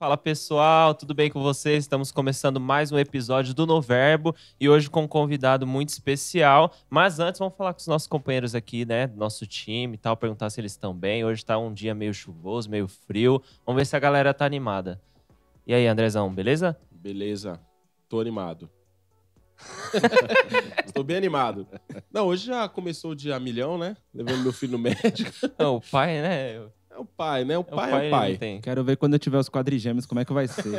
Fala pessoal, tudo bem com vocês? Estamos começando mais um episódio do Noverbo e hoje com um convidado muito especial. Mas antes, vamos falar com os nossos companheiros aqui, né? do Nosso time e tal, perguntar se eles estão bem. Hoje tá um dia meio chuvoso, meio frio. Vamos ver se a galera tá animada. E aí, Andrezão, beleza? Beleza, tô animado. Estou bem animado. Não, hoje já começou o dia a milhão, né? Levando meu filho no médico. Não, É o pai, né? É o pai, né? O É pai é o pai. não tem. Quero ver quando eu tiver os quadrigêmeos, como é que vai ser.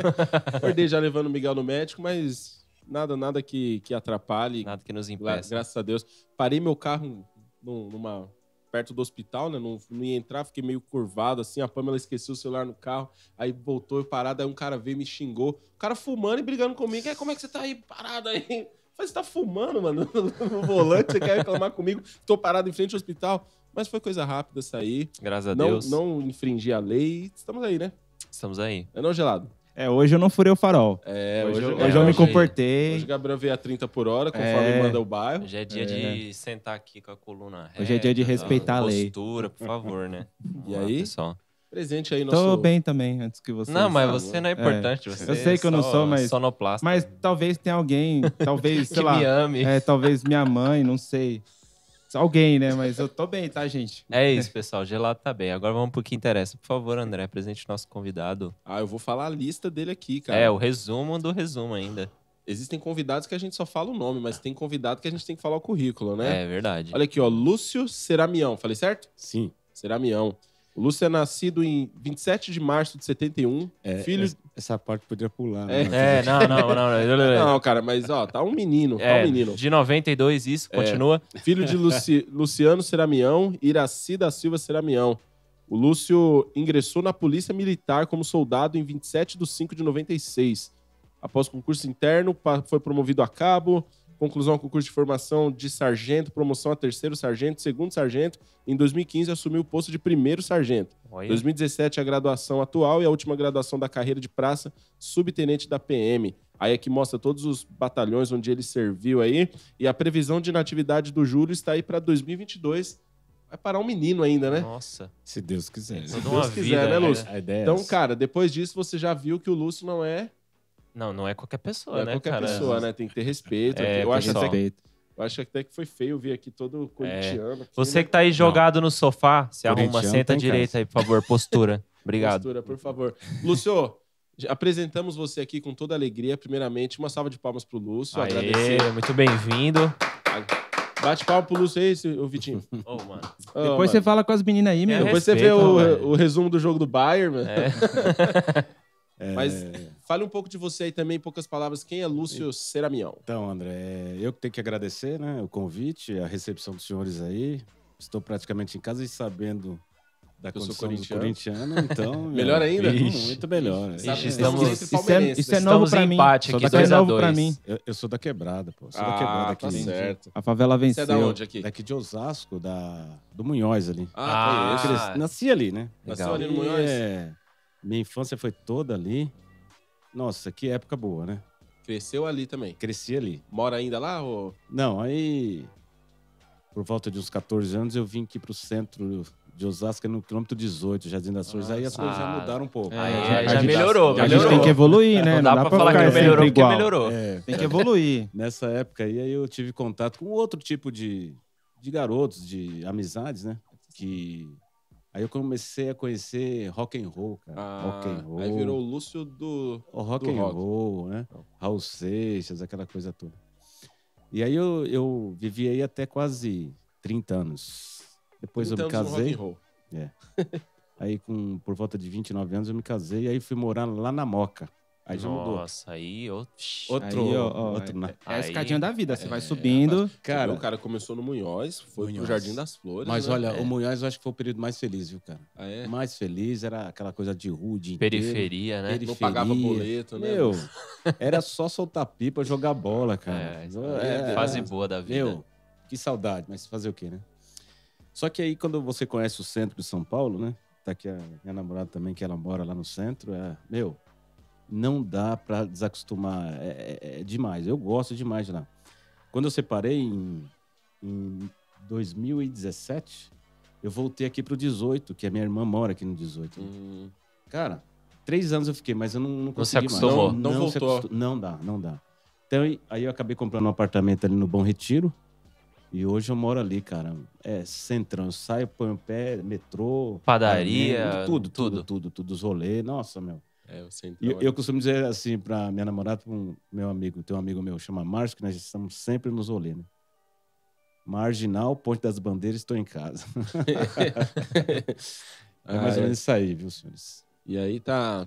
Acordei já levando o Miguel no médico, mas nada, nada que, que atrapalhe. Nada que nos Gra- impeça. graças a Deus. Parei meu carro num- numa perto do hospital, né? Não, não ia entrar, fiquei meio curvado, assim. A Pamela esqueceu o celular no carro, aí voltou eu parado, aí um cara veio e me xingou. O cara fumando e brigando comigo. "É, Como é que você tá aí parado aí? Eu Falei, você tá fumando, mano, no volante, você quer reclamar comigo? Tô parado em frente ao hospital. Mas foi coisa rápida sair. Graças a Não, Deus. não infringi a lei. Estamos aí, né? Estamos aí. É não, gelado. É, hoje eu não furei o farol. É, Hoje hoje, eu- hoje, hoje eu me hoje- comportei. o Hoje, Gabriel veio a 30 por hora, conforme É. manda o bairro. Hoje é dia de sentar aqui com a coluna reta. é dia de tal, respeitar a lei. Postura, por favor, né? Vamos lá, aí? pessoal. Presente aí, Tô nosso... bem também, antes que você. Não, mas são, você né? não é importante. Você Eu sei que eu não é só sou, mas- Sonoplasta. Mas talvez tenha alguém, talvez, que sei lá. me ame. É. É, talvez minha mãe, não sei. Alguém, né? Mas eu tô bem, tá, gente? É isso, pessoal. Gelado tá bem. Agora vamos pro que interessa. Por favor, André, apresente o nosso convidado. Ah, eu vou falar a lista dele aqui, cara. É, o resumo do resumo ainda. Existem convidados que a gente só fala o nome, mas tem convidado que a gente tem que falar o currículo, né? É, verdade. Olha aqui, ó. Lúcio Ceramião. Falei certo? Sim. Ceramião. O Lúcio é nascido em 27 de março de 71. É, filho. es- Essa parte podia pular. É. né? É, não, não, não. não. Não, cara, mas ó, tá um menino. Tá É, um menino. É. de 92, isso, continua. Filho de Luci- Luciano Ceramião e Iraci da Silva Ceramião. O Lúcio ingressou na Polícia Militar como soldado em 27 de 5 de 96. Após concurso interno, pa- foi promovido a cabo. Conclusão ao concurso de formação de sargento, promoção a terceiro sargento, segundo sargento. Em 2015, assumiu o posto de primeiro sargento. Olha, 2017, a graduação atual e a última graduação da carreira de praça, subtenente da PM. Aí aqui mostra todos os batalhões onde ele serviu aí. E a previsão de inatividade do Júlio está aí para 2022. Vai parar um menino ainda, né? Nossa. Se Deus quiser. Toda Deus uma quiser, vida, né, Lúcio? A ideia é Então, essa. cara, depois disso você já viu que o Lúcio não é, Não, não é qualquer pessoa, não é né, qualquer cara? pessoa, né? Tem que ter respeito. É, eu, acho pessoal. até, que- Respeito. eu acho até que foi feio ver aqui todo corintiano. aqui, Você né? que tá aí jogado no sofá, se arruma, Corintiano senta à tá em direita aí, por favor, postura. Obrigado. Postura, por favor. Lúcio, já apresentamos você aqui com toda alegria. Primeiramente, uma salva de palmas pro Lúcio. Agradecer Aê, muito bem-vindo. Bate palma pro Lúcio aí, seu- ô Vitinho. É, Ô, mano. Ah, Depois você mano. fala com as meninas aí, meu. É, Depois você vê Respeita, o, velho. o resumo do jogo do Bayern, mano. É. É, Mas fale um pouco de você aí também, em poucas palavras. Quem é Lúcio Ceramião? Então, André, é, eu que tenho que agradecer né, o convite, a recepção dos senhores aí. Estou praticamente em casa e sabendo da Eu sou condição do corintiano. corintiano, então... Melhor é, ainda? Ixi, muito melhor. né? Ixi, Sabe, estamos- eu sou- Isso é- Isso é, isso é novo Estamos pra em mim. empate Só aqui, tá Isso é dois a novo dois. pra mim. Eu, eu sou da quebrada, pô. Sou da Ah, quebrada tá é aqui. certo. A favela Você venceu. é da onde aqui? Daqui de Osasco, da, do Munhoz ali. Ah, Ah. conheço. Cres- Nasci ali, né? Nasceu Legal. ali no Munhoz? É, minha infância foi toda ali. Nossa, que época boa, né? Cresceu ali também. Cresci ali. Mora ainda lá? Ou... Não, aí por volta de uns 14 anos eu vim aqui pro centro de Osasco, no quilômetro 18, Jardim das Flores. aí as coisas já Ah, mudaram um pouco. Aí, Ah, aí a já gente- melhorou, A melhorou. gente tem que evoluir, né? Não dá, pra falar que ficar não sempre melhorou porque igual. melhorou. É, Tem que evoluir. nessa época aí, aí eu tive contato com outro tipo de, de garotos, de amizades, né? Que aí eu comecei a conhecer rock and roll, cara. Ah, rock and roll. aí virou o Lúcio do... O rock Do and rock. roll, né? Raul Seixas, aquela coisa toda. E aí eu, eu vivi aí até quase 30 anos. Depois 30 eu me anos no rock casei. and roll. Aí com por volta de 29 anos eu me casei e aí fui morar lá na Moca. Aí já mudou. Nossa, aí... ô, shhh. Outro, Aí, ó, ó, outro na- É a Aí- escadinha da vida. Você vai subindo. Cara, o Cara, cara começou no Munhoz, foi pro Munhoz. Jardim das Flores. mas né? olha, É. o Munhoz eu acho que foi o período mais feliz, viu, cara? Ah, é? Mais feliz era aquela coisa de rua, o dia inteiro. Periferia, né? Ele- Não pagava Periferia. boleto, né? Meu, era só soltar pipa, jogar bola, cara. É, é, Fase boa da vida. Meu, que saudade, mas fazer o quê, né? Só que aí, quando você conhece o centro de São Paulo, né? Tá aqui a minha namorada também, que ela mora lá no centro. É, meu, não dá pra desacostumar. É, é- é demais. Eu gosto demais de lá. Quando eu separei em, em 2017, eu voltei aqui pro 18, que a minha irmã mora aqui no 18. né? Hum, Cara, Três anos eu fiquei, mas eu não, não se consegui acostumou. mais. Não se voltou. acostu- Não dá, não dá. Então, e- aí eu acabei comprando um apartamento ali no Bom Retiro. E hoje eu moro ali, cara. É centrão. Eu saio, ponho o pé, metrô. Padaria, caminho, é, Tudo, tudo. tudo, tudo, tudo. Os rolês. Nossa, meu. É, eu sei. E eu, eu costumo dizer assim pra minha namorada, pra um meu amigo, tem um amigo meu, chama Márcio, que nós estamos sempre nos rolê, né? Marginal, Ponte das Bandeiras, estou em casa. né? É Ah, mais ou menos isso aí, viu, senhores? E aí tá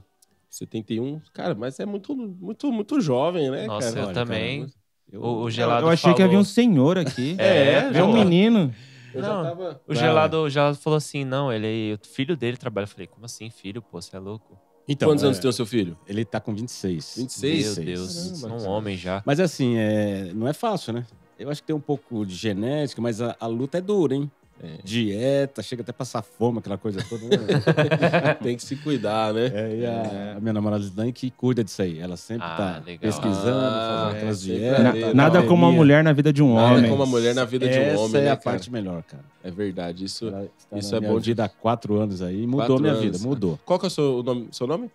71. Cara, mas é muito, muito, muito jovem, né? Nossa, cara? eu Olha, também. cara, Eu- O, o Eu gelado achei que falou- havia um senhor aqui. É, É, É um não, menino. eu Não. já tava. O gelado, o gelado falou assim: não, ele, o filho dele trabalha. Eu falei: como assim, filho? Pô, você é louco? Então, Quantos é, anos tem o seu filho? Ele tá com 26. 26? Meu Deus, Caramba, um cara. homem já. Mas assim, é, não é fácil, né? Eu acho que tem um pouco de genética, mas a, a luta é dura, hein? É. Dieta, chega até passar fome, aquela coisa toda. Né? tem que se cuidar, né? É, e a, a minha namorada Zidane que cuida disso aí. Ela sempre Ah, tá legal. pesquisando, Ah, fazendo aquelas é, sempre dietas. ali, tá, né? tá, Nada tá, como uma academia. mulher na vida de um Nada homem. como a mulher na vida de um Essa homem, é né, a cara? parte melhor, cara. É verdade. Isso. Ela está Isso na é minha bom de- vida há quatro anos aí. Mudou Quatro minha anos. vida, mudou. Qual que é o seu nome? Seu nome?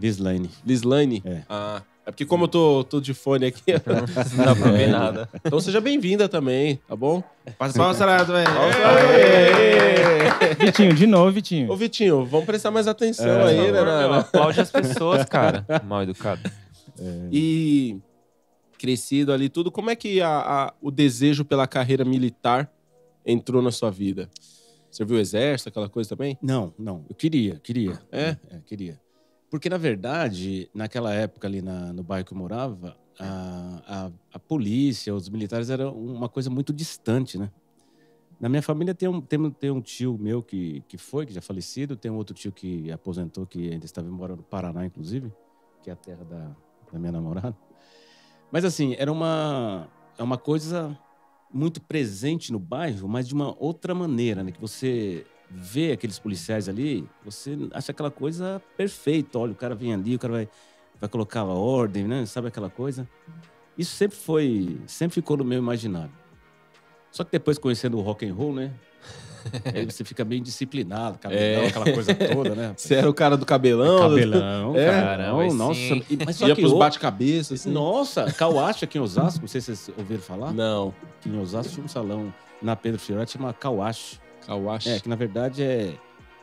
Lislane. Lislane? É. Ah, é porque como eu tô, tô de fone aqui, Não dá pra ver É. nada. então seja bem-vinda também, tá bom? Passa palmas, Sarado, velho. Aê! Vitinho, de novo, Vitinho. Ô, Vitinho, vamos prestar mais atenção É, aí, Por né? favor, na- meu, na- Aplaude as pessoas, cara. Mal educado. E crescido ali tudo, como é que a- a- o desejo pela carreira militar entrou na sua vida? Você viu o exército, aquela coisa também? Não, não. Eu queria, queria. É? queria. Porque, na verdade, naquela época ali na- no bairro que eu morava, a, a- a polícia, os militares era uma coisa muito distante, né? Na minha família tem um, tem, um- tem um tio meu que, que foi, que já é falecido, tem um outro tio que aposentou, que ainda estava morando no Paraná, inclusive, que é a terra da, da minha namorada. Mas, assim, era uma, é uma coisa muito presente no bairro, mas de uma outra maneira, né? Que você vê aqueles policiais ali, você acha aquela coisa perfeita. Olha, o cara vem ali, o cara vai, vai colocar a ordem, né? Sabe aquela coisa? Isso sempre foi, sempre ficou no meu imaginário. Só que depois conhecendo o rock and roll, né? Aí você fica bem disciplinado, cabelão, É. aquela coisa toda, né? Você era o cara do cabelão? cabelão, É. Caramba, aí Não, nossa. sim. e- Mas só Ia que pros o- bate-cabeça, assim? Nossa, Cauacha aqui em Osasco, não sei se vocês ouviram falar Não, que em Osasco tinha um salão na Pedro Fiorati chama Kawash. Kawashi. É, que na verdade é,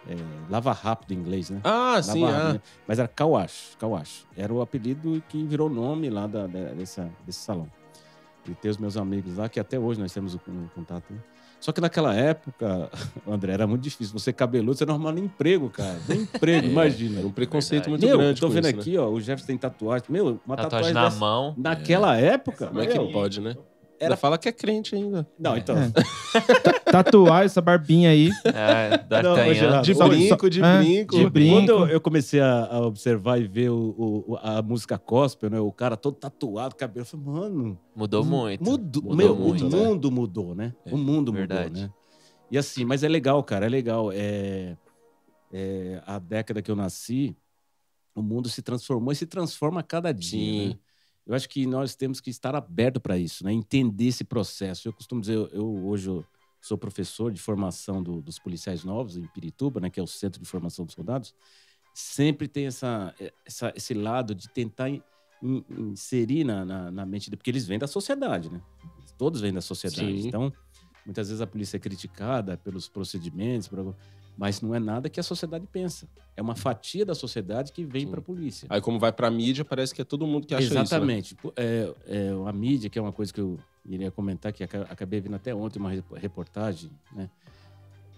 é lava rápido em inglês, né? Ah, Lava sim, rápido, ah. né? Mas era Kawash, Kawash. Era o apelido que virou nome lá da, da- dessa- desse salão. E tem os meus amigos lá, que até hoje nós temos o, o contato. né? Só que naquela época, André, era muito difícil. Você cabeludo, você não arrumava nem emprego, cara. Nem emprego, É, imagina. Era um Verdade. preconceito muito Meu, grande. tô com vendo isso, né? aqui, ó, o Jefferson tem tatuagem. Meu, uma Tatuagem tatuagem, na dessa- mão. né? naquela época. Como é que meu. pode, né? Ela Era- fala que é crente ainda. Não, então. Tatuar essa barbinha aí. É, Não, mas D'Artagnan. Geraldo, De Só- brinco, de é, brinco. de brinco. Quando eu, eu comecei a, a observar e ver o- o- o- a música gospel, né, o cara todo tatuado, cabelo, eu falei, mano, Mudou muito. mudou, Mudou meu, muito, o né? mundo mudou, né? É, o mundo verdade. mudou, né? E assim, mas é legal, cara, é legal. É, é, a década que eu nasci, o mundo se transformou e se transforma a cada dia. Sim. né? Eu acho que nós temos que estar aberto para isso, né? Entender esse processo. Eu costumo dizer, eu, eu hoje eu sou professor de formação do- dos policiais novos em Pirituba, né? Que é o centro de formação dos soldados. Sempre tem essa, essa- esse lado de tentar in- in- inserir na, na, na mente, de- porque eles vêm da sociedade, né? Todos vêm da sociedade. Sim. Então, muitas vezes a polícia é criticada pelos procedimentos, por algo- mas não é nada que a sociedade pensa. É uma fatia da sociedade que vem Sim. para a polícia. Aí como vai pra mídia, parece que é todo mundo que acha Exatamente. Pô, É, é, a mídia, que é uma coisa que eu iria comentar, que aca- acabei vendo até ontem uma rep- reportagem, né?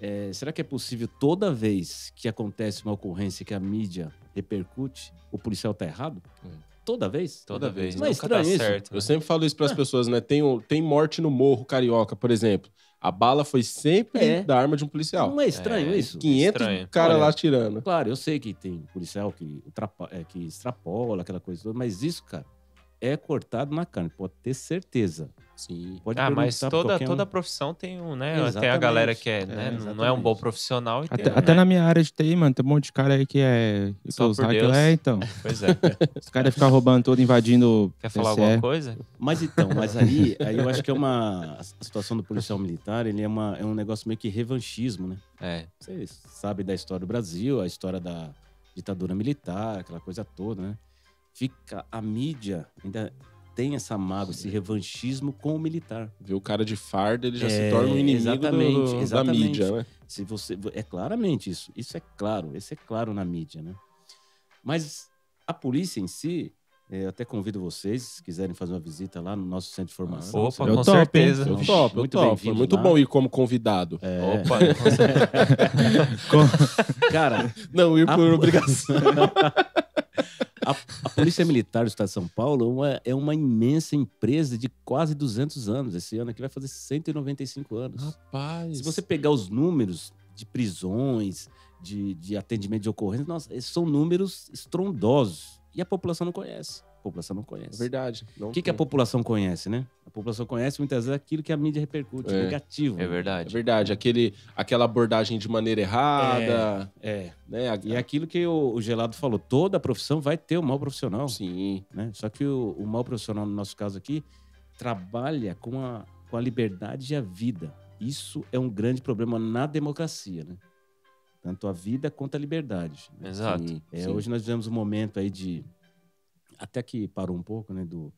É, será que é possível toda vez que acontece uma ocorrência que a mídia repercute, o policial tá errado? É. Toda vez? Hum. Toda vez. Não é Nunca tá estranho isso? certo. isso. né? Eu sempre falo isso Ah. pras pessoas, né? Tem, o- tem morte no morro carioca, por exemplo. A bala foi sempre É. da arma de um policial. Não é estranho É, isso? 500 Estranho. cara Olha, lá tirando. Claro, eu sei que tem policial que, ultrapa- é, que extrapola aquela coisa toda, mas isso, cara, é cortado na carne, pode ter certeza. Sim. Pode Ah, perguntar mas pra toda, qualquer um. toda profissão tem um, né? Tem a Exatamente. galera que é, É, né, não é um exatamente. bom profissional e tem, Até, um, até né? na minha área de TI, mano, tem um monte de cara aí que é. que Só os por hackers- Deus. É, então. Pois é. Os caras ficam roubando tudo, invadindo. Quer falar TCE. é. alguma coisa? Mas então, mas aí, aí eu acho que é uma. A situação do policial militar, ele é, uma, é um negócio meio que revanchismo, né? É. Vocês sabem da história do Brasil, a história da, de ditadura militar, aquela coisa toda, né? Fica a mídia ainda tem essa mágoa, esse revanchismo com o militar. Vê o cara de farda, ele já se É, torna um inimigo do- exatamente, do- da exatamente. mídia, né? Se você é claramente isso, isso é claro, esse é claro na mídia, né? Mas a polícia em si, é, eu até convido vocês, se quiserem fazer uma visita lá no nosso centro de formação. Opa, Você- é com topo, hein? certeza. Eu Vixe, topo, eu muito topo. Foi bem-vindo muito lá. É. bom ir como convidado. Opa, com certeza. cara, Não, ir Ah, por pô. obrigação. a, a polícia militar do Estado de São Paulo é uma, é uma imensa empresa de quase 200 anos. Esse ano aqui vai fazer 195 anos. Rapaz. Se você pegar os números de prisões, de, de atendimento de ocorrência, nossa, esses são números estrondosos. E a população não conhece. A população não É conhece. verdade. não O que, é que a tem. população conhece, né? A população conhece muitas vezes aquilo que a mídia repercute, É. negativo. né? É É verdade. verdade. Aquele, aquela abordagem de maneira errada, É. né? A- E é aquilo que o, o Gelado falou, toda profissão vai ter o mau profissional. Sim. né? Só que o, o mau profissional, no nosso caso aqui, trabalha com a, com a liberdade e a vida. Isso é um grande problema na democracia, né? Tanto a vida quanto a liberdade. né? Exato. sim, É, sim. hoje nós vivemos um momento aí de. Até que parou um pouco, né? Do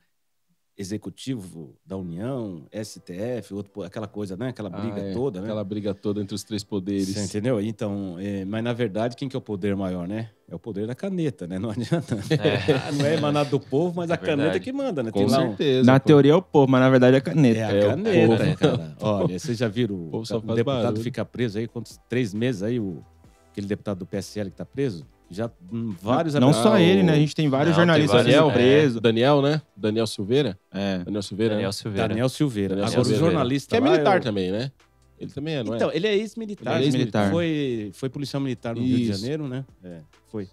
executivo da União, STF, outro, po- aquela coisa, né? Aquela briga Ah, é. toda, né? Aquela briga toda entre os três poderes. Você entendeu? Então, é, mas na verdade, quem que é o poder maior, né? É o poder da caneta, né? Não adianta. É. Não é emanado do povo, mas É a caneta verdade. que manda, né? Com lá um- certeza. Na pô. teoria é o povo, mas na verdade é a caneta. É a É, o caneta, povo. cara. Olha, vocês já viram o, povo só um faz deputado barulho. fica preso aí, quantos? Três meses aí, o, aquele deputado do PSL que tá preso? Já hum, vários Não só Ah, ele, o- né? A gente tem vários Não, tem jornalistas vários, sendo é. presos. Daniel, né? Daniel Silveira? É. Daniel Silveira, Daniel né? Silveira. Daniel Silveira. Daniel Agora, Silveira. o jornalista Que é lá, militar eu- também, né? Ele também é, não Então, é? ele é ex-militar. Ele é ex-militar. Foi, foi policial militar no Rio de Isso. Janeiro, né? É, foi.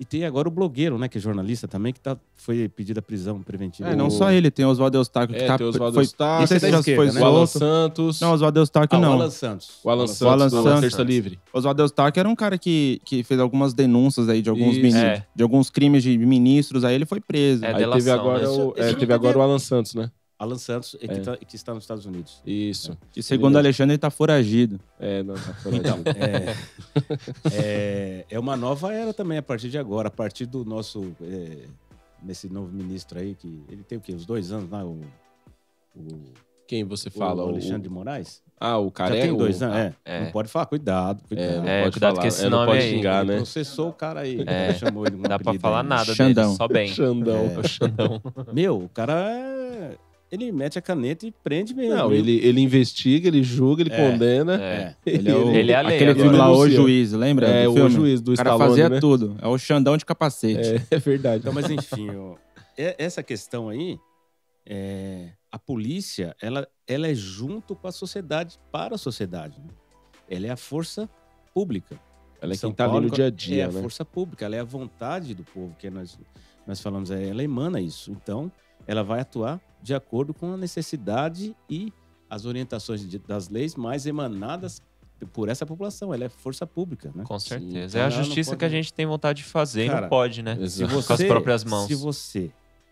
E tem agora o blogueiro, né? Que é jornalista também, que tá, foi pedido a prisão preventiva. É, não O- só ele, tem o Oswaldo Eustáquio que É, tá, tem o Oswaldo foi... Eustáquio, é Não sei se da já esquerda, foi né? O Alan solto. Santos. Não, Oswaldo Eustáquio Ah, o não. Alan Santos. o Alan Santos. Santos, do Santos. Terça Livre. Oswaldo Eustáquio era um cara que, que fez algumas denúncias aí de alguns, Isso. mini- É. de alguns crimes de ministros, aí ele foi preso. É, Aí delação, teve agora, né? o, Esse- é, esse teve não agora tem- o Alan Santos, né? Alan Santos, é que, É. tá- que está nos Estados Unidos. Isso. E segundo Beleza. Alexandre, ele tá foragido. É, não, tá fora Então, de- é, é, é uma nova era também a partir de agora, a partir do nosso. é, nesse novo ministro aí, que ele tem o quê? Os dois anos lá, o. o- Quem você o fala? O Alexandre de Moraes? Ah, o Já Careca. tem dois o... anos, é. é. Não pode falar, cuidado, cuidado. É, pode cuidado falar, que esse é, não nome pode aí. xingar, né? processou o cara aí. É. Chamou ele né? Não dá pra falar nada Xandão. dele, só bem. Xandão. O Xandão. nada. Meu, o cara. é- Ele mete a caneta e prende mesmo. Não, viu? ele, ele investiga, ele julga, ele É, condena. É. Ele é, o, Ele é a lei aquele agora. filme lá, O Denuncia. Juiz, lembra? É, do o filme? juiz do O cara Stallone, fazia né? tudo. É o Xandão de capacete. É, é verdade. Então, mas enfim, ó, é- essa questão aí, é, a polícia, ela, ela é junto com a sociedade, para a sociedade. né? Ela é a força pública. Ela é São quem tá ali Paulo no dia a é dia, a né? força pública, ela é a vontade do povo, que nós, nós falamos, é, ela emana isso. Então, ela vai atuar de acordo com a necessidade e as orientações de- das leis mais emanadas por essa população. Ela é força pública, né? Com certeza. Sim. é a Ela não justiça pode- que a gente tem vontade de fazer e Cara, não pode, né? Se Exato. você, Com as próprias mãos. Se você,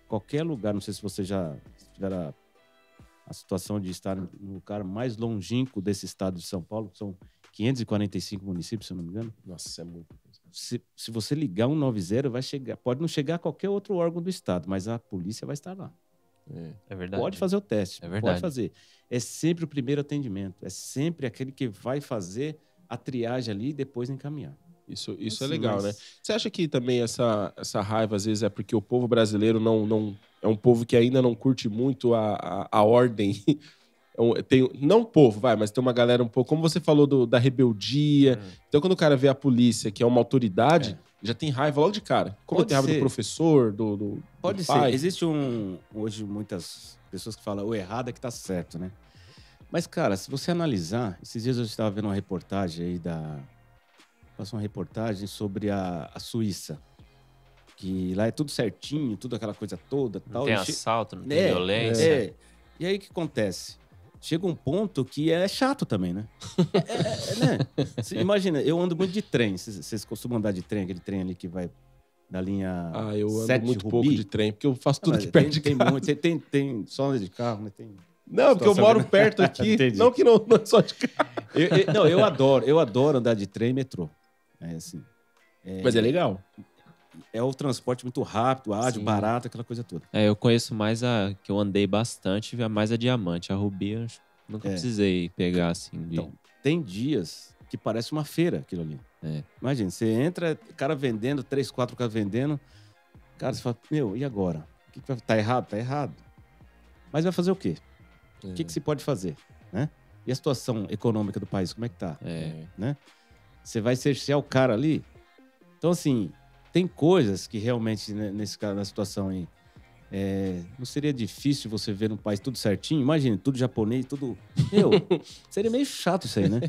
qualquer lugar, não sei se você já tiver a, a situação de estar no lugar mais longínquo desse estado de São Paulo, que são 545 municípios, se eu não me engano. Nossa, é muito. Se, se você ligar 190, vai chegar, pode não chegar a qualquer outro órgão do estado, mas a polícia vai estar lá. É verdade. Pode fazer o teste, É verdade. pode fazer. É sempre o primeiro atendimento, é sempre aquele que vai fazer a triagem ali e depois encaminhar. Isso, isso é Assim, legal, mas- né? Você acha que também essa, essa raiva, às vezes, é porque o povo brasileiro não, não é um povo que ainda não curte muito a, a, a ordem? É um- Tem, não o povo, vai, mas tem uma galera um pouco. Como você falou do- da rebeldia. Hum. Então, quando o cara vê a polícia, que é uma autoridade, já tem raiva logo de cara. Como Pode tem raiva do ser. professor, do. do- Pode do ser. pai. Existe um. Hoje, muitas pessoas que falam o errado é que tá certo, né? Mas, cara, se você analisar, esses dias eu estava vendo uma reportagem aí da. Passou uma reportagem sobre a, a Suíça. Que lá é tudo certinho, tudo aquela coisa toda Não tal. tem e che- assalto, não tem É, violência. é. E aí o que acontece? Chega um ponto que é chato também, né? É, é, é, né? Se- Imagina, eu ando muito de trem. Vocês vocês costumam andar de trem, aquele trem ali que vai da linha. Ah, eu ando 7 muito Rubi? pouco de trem, porque eu faço tudo Ah, aqui mas perto de tem, casa. tem muito, tem, tem, tem só de carro, né? Tem... Não, porque eu Situação moro perto aqui. Entendi. não que não, não é só de casa. Eu- eu- não, eu adoro, eu adoro andar de trem e metrô. É assim. Mas é legal. É o transporte muito rápido, ágil, Sim. barato, aquela coisa toda. É, eu conheço mais a que eu andei bastante, a mais a diamante. A rubi eu acho- nunca É. precisei pegar assim. de- Então, tem dias que parece uma feira aquilo ali. É. Imagina, você entra, cara vendendo, três, quatro caras vendendo. Cara, você fala, meu, e agora? O que que vai... Tá errado? Tá errado. Mas vai fazer o quê? O que, que se pode fazer? Né? E a situação econômica do país, como é que tá? é. Você vai cercear o cara ali? Então, assim, tem coisas que realmente, né, nesse caso, na situação aí, é, não seria difícil você ver no país tudo certinho? Imagina, tudo japonês, tudo. Meu, seria meio chato isso aí, né?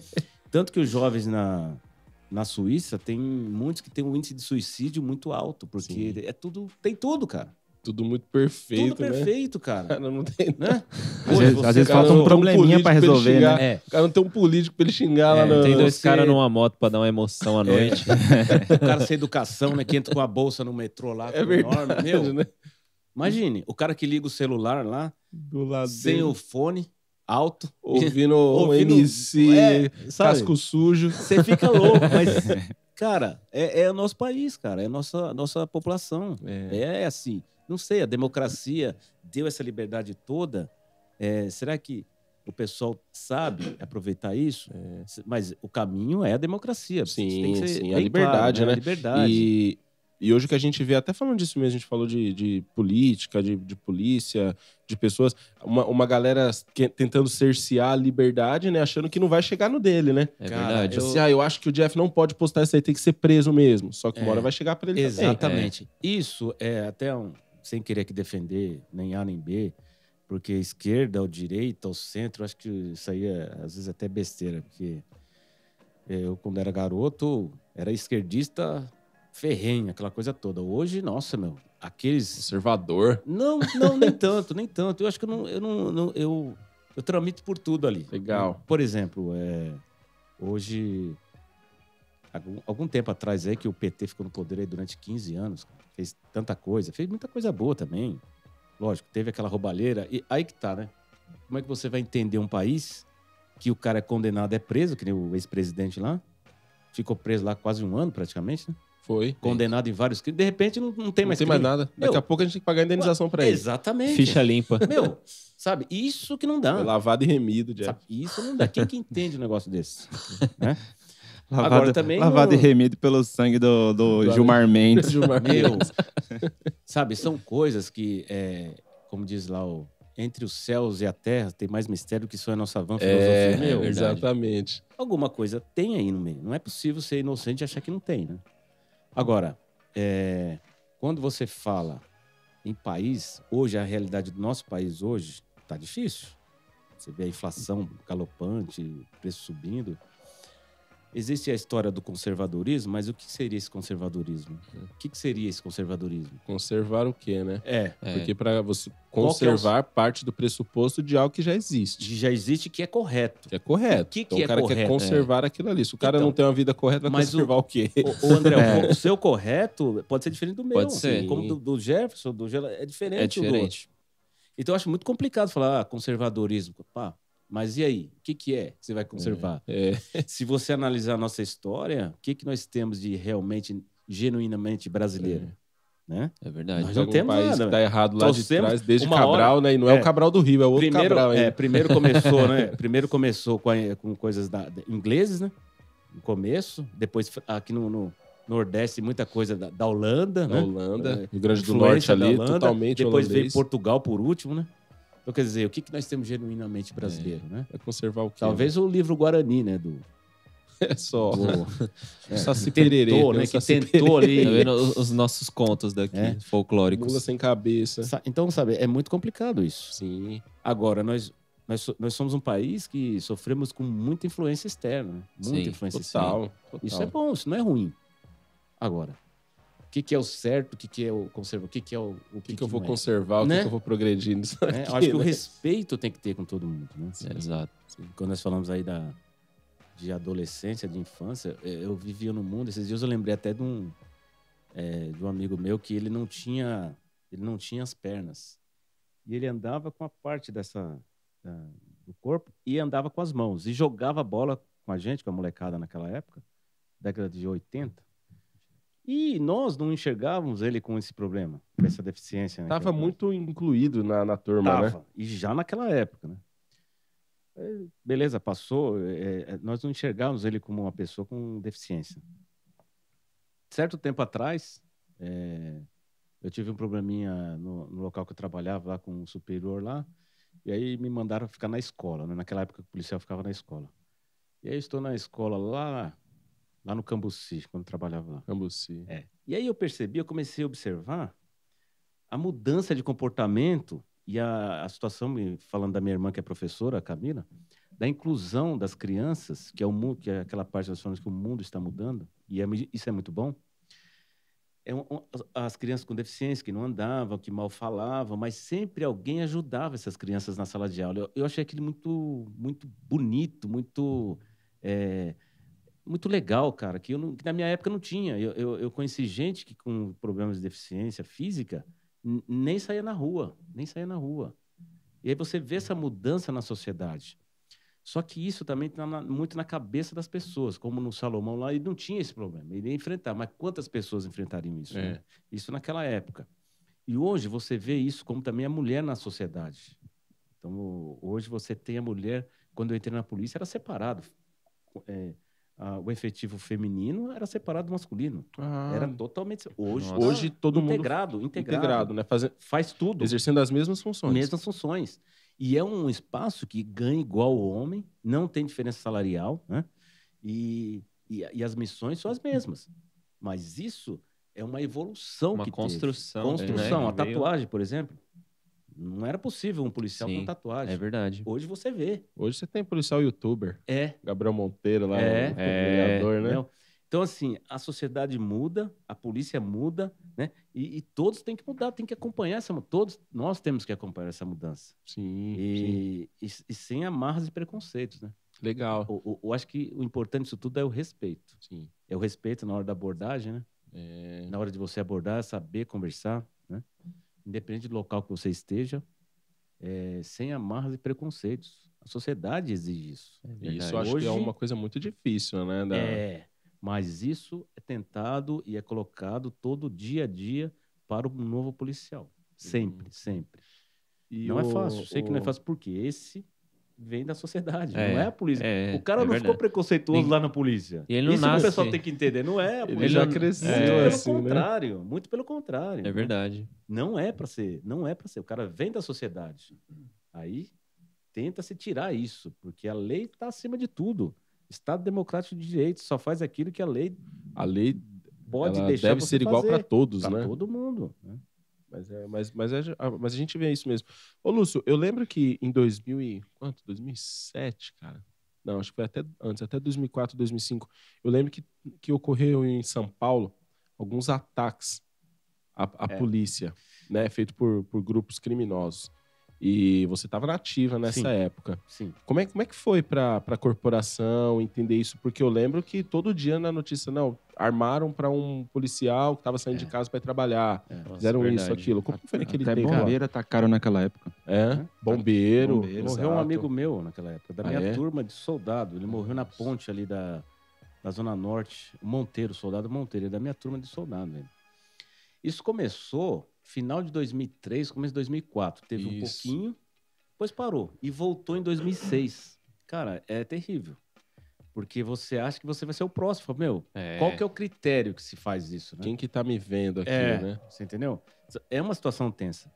Tanto que os jovens na, na Suíça tem muitos que têm um índice de suicídio muito alto, porque é tudo. Tem tudo, cara. Tudo muito perfeito, tudo perfeito, né? cara. Cara, não tem... Né? Às Hoje vezes, você, às vezes cara, falta não- eu- um probleminha político pra pra ele resolver, chegar. né? É, O cara não tem um político pra ele xingar lá é, no... tem dois você- caras numa moto pra dar uma É. emoção à noite. O cara sem educação, né? Que entra com a bolsa no metrô lá, É com o enorme. verdade, Meu, né? Imagine, o cara que liga o celular lá, Do lado sem dele, o fone, alto, ouvindo, ouvindo- um- o MC, é, sabe? casco sujo. Você fica louco, mas, cara, é, é o nosso país, cara, é a nossa, nossa população. É. assim, não sei, a democracia deu essa liberdade toda. É, será que o pessoal sabe aproveitar isso? Mas o caminho é a democracia. isso É. Sim, tem que ser sim, a bem liberdade, claro, né? A liberdade. E, e hoje o que a gente vê, até falando disso mesmo, a gente falou de, de política, de, de polícia, de pessoas, uma, uma galera que- tentando cercear a liberdade, né? Achando que não vai chegar no dele, né? É Cara, verdade. Tipo assim, ah, eu acho que o Jeff não pode postar isso aí, tem que ser preso mesmo. Só que uma É. hora vai chegar pra ele também. Exatamente. Isso é até um, sem querer aqui defender nem A nem B, porque esquerda ou direita ou centro, acho que isso aí é às vezes até besteira, porque é, eu quando era garoto era esquerdista ferrenho, aquela coisa toda. Hoje, nossa, meu, aqueles Conservador. não, não, nem tanto, nem tanto. Eu acho que eu não, eu não, não- eu, eu tramito por tudo ali. Legal. Por exemplo, é, hoje, algum, algum tempo atrás aí que o PT ficou no poder aí durante 15 anos, cara, fez tanta coisa, fez muita coisa boa também. Lógico, teve aquela roubalheira e aí que tá, né? Como é que você vai entender um país que o cara é condenado, é preso, que nem o ex-presidente lá, ficou preso lá quase um ano praticamente, né? Foi. Condenado em vários crimes, de repente não, não tem Não mais tem mais crime. nada. Daqui Meu. a pouco a gente tem que pagar a indenização pra ele. Exatamente. Ficha limpa. Meu, sabe? Isso que não É dá. Lavado e remido, Jeff. Sabe? Isso não dá. Quem que entende um negócio desse? Lavado, Agora também lavado o- e remido pelo sangue do, do Do Gilmar Mendes. Gilmar Meu, sabe? São coisas que, é, como diz lá, o, entre os céus e a terra tem mais mistério que só a nossa van filosofia. É, Meu, exatamente. alguma coisa tem aí no meio. Não é possível ser inocente e achar que não tem, né? Agora, é, quando você fala em país, hoje, a realidade do nosso país hoje tá difícil. Você vê a inflação galopante, preço subindo. Existe a história do conservadorismo, mas o que seria esse conservadorismo? Uhum. O que, que seria esse conservadorismo? Conservar o quê, né? É, É. Porque pra você Qual que é o- conservar parte do pressuposto de algo que já existe. já existe que é correto. Que é correto. O que que então, é o cara quer correto? conservar aquilo ali. Se o cara Então, não tem uma vida correta, vai mas o- conservar o, quê? O, o André, o, o seu correto pode ser diferente do meu. É. Pode ser. Como do, do Jefferson, do Gela, é diferente, É do outro. diferente. Então eu acho muito complicado falar ah, conservadorismo. Pá, mas e aí? O que, que é que você vai conservar? É, Se você analisar a nossa história, o que, que nós temos de realmente, genuinamente brasileiro? Né? É verdade. Nós não algum temos país nada, que tá errado lá de Trouxemos trás, desde uma Cabral, né? E não é, É. o Cabral do Rio, é outro Primeiro, Cabral. é, ainda. primeiro começou, né? Primeiro começou com, a- com coisas da, da- ingleses, né? No começo, depois aqui no, no Nordeste, muita coisa da, da Holanda, Na né? Holanda, É. Rio Grande do Norte Influência da ali, Holanda, totalmente Depois veio holandês. Portugal por último, né? Então, quer dizer, o que, que nós temos genuinamente brasileiro, né? Vai conservar o quê? Talvez o livro Guarani, né? Do, né? É só. do- É, só se tentou, né? Que tentou ali. Tá vendo os, os nossos contos daqui, É. Mula folclóricos. sem cabeça. Sa- Então, sabe, é muito complicado isso. Sim. Agora, nós, nós, so- nós somos um país que sofremos com muita influência externa. né? Muita Sim, influência externa. Total. total. Isso é bom, isso não é ruim. Agora, o que, que é o certo, o que, que é o conservador, o que, que é o. O O que, que eu vou não é, conservar? O que Né? que, eu vou progredir nisso né? aqui, Eu acho que o né? respeito tem que ter com todo mundo, né? É, Exato. Quando nós falamos aí da, de adolescência, de infância, eh, eu vivia no mundo. Esses dias eu lembrei até de um, eh, de um amigo meu que ele não tinha, ele não tinha as pernas e ele andava com a parte dessa da- do corpo e andava com as mãos e jogava bola com a gente, com a molecada naquela época, década de 80. E nós não enxergávamos ele com esse problema, com essa deficiência. né, Tava que ele muito incluído na, na turma, né? Tava. E já naquela época, né? É, Beleza, passou. é, é, nós não enxergávamos ele como uma pessoa com deficiência. Certo tempo atrás, é, eu tive um probleminha no, no local que eu trabalhava, lá com um superior lá, e aí me mandaram ficar na escola, né? Naquela época o policial ficava na escola. E aí eu estou na escola lá, lá no Cambuci, quando eu trabalhava lá. Cambuci. É. E aí eu percebi, eu comecei a observar a mudança de comportamento e a, a situação, me- falando da minha irmã que é professora, a Camila, da inclusão das crianças, que é o mundo, que é aquela parte das formas que o mundo está mudando, e é mu- isso é muito bom. É um- um- as- as crianças com deficiência que não andavam, que mal falavam, mas sempre alguém ajudava essas crianças na sala de aula. Eu, eu achei aquilo muito, muito bonito, muito é, muito legal, cara, que, eu não- que na minha época não tinha. Eu, eu, eu conheci gente que com problemas de deficiência física n- nem saía na rua, nem saía na rua. E aí você vê essa mudança na sociedade. Só que isso também está muito na cabeça das pessoas, como no Salomão lá, ele não tinha esse problema, ele ia enfrentar, mas quantas pessoas enfrentariam isso? É. né? Isso naquela época. E hoje você vê isso como também a mulher na sociedade. Então, o- hoje você tem a mulher, quando eu entrei na polícia, era separado. É, a- o efetivo feminino era separado do masculino. Ah, Era totalmente. Hoje, Ah. Nossa. Hoje todo mundo integrado, mundo. Integrado, integrado, né? Faze- Faz tudo. Exercendo as mesmas funções. Mesmas funções. E é um espaço que ganha igual o homem, não tem diferença salarial, né? E, e, e as missões são as mesmas. Mas isso é uma evolução Uma que construção, teve. Construção. né, A que veio- tatuagem, por exemplo, não era possível um policial Sim, com tatuagem. É verdade. Hoje você vê. Hoje você tem policial youtuber. É. Gabriel Monteiro lá, É. o É. vereador, né? Entendeu? Então, assim, a sociedade muda, a polícia muda, né? E, e todos têm que mudar, têm que acompanhar essa mudança. Todos nós temos que acompanhar essa mudança. Sim, sim. E, e, e sem amarras e preconceitos, né? Legal. O- o- Eu acho que o importante disso tudo é o respeito. Sim. É o respeito na hora da abordagem, né? É. Na hora de você abordar, saber conversar, né? Independente do local que você esteja, é, sem amarras e preconceitos. A sociedade exige isso. Isso eu acho que é Hoje- uma coisa muito difícil, né? da- É, mas isso é tentado e é colocado todo dia a dia para um novo policial. Sempre, Uhum. sempre. E não o- é fácil, eu sei que não é o- fácil, porque esse vem da sociedade, É, não é a polícia. É, o cara é não ficou verdade. preconceituoso Ninguém- lá na polícia. E ele não isso nasce- que o pessoal tem que entender, não é a Ele, polícia. já não- cresceu Muito é, pelo assim, né? contrário, muito pelo contrário. É verdade. Não é para ser, não é para ser. O cara vem da sociedade. Aí tenta se tirar isso, porque a lei está acima de tudo. Estado democrático de direito só faz aquilo que a lei A lei pode ela deixar deve você ser igual para fazer. todos, Pra né? todo mundo. né? Mas, é, mas, mas, é- ah, mas a gente vê isso mesmo. Ô, Lúcio, eu lembro que em 2000 e... Quanto? 2007, cara? Não, acho que foi até antes, até 2004, 2005. Eu lembro que, que ocorreu em São Paulo alguns ataques à, à É. polícia, né? Feito por, por grupos criminosos. E você estava nativa nessa Sim. época. Sim. Como é, como é que foi pra, pra corporação entender isso? Porque eu lembro que todo dia na notícia, não, armaram pra um policial que tava saindo de casa pra ir trabalhar. Fizeram Nossa, isso, verdade. aquilo. Como foi naquele Até tempo? lá? bombeiro atacaram naquela época. É, bombeiro. Bombeiro. exato. Morreu um amigo meu naquela época, da Ah, minha é? turma de soldado. Ele morreu na ponte ali da, da Zona Norte, o Monteiro, soldado Monteiro, ele é da minha turma de soldado. Ele. Isso começou final de 2003, começo de 2004. Teve um Isso. pouquinho, depois parou. E voltou em 2006. Cara, é terrível. Porque você acha que você vai ser o próximo. Fala, Meu, qual que é o critério que se faz isso? Né? Quem que tá me vendo aqui, É, né? Você entendeu? É uma situação tensa.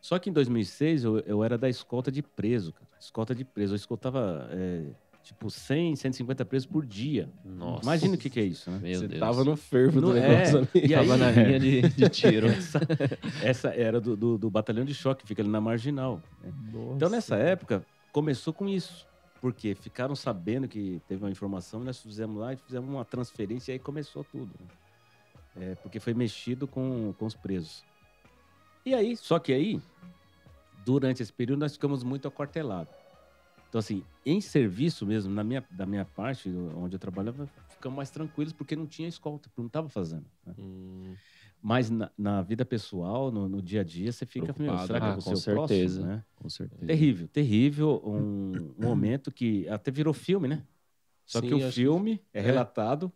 Só que em 2006 eu, eu era da escolta de preso, cara. Escolta de preso. Eu escoltava é, tipo 100, 150 presos por dia. Nossa. Imagina o que, que é isso, né? Meu Você Deus. tava no fervo do Não- negócio é. ali. E aí- Tava na linha de, de tiro. Essa, essa era do, do- do batalhão de choque, que fica ali na marginal. né? Então nessa época começou com isso. Porque ficaram sabendo que teve uma informação, nós fizemos lá e fizemos uma transferência e aí começou tudo. né? É, porque foi mexido com, com os presos. E aí, só que aí, durante esse período, nós ficamos muito acortelados. Então, assim, em serviço mesmo, na minha, da minha parte, onde eu trabalhava, ficamos mais tranquilos porque não tinha escolta, porque não estava fazendo. né? Hum, Mas na, na vida pessoal, no, no dia a dia, você fica, meu, Preocupado. será que Ah, eu vou com ser o próximo, certeza. né? Com certeza. Terrível, terrível. Um, um momento que até virou filme, né? Só sim, que o acho filme é é. relatado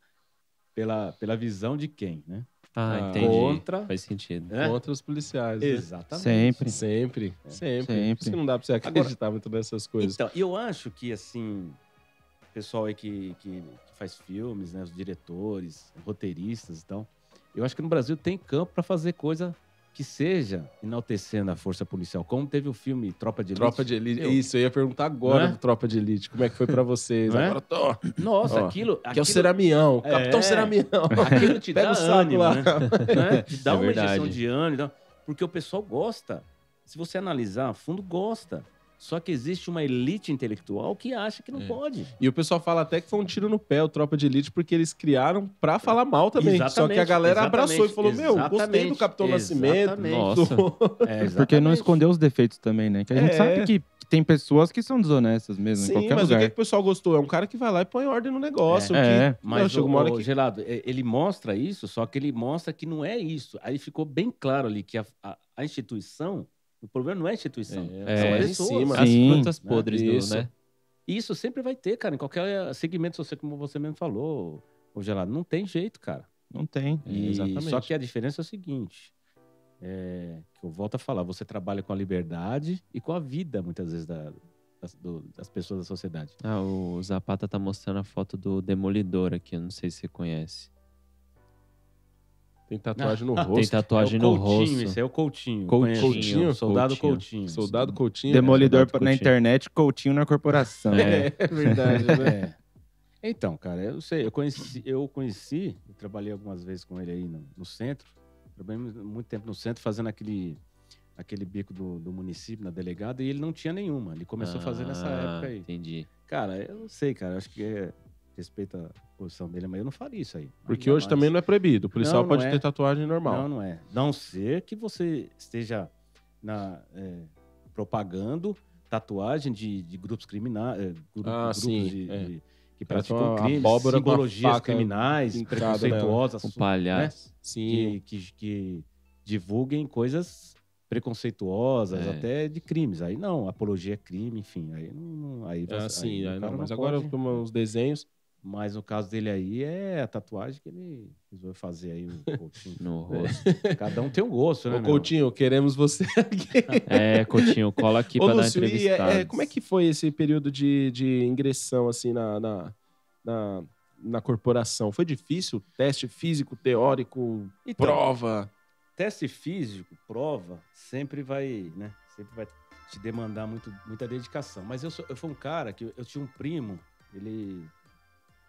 pela, pela visão de quem, né? Ah, Ah, entendi. contra- Faz sentido. É? Contra os policiais. né? Exatamente. Sempre. Sempre. Sempre. Sempre. Por isso que não dá pra você acreditar muito nessas coisas. Então, eu acho que, assim, o pessoal aí que, que, que faz filmes, né, os diretores, roteiristas e tal, eu acho que no Brasil tem campo para fazer coisa que seja enaltecendo a força policial, como teve o filme Tropa de Elite. Tropa de Elite. Meu, Isso, eu ia perguntar agora Não é? do Tropa de Elite. Como é que foi pra vocês? Não é? Agora tô. Nossa, Ó, aquilo... Que é o aquilo- Ceramião. É. Capitão Ceramião. Aquilo te Pega dá o saco ânimo, lá. né? né? Te dá É uma verdade. injeção de ânimo. dá- Porque o pessoal gosta. Se você analisar a fundo, gosta. Só que existe uma elite intelectual que acha que não É. pode. E o pessoal fala até que foi um tiro no pé o Tropa de Elite, porque eles criaram pra falar mal também. Só que a Exatamente, galera abraçou e exatamente, falou: Meu, gostei do exatamente, Capitão Nascimento. exatamente. Nossa. Do- É, É, Porque não escondeu os defeitos também, né? Que a gente É. sabe que tem pessoas que são desonestas mesmo, em Sim, qualquer mas o lugar. que, que o pessoal gostou? É um cara que vai lá e põe ordem no negócio. É. que- É. Mas, Não, chega o, uma hora o que- Geraldo, é, ele mostra isso, só que ele mostra que não é isso. Aí ficou bem claro ali que a, a- a instituição, o problema não é a instituição. É. são É. as Em cima. pessoas. As Sim. frutas É, podres, do, Isso. né? E isso sempre vai ter, cara, em qualquer eh, segmento social, como você mesmo falou, o Geraldo. Não tem jeito, cara. é- Não tem. É, E- exatamente. Só que a diferença é o seguinte: é, que eu volto a falar, você trabalha com a liberdade e com a vida, muitas vezes, da- das, do- das pessoas da sociedade. Ah, o Zapata tá mostrando a foto do Demolidor aqui, eu não sei se você conhece. Tem tatuagem no Tem rosto. tatuagem é o no rosto. Esse é o Coutinho. Coutinho, conheço. Coutinho? Soldado Coutinho. Coutinho. Soldado é Coutinho. Demolidor Renato na Coutinho. internet, Coutinho na corporação. É. É verdade, né? É. Então, cara, eu sei, eu conheci, eu conheci, eu trabalhei algumas vezes com ele aí no, no centro. Trabalhei mu- muito tempo no centro fazendo aquele, aquele bico do, do município na delegada e ele não tinha nenhuma. Ele começou a fazer nessa Ah, época aí. Tá Entendi. Cara, eu não sei, cara. Eu acho que é respeito à posição dele, mas eu não faria isso aí. Porque hoje também não é proibido. O policial Não, não pode é. ter tatuagem normal. Não, não é. Não ser que você esteja na, é, propagando tatuagem de, de grupos criminais, Ah, grupos sim, de, é. de- que Cara, tem praticam uma crimes, abóbora com uma simbologias faca criminais, entrada preconceituosas, Um su- palhaço. Sim. que, que- que divulguem coisas preconceituosas, É. até de crimes. Aí não, apologia é crime, enfim. Aí não, não- aí, É você- assim, o aí cara não, mas não agora pode. toma uns desenhos. Mas no caso dele aí é a tatuagem que ele resolveu fazer aí o Coutinho. No rosto. Cada um tem um gosto, né? Ô, meu? Coutinho, queremos você aqui. É, Coutinho, cola aqui Ô, pra dar Lúcio, e é- entrevista. é, como é que foi esse período de, de ingressão, assim, na, na, na, na corporação? Foi difícil? Teste físico, teórico, Então, prova? teste físico, prova, sempre vai, né? Sempre vai te demandar muito, muita dedicação. Mas eu, sou- eu fui um cara que eu, eu tinha um primo, ele,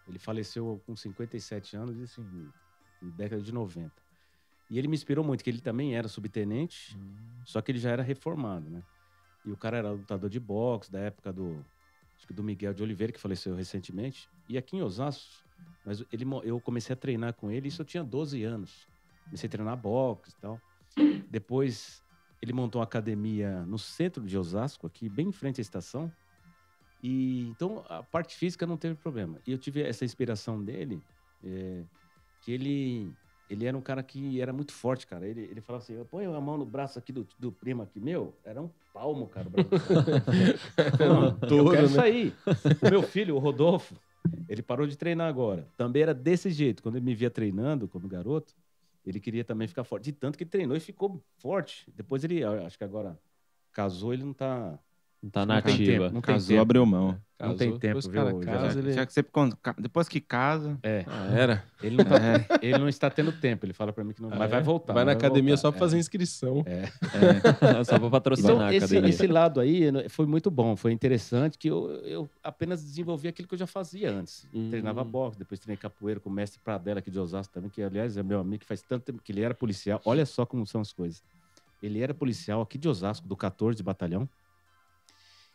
ele faleceu com 57 anos, isso em, em década de 90. E ele me inspirou muito, que ele também era subtenente, só que ele já era reformado, né? E o cara era lutador de boxe da época do acho que do Miguel de Oliveira, que faleceu recentemente. E aqui em Osasco, mas ele, mo- eu comecei a treinar com ele, isso eu tinha 12 anos. Comecei a treinar boxe e tal. Depois, ele montou uma academia no centro de Osasco, aqui bem em frente à estação. E então a parte física não teve problema. E eu tive essa inspiração dele, é, que ele ele era um cara que era muito forte, cara. Ele, ele falava assim: eu ponho a mão no braço aqui do, do primo aqui, meu, era um palmo, cara. O braço do cara. Não, eu touro, quero né? isso aí. O meu filho, o Rodolfo, ele parou de treinar agora. Também era desse jeito. Quando ele me via treinando como garoto, ele queria também ficar forte. De tanto que ele treinou e ficou forte. Depois ele, eu acho que agora casou, ele não tá. Não tá na Não tem ativa. tempo, não tem Casou, tempo. abriu mão. Não tem tempo, depois o cara viu, casa, Gerardo? ele- Já É. que sempre quando ca- depois que casa, É, Ah, era. ele não, tá- É. ele não está tendo tempo. Ele fala pra mim que não. Ah, é? mas vai voltar. Vai na academia voltar. só é. pra fazer inscrição. é. Só pra patrocinar Então, a esse, academia. esse lado aí né, foi muito bom, foi interessante, que eu, eu apenas desenvolvi aquilo que eu já fazia antes. Hum. Treinava boxe, depois treinei capoeira com o mestre Pradella aqui de Osasco também, que aliás é meu amigo, que faz tanto tempo que ele era policial. Olha só como são as coisas. Ele era policial aqui de Osasco, do 14 Batalhão,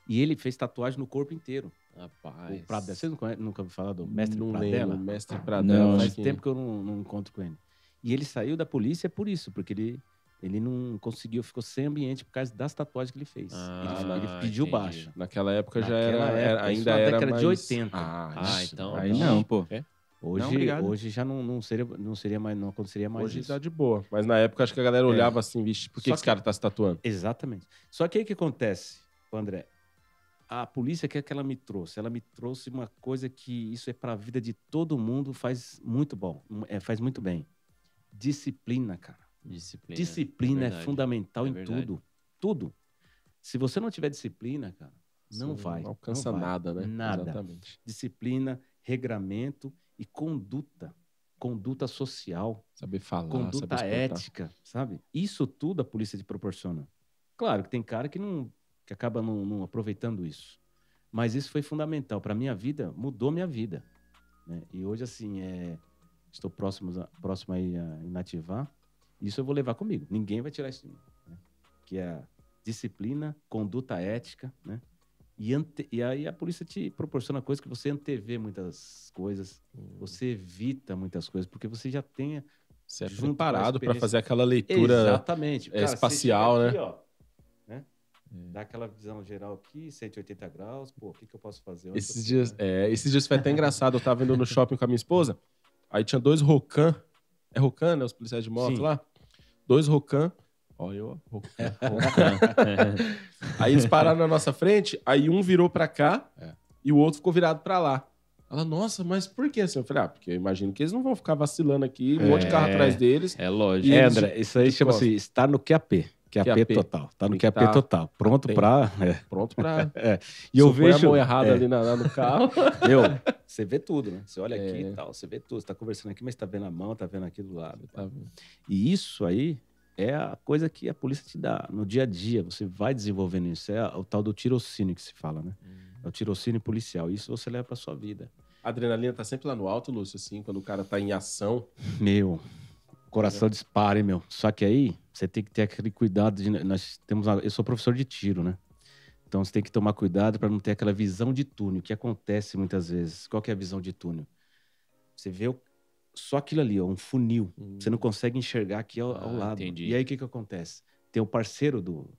e ele fez tatuagem no corpo inteiro. Rapaz. O é Pradella, vocês não conhecem, nunca ouviram falar do mestre não Pradella? lembro. Mestre Pradella. Não, acho Faz que- tempo que eu não, não encontro com ele. E ele saiu da polícia por isso, porque ele, ele não conseguiu, ficou sem ambiente por causa das tatuagens que ele fez. Ah, ele, ele pediu entendi. baixa. Naquela época já era, Naquela era- época, isso ainda na era década mais... de 80. Ah, Ah, isso. então. aí não, pô. Não, Hoje, obrigado. hoje já não, não seria, não seria mais, não aconteceria mais Hoje isso. É. tá de boa. Mas na época acho que a galera olhava assim, vixe, por que, Só esse que- cara tá se tatuando? Exatamente. Só que aí o que acontece, André? A polícia, o que é que ela me trouxe? Ela me trouxe uma coisa que isso é para a vida de todo mundo, faz muito bom, é, faz muito bem. Disciplina, cara. Disciplina. Disciplina é, verdade. fundamental É em verdade. tudo. Tudo. Se você não tiver disciplina, cara, não Você vai. Não alcança não vai. nada, né? Nada. Exatamente. Disciplina, regramento e conduta. Conduta social. Saber falar, conduta saber escutar. ética, sabe? Isso tudo a polícia te proporciona. Claro que tem cara que não que acaba não, não aproveitando isso, mas isso foi fundamental para minha vida, mudou minha vida. né? E hoje assim é, estou próximo a- próximo aí a inativar. Isso eu vou levar comigo. Ninguém vai tirar isso de mim, né? que é a disciplina, conduta ética, né? E, ante- e aí a polícia te proporciona coisas que você antevê muitas coisas, você evita muitas coisas, porque você já tem Você é junto com a preparado para experiência. fazer aquela leitura Exatamente. é, espacial, Hum. você chega aqui, ó, né? Dá aquela visão geral aqui, 180 graus, pô, o que, que eu posso fazer? Onde eu Esses tô? dias, é, esses dias foi até engraçado. Eu tava indo no shopping com a minha esposa. Aí tinha dois Rocan. É Rocan, né? Os policiais de moto Sim. lá. Dois Rocan. Ó, eu. Rocan. aí eles pararam na nossa frente. Aí um virou pra cá e o outro ficou virado pra lá. Ela, nossa, mas por que assim? Eu falei, ah, porque eu imagino que eles não vão ficar vacilando aqui, um monte de carro É. atrás deles. É lógico. E É, eles- André, isso aí chama-se estar no QAP. QAP, QAP. total. Tá no Tem que QAP tá total. Pronto atento. pra. é. Pronto pra. E eu Se põe vejo. a mão errada é, ali na- lá no carro. meu, você vê tudo, né? Você olha aqui É. e tal, você vê tudo. Você tá conversando aqui, mas tá vendo a mão, tá vendo aqui do lado. Tá vendo? E isso aí é a coisa que a polícia te dá no dia a dia. Você vai desenvolvendo isso. É o tal do tirocínio que se fala, né? Hum. É o tirocínio policial. Isso você leva pra sua vida. A adrenalina tá sempre lá no alto, Lúcio, assim, quando o cara tá em ação. Meu, É. coração dispara, hein, meu. Só que aí você tem que ter aquele cuidado de né, nós temos uma- eu sou professor de tiro, né? Então você tem que tomar cuidado para não ter aquela visão de túnel que acontece muitas vezes. Qual que é a visão de túnel? Você vê o- só aquilo ali, ó, um funil. Hum, Você não consegue enxergar aqui ao, ao Ah, lado. entendi. E aí o que que acontece? Tem o parceiro do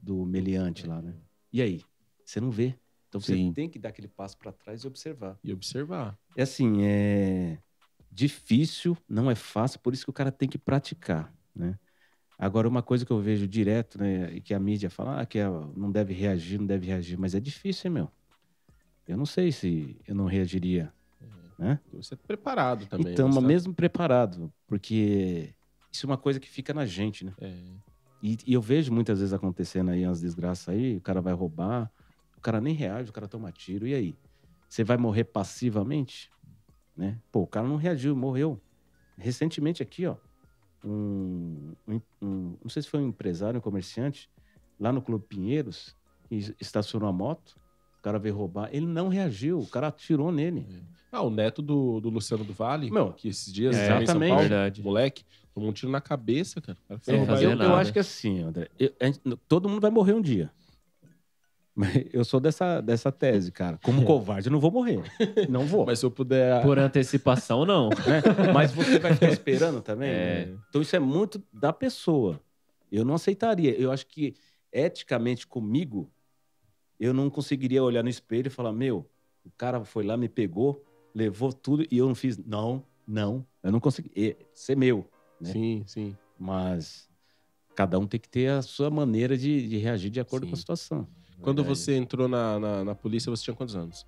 do meliante lá, É. né? E aí, você não vê. Então você Sim. tem que dar aquele passo para trás e observar. E observar. É assim, é difícil, não é fácil, por isso que o cara tem que praticar, né? Agora, uma coisa que eu vejo direto, né, e que a mídia fala, ah, que é, não deve reagir, não deve reagir, mas é difícil, hein, meu? Eu não sei se eu não reagiria Você é preparado também. então, né? mas Você tá- mesmo preparado, porque isso é uma coisa que fica na gente, né? É. E, e eu vejo muitas vezes acontecendo aí umas desgraças aí, o cara vai roubar, o cara nem reage, o cara toma tiro, e aí? Você vai morrer passivamente? Né? Pô, o cara não reagiu, morreu. Recentemente aqui, ó, um, um- um- não sei se foi um empresário, um comerciante, lá no Clube Pinheiros, que estacionou a moto, o cara veio roubar, ele não reagiu, o cara atirou nele. Ah, o neto do, do Luciano do Vale, Meu, que esses dias é, estava em São exatamente. Paulo, Verdade. moleque, tomou um tiro na cabeça, cara. O cara É, foi Sem roubar fazer ele. Então, eu, nada. eu acho que assim, André, eu- a gente- todo mundo vai morrer um dia. Mas eu sou dessa, dessa tese, cara. Como covarde, eu não vou morrer. Não vou. Mas se eu puder. Por antecipação, não. né? Mas você vai ficar esperando também? É. né? Então isso é muito da pessoa. Eu não aceitaria. Eu acho que eticamente comigo, eu não conseguiria olhar no espelho e falar: meu, o cara foi lá, me pegou, levou tudo e eu não fiz. Não, não. Eu não consegui. E- Ser meu. né? Sim, sim. Mas cada um tem que ter a sua maneira de, de reagir de acordo Sim. com a situação. Quando você entrou na, na, na polícia, você tinha quantos anos?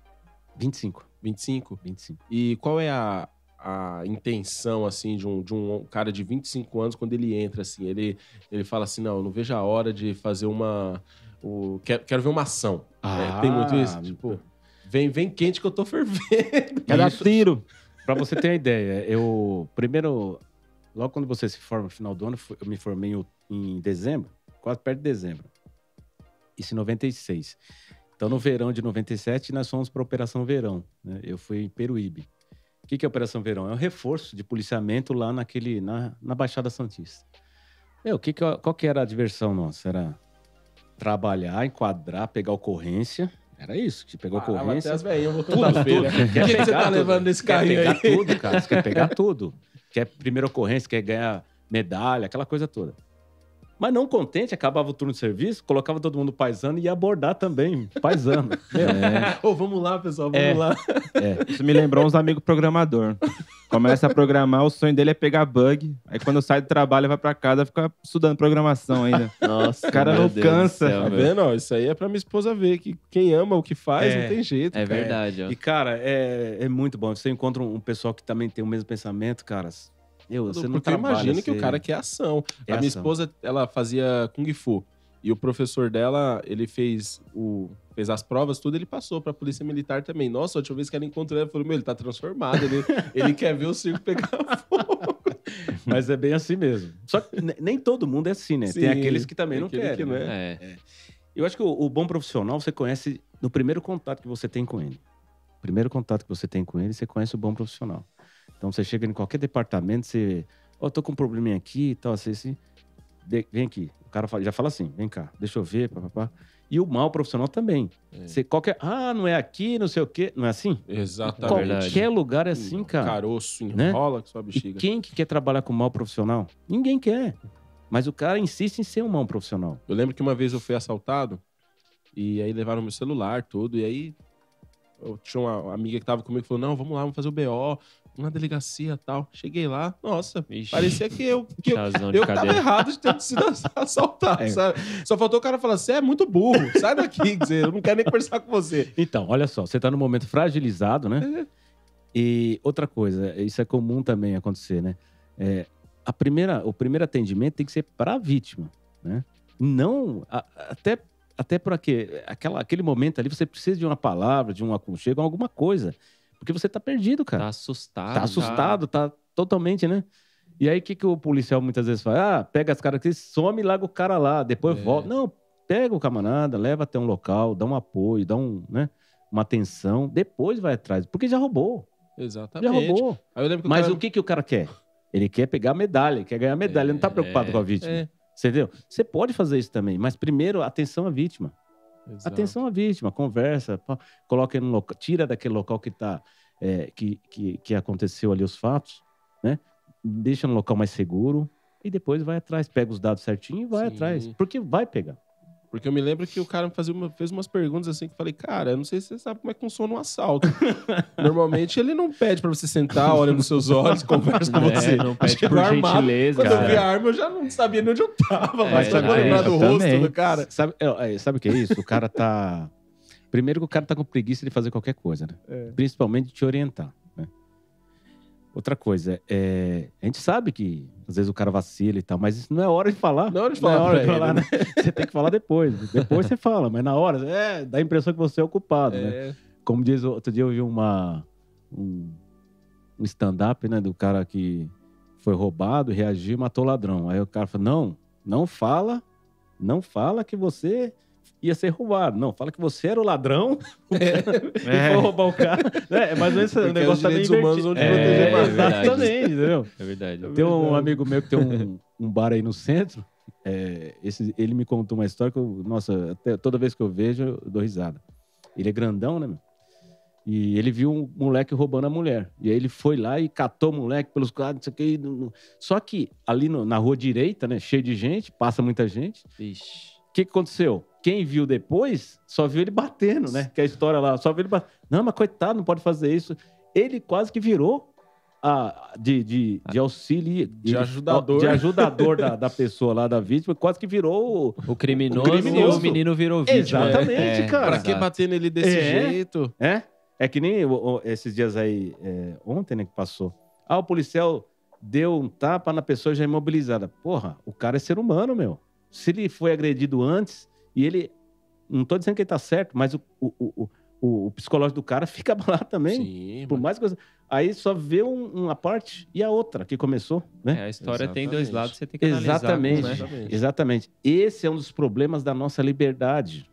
25. 25? 25. E qual é a, a intenção, assim, de um, de um cara de 25 anos quando ele entra, assim? Ele, ele fala assim, não, eu não vejo a hora de fazer uma... o- quero, quero ver uma ação. É, tem muito isso? Tipo, vem, vem quente que eu tô fervendo. Quer dar Isso. tiro? Pra você ter uma ideia, eu. Primeiro, logo quando você se forma no final do ano, eu me formei em out- em dezembro, quase perto de dezembro. Isso em 96. Então, no verão de 97, nós fomos para Operação Verão. né? Eu fui em Peruíbe. O que que é Operação Verão? É um reforço de policiamento lá naquele, na, na Baixada Santista. Meu, o que que, eu- qual que era a diversão nossa? Era trabalhar, enquadrar, pegar ocorrência. Era isso, que pegou Parava ocorrência. até as velhinhas voltando Tudo, da feira. tudo. O que, que você tá levando nesse Quer carrinho pegar aí? tudo, cara. Você quer pegar tudo. Quer primeira ocorrência, quer ganhar medalha, aquela coisa toda. Mas não contente, acabava o turno de serviço, colocava todo mundo paisando e ia abordar também, paisando. Meu, Ô, vamos lá, pessoal, vamos É. lá. Isso me lembrou uns amigos programador. Começa a programar, o sonho dele é pegar bug. Aí quando sai do trabalho, vai pra casa, fica estudando programação ainda. Nossa, O cara meu não Deus cansa. do Tá céu, meu. vendo? Ó, isso aí é pra minha esposa ver que quem ama o que faz É. não tem jeito. É cara. verdade, ó. E, cara, é, é muito bom. Você encontra um, um pessoal que também tem o mesmo pensamento, cara. Eu, você Porque não eu trabalha, assim. imagino que você o cara quer ação. é a minha ação. esposa, ela fazia Kung Fu. E o professor dela, ele fez, o, fez as provas, tudo, ele passou pra polícia militar também. Nossa, a última vez que ela encontrou ele, ela falou, meu, ele tá transformado, ele, ele quer ver o circo pegar fogo. Mas é bem assim mesmo. Só que ne- nem todo mundo é assim, né? Sim, tem aqueles que também tem não aquele querem. que não é. né? É. Eu acho que o, o bom profissional você conhece no primeiro contato que você tem com ele. Primeiro contato que você tem com ele, você conhece o bom profissional. Então você chega em qualquer departamento, você. Ó, tô com um probleminha aqui e tal, assim, assim. De- vem aqui. O cara fala- já fala assim, vem cá, deixa eu ver, papapá. E o mal profissional também. Você qualquer. Ah, não é aqui, não sei o quê. Não é assim? Exatamente. verdade. Qualquer lugar é assim, cara. Caroço, Né? enrola que sua E bexiga. quem que quer trabalhar com mau profissional? Ninguém quer. Mas o cara insiste em ser um mau profissional. Eu lembro que uma vez eu fui assaltado e aí levaram meu celular, tudo, e aí eu tinha uma amiga que tava comigo que falou: não, vamos lá, vamos fazer o BO, vamos na delegacia tal. Cheguei lá, nossa, Ixi, parecia que eu. Que eu... chazão de Eu que tava cadeira. errado de ter sido ass- assaltado, É. sabe? Só faltou o cara falar, você é muito burro, sai daqui, quer dizer, eu não quero nem conversar com você. Então, olha só, você tá num momento fragilizado, né? E outra coisa, isso é comum também acontecer, né? É, a primeira, o primeiro atendimento tem que ser para a vítima, né? Não, a- até, até para quê? Aquela, aquele momento ali, você precisa de uma palavra, de um aconchego, alguma coisa. Porque você tá perdido, cara. Tá Ah, assustado. tá assustado, tá totalmente, né? E aí, o que, que o policial muitas vezes faz? Ah, pega as caras aqui, some e larga o cara lá, depois É. volta. Não, pega o camarada, leva até um local, dá um apoio, dá um, né, uma atenção, depois vai atrás, porque já roubou, já Exatamente. roubou. Aí eu lembro que o Mas cara... o que, que o cara quer? Ele quer pegar a medalha, ele quer ganhar a medalha, ele não tá preocupado É, com a vítima. É, Você entendeu? Você pode fazer isso também, mas primeiro, atenção à vítima. exato. Atenção à vítima, conversa, pá, coloca ele no local, tira daquele local que tá, é, que, que, que aconteceu ali os fatos, né? Deixa no local mais seguro e depois vai atrás, pega os dados certinho e vai Sim. atrás, porque vai pegar. Porque eu me lembro que o cara fazia uma- fez umas perguntas assim que eu falei, cara, eu não sei se você sabe como é que funciona um assalto. Normalmente ele não pede pra você sentar, olha nos seus olhos, conversa com É, Assim, você. não pede Chegou por armado, gentileza. Quando eu vi cara. a arma, eu já não sabia nem onde eu tava. É, mas já agora é, lembrar do rosto exatamente. do cara. Sabe, é, é, sabe o que é isso? O cara tá. Primeiro que o cara tá com preguiça de fazer qualquer coisa, né? É. Principalmente de te orientar. né? Outra coisa, é, a gente sabe que às vezes o cara vacila e tal, mas isso não é hora de falar. Não é hora de Não é falar hora pra de ele, falar, né? Você tem que falar depois. Depois você fala, mas na hora é, dá a impressão que você é o culpado, né? É, Como diz outro dia eu vi uma um, um stand-up, né, do cara que foi roubado, reagiu e matou o ladrão. Aí o cara falou: "Não, não fala, não fala que você ia ser roubado. Não, fala que você era o ladrão É. e foi roubar o cara". É, mas esse Porque negócio os tá meio direitos humanos invertido. vão É, te proteger mais. exatamente, entendeu? É verdade. Tem um amigo meu que tem um, um bar aí no centro. é, esse, ele me contou uma história que eu, nossa, até toda vez que eu vejo, eu dou risada. Ele é grandão, né, meu? E ele viu um moleque roubando a mulher. E aí ele foi lá e catou o moleque pelos quadros, não sei o quê. e não- não- Só que ali no- na rua direita, né, cheio de gente, passa muita gente. Ixi. O que, que aconteceu? Quem viu depois só viu ele batendo, né? Que é a história lá, só viu ele batendo. Não, mas coitado, não pode fazer isso. Ele quase que virou a, de, de, de auxílio. De ajudador. De ajudador da, da pessoa lá, da vítima, quase que virou. o- O criminoso, O o criminoso. o menino virou né? É, vítima. Exatamente, cara. pra que bater nele desse É. jeito? É? É que nem o- o- esses dias aí, é, ontem, né, que passou. Ah, o policial deu um tapa na pessoa já imobilizada. Porra, o cara é ser humano, meu. Se ele foi agredido antes e ele. Não tô dizendo que ele tá certo, mas o, o, o, o- o psicológico do cara fica abalado também. Sim, Por mais coisa. Aí só vê um- uma parte e a outra que começou, É, né? a história tem dois Exatamente. lados, você tem que analisar. Exatamente. né? Exatamente. Exatamente. Esse é um dos problemas da nossa liberdade.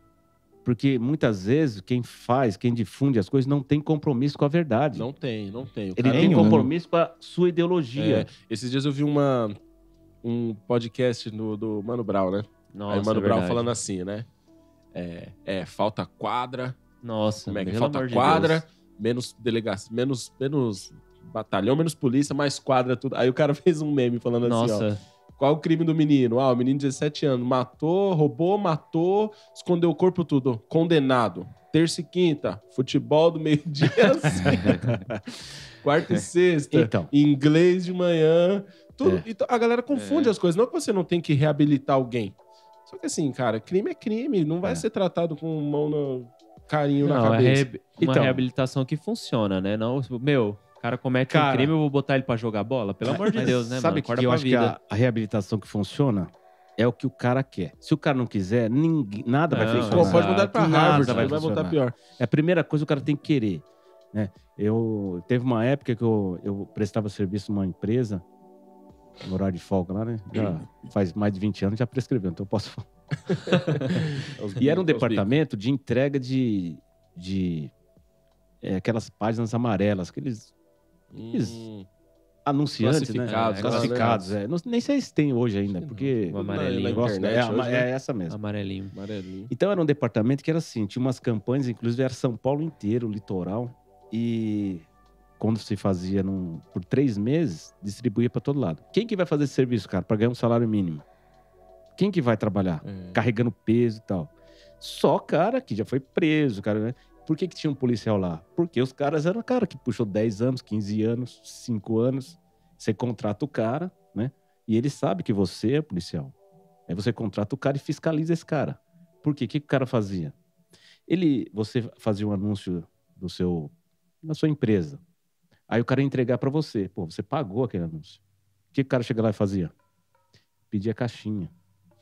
Porque muitas vezes quem faz, quem difunde as coisas, não tem compromisso com a verdade. Não tem, não tem. O Ele cara- tem Nenhum, né? compromisso com a sua ideologia. É, esses dias eu vi uma, um podcast no- do Mano Brown, né? Nossa, aí o Mano é Brown verdade. falando assim, né? É, é, falta quadra, Nossa, Como é que pelo falta amor de quadra, Deus. menos delegacia, menos, menos batalhão, menos polícia, mais quadra, tudo. Aí o cara fez um meme falando assim, ó. Nossa, Qual o crime do menino? Ah, o menino de 17 anos matou, roubou, matou, escondeu o corpo tudo. Condenado. Terça e quinta, futebol do meio-dia. assim. Quarta e sexta, Então. inglês de manhã. Tudo. É. Então, a galera confunde as coisas. Não que você não tem que reabilitar alguém. Só que assim, cara, crime é crime. Não vai É. ser tratado com mão no carinho na não, é cabeça. re- uma Então. reabilitação que funciona, né? Não, meu, cara comete um Cara. crime, eu vou botar ele pra jogar bola? Pelo amor de Mas Deus, né, Sabe mano? o que que eu acho que a, a reabilitação que funciona é o que o cara quer. Se o cara não quiser, ninguém, nada vai Não, funcionar. Pô, pode mudar pra Nada Harvard, vai vai, vai voltar funcionar. pior. É a primeira coisa que o cara tem que querer. Né? Eu teve uma época que eu, eu prestava serviço numa empresa, no horário de folga lá, né? Já faz mais de 20 anos, já prescreveu, então eu posso falar. E era um departamento de entrega de, de é, aquelas páginas amarelas, aqueles Hum, anunciantes, né? Classificados, É, classificados, é. Não- nem sei se tem hoje ainda, porque O na eu amarelinho. gosto- internet é, ama- hoje, né? é essa mesmo. Amarelinho. amarelinho. Então era um departamento que era assim, tinha umas campanhas, inclusive era São Paulo inteiro, o litoral. E quando se fazia num- por três meses, distribuía para todo lado. Quem que vai fazer esse serviço, cara, para ganhar um salário mínimo? Quem que vai trabalhar? É. Carregando peso e tal. Só cara que já foi preso, cara, né? Por que, que tinha um policial lá? Porque os caras eram cara que puxou 10 anos, 15 anos, 5 anos. Você contrata o cara, né? E ele sabe que você é policial. Aí você contrata o cara e fiscaliza esse cara. Por quê? O que, que o cara fazia? Ele, você fazia um anúncio do seu, da sua empresa. Aí o cara ia entregar para você. Pô, você pagou aquele anúncio. O que, que o cara chega lá e fazia? Pedia caixinha.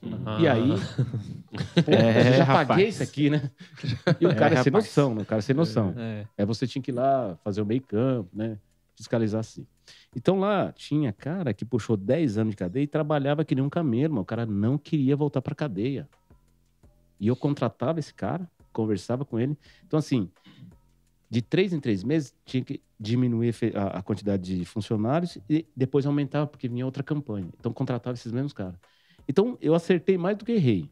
Hum. E aí, Ah, pô, eu já rapaz. paguei isso aqui, né? Ah. É, E o cara é, sem rapaz. noção, né? O cara é sem noção. É. Aí você tinha que ir lá fazer o meio campo, né? Fiscalizar assim. Então lá tinha cara que puxou 10 anos de cadeia e trabalhava que nem um camelo, mas o cara não queria voltar pra cadeia. E eu contratava esse cara, conversava com ele. Então, assim, de três em três meses, tinha que diminuir a fe- a, a quantidade de funcionários e depois aumentava, porque vinha outra campanha. Então, contratava esses mesmos caras. Então, eu acertei mais do que errei.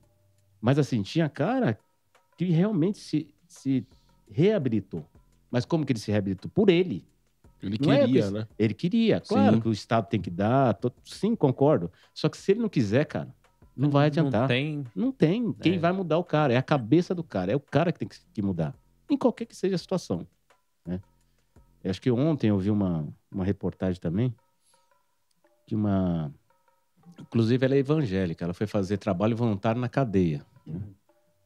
Mas, assim, tinha cara que realmente se, se reabilitou. Mas como que ele se reabilitou? Por ele. Ele Não é queria, isso. né? Ele queria. Claro Sim. que o Estado tem que dar. to- Sim, concordo. Só que se ele não quiser, cara, não vai adiantar. Não tem... Não tem. Quem É. vai mudar o cara? É a cabeça do cara. É o cara que tem que- que mudar. Em qualquer que seja a situação. né? Eu acho que ontem eu vi uma, uma reportagem também que uma. Inclusive, ela é evangélica. Ela foi fazer trabalho voluntário na cadeia. né?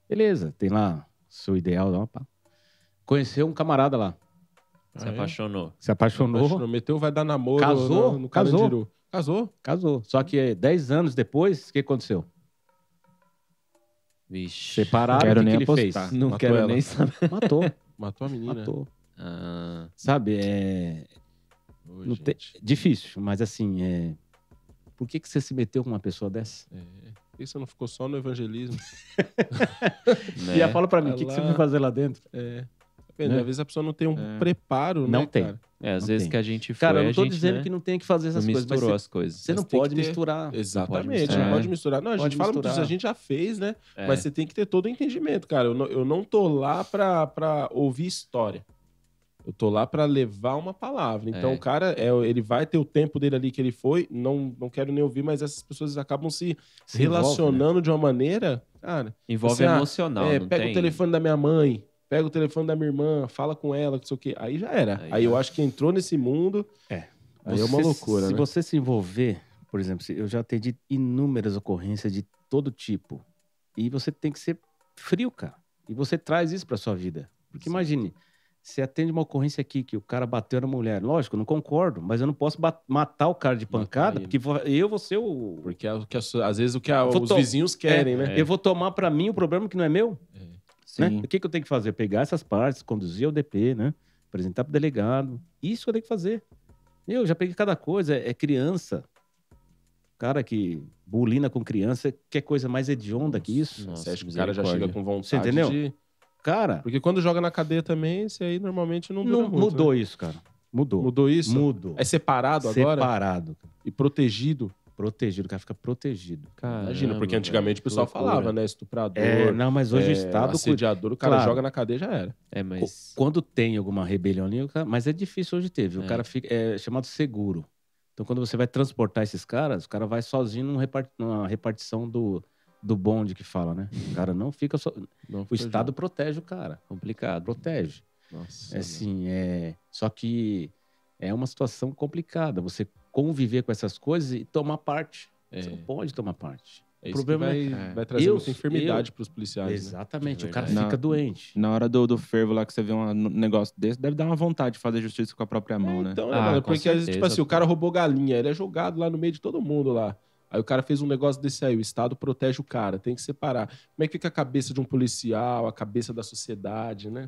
Beleza, tem lá seu ideal. lá, pá. Conheceu um camarada lá. Ah, Se apaixonou. Se apaixonou, Acho que não meteu, é? vai dar namoro. Casou? No, no Casou? Carandiru. Casou? casou. Só que Hum. eh, 10 anos depois, o que aconteceu? Vixe. Separaram, Quero o que, nem que ele apostar. fez? Não Matou quero Tá, ela. nem saber. Matou, Matou a menina. matou. Ah, Sabe, é, Ô, Não tem- gente, Difícil, mas assim, é... por que, que você se meteu com uma pessoa dessa? Por que você não ficou só no evangelismo? né? E ela fala pra mim, o Ela- que, que você foi fazer lá dentro? É. Tá vendo? Né? Às vezes a pessoa não tem um É. preparo, Não né, tem. cara? É, às Não vezes tem. que a gente foi, Cara, eu a não tô gente, dizendo né, que não tem que fazer essas não coisas, mas misturou você, as coisas. você não Mas tem pode que ter- misturar. Exatamente, misturar. não pode misturar. Não, a Pode gente fala muito misturar. disso, a gente já fez, né? É. Mas você tem que ter todo o entendimento, cara. Eu não, eu não tô lá pra, pra ouvir história. Eu tô lá pra levar uma palavra. Então, É. o cara, é, ele vai ter o tempo dele ali que ele foi. Não, não quero nem ouvir, mas essas pessoas acabam se, Se né? relacionando de uma maneira. Cara, Envolve Assim, ah, emocional, é, né? não pega tem? o telefone da minha mãe, pega o telefone da minha irmã, fala com ela, não sei o quê. Aí já era. Aí Aí, já- eu acho que entrou nesse mundo. É. Aí é uma Você- loucura, Se né? você se envolver, por exemplo, se- eu já atendi inúmeras ocorrências de todo tipo. E você tem que ser frio, cara. E você traz isso pra sua vida. Porque imagine, você atende uma ocorrência aqui que o cara bateu na mulher. Lógico, eu não concordo, mas eu não posso ba- matar o cara de pancada, ele. porque vo- eu vou ser o. Porque é o que as- às vezes o que a- os Futebol. vizinhos querem, né? É. Eu vou tomar pra mim o problema que não é meu. né? Sim. O que, que eu tenho que fazer? Pegar essas partes, conduzir ao DP, né? Apresentar pro delegado. Isso que eu tenho que fazer. Eu já peguei cada coisa. É criança. Cara que bulina com criança. Que coisa mais hedionda que isso? Nossa, Você acha que o cara já misericórdia. chega com vontade Você entendeu? de... Cara, Porque quando joga na cadeia também, isso aí normalmente não, dura não muito, mudou né? isso, cara. Mudou. Mudou isso? Mudou. É separado agora Separado. cara. e protegido. Protegido. O cara fica protegido. Caramba, Imagina, porque antigamente o velho, pessoal que falava, É, loucura. né? Estuprador, É, não, mas hoje é, o Estado... cuida. assediador, o cara Claro. joga na cadeia já era. É, mas... Quando tem alguma rebelião ali, o cara- mas é difícil hoje ter, viu? É. O cara fica é chamado seguro. Então, quando você vai transportar esses caras, o cara vai sozinho num repar- numa repartição do, do bonde que fala, né? O cara não fica só. Não, O Estado protege o cara. Complicado. Protege. Nossa, É assim, é. Só que é uma situação complicada. Você conviver com essas coisas e tomar parte. É. Você não pode tomar parte. É isso problema que vai, é. vai trazer Eu- muita enfermidade para os policiais. né? Exatamente, É o cara verdade. fica Não. doente. Na hora do, do fervo lá que você vê um um negócio desse, deve dar uma vontade de fazer justiça com a própria mão, né? Então, né, Ah, mano? com Porque, tipo certeza, assim, o cara roubou galinha, ele é jogado lá no meio de todo mundo lá. Aí o cara fez um negócio desse aí, o Estado protege o cara, tem que separar. Como é que fica a cabeça de um policial, a cabeça da sociedade, né?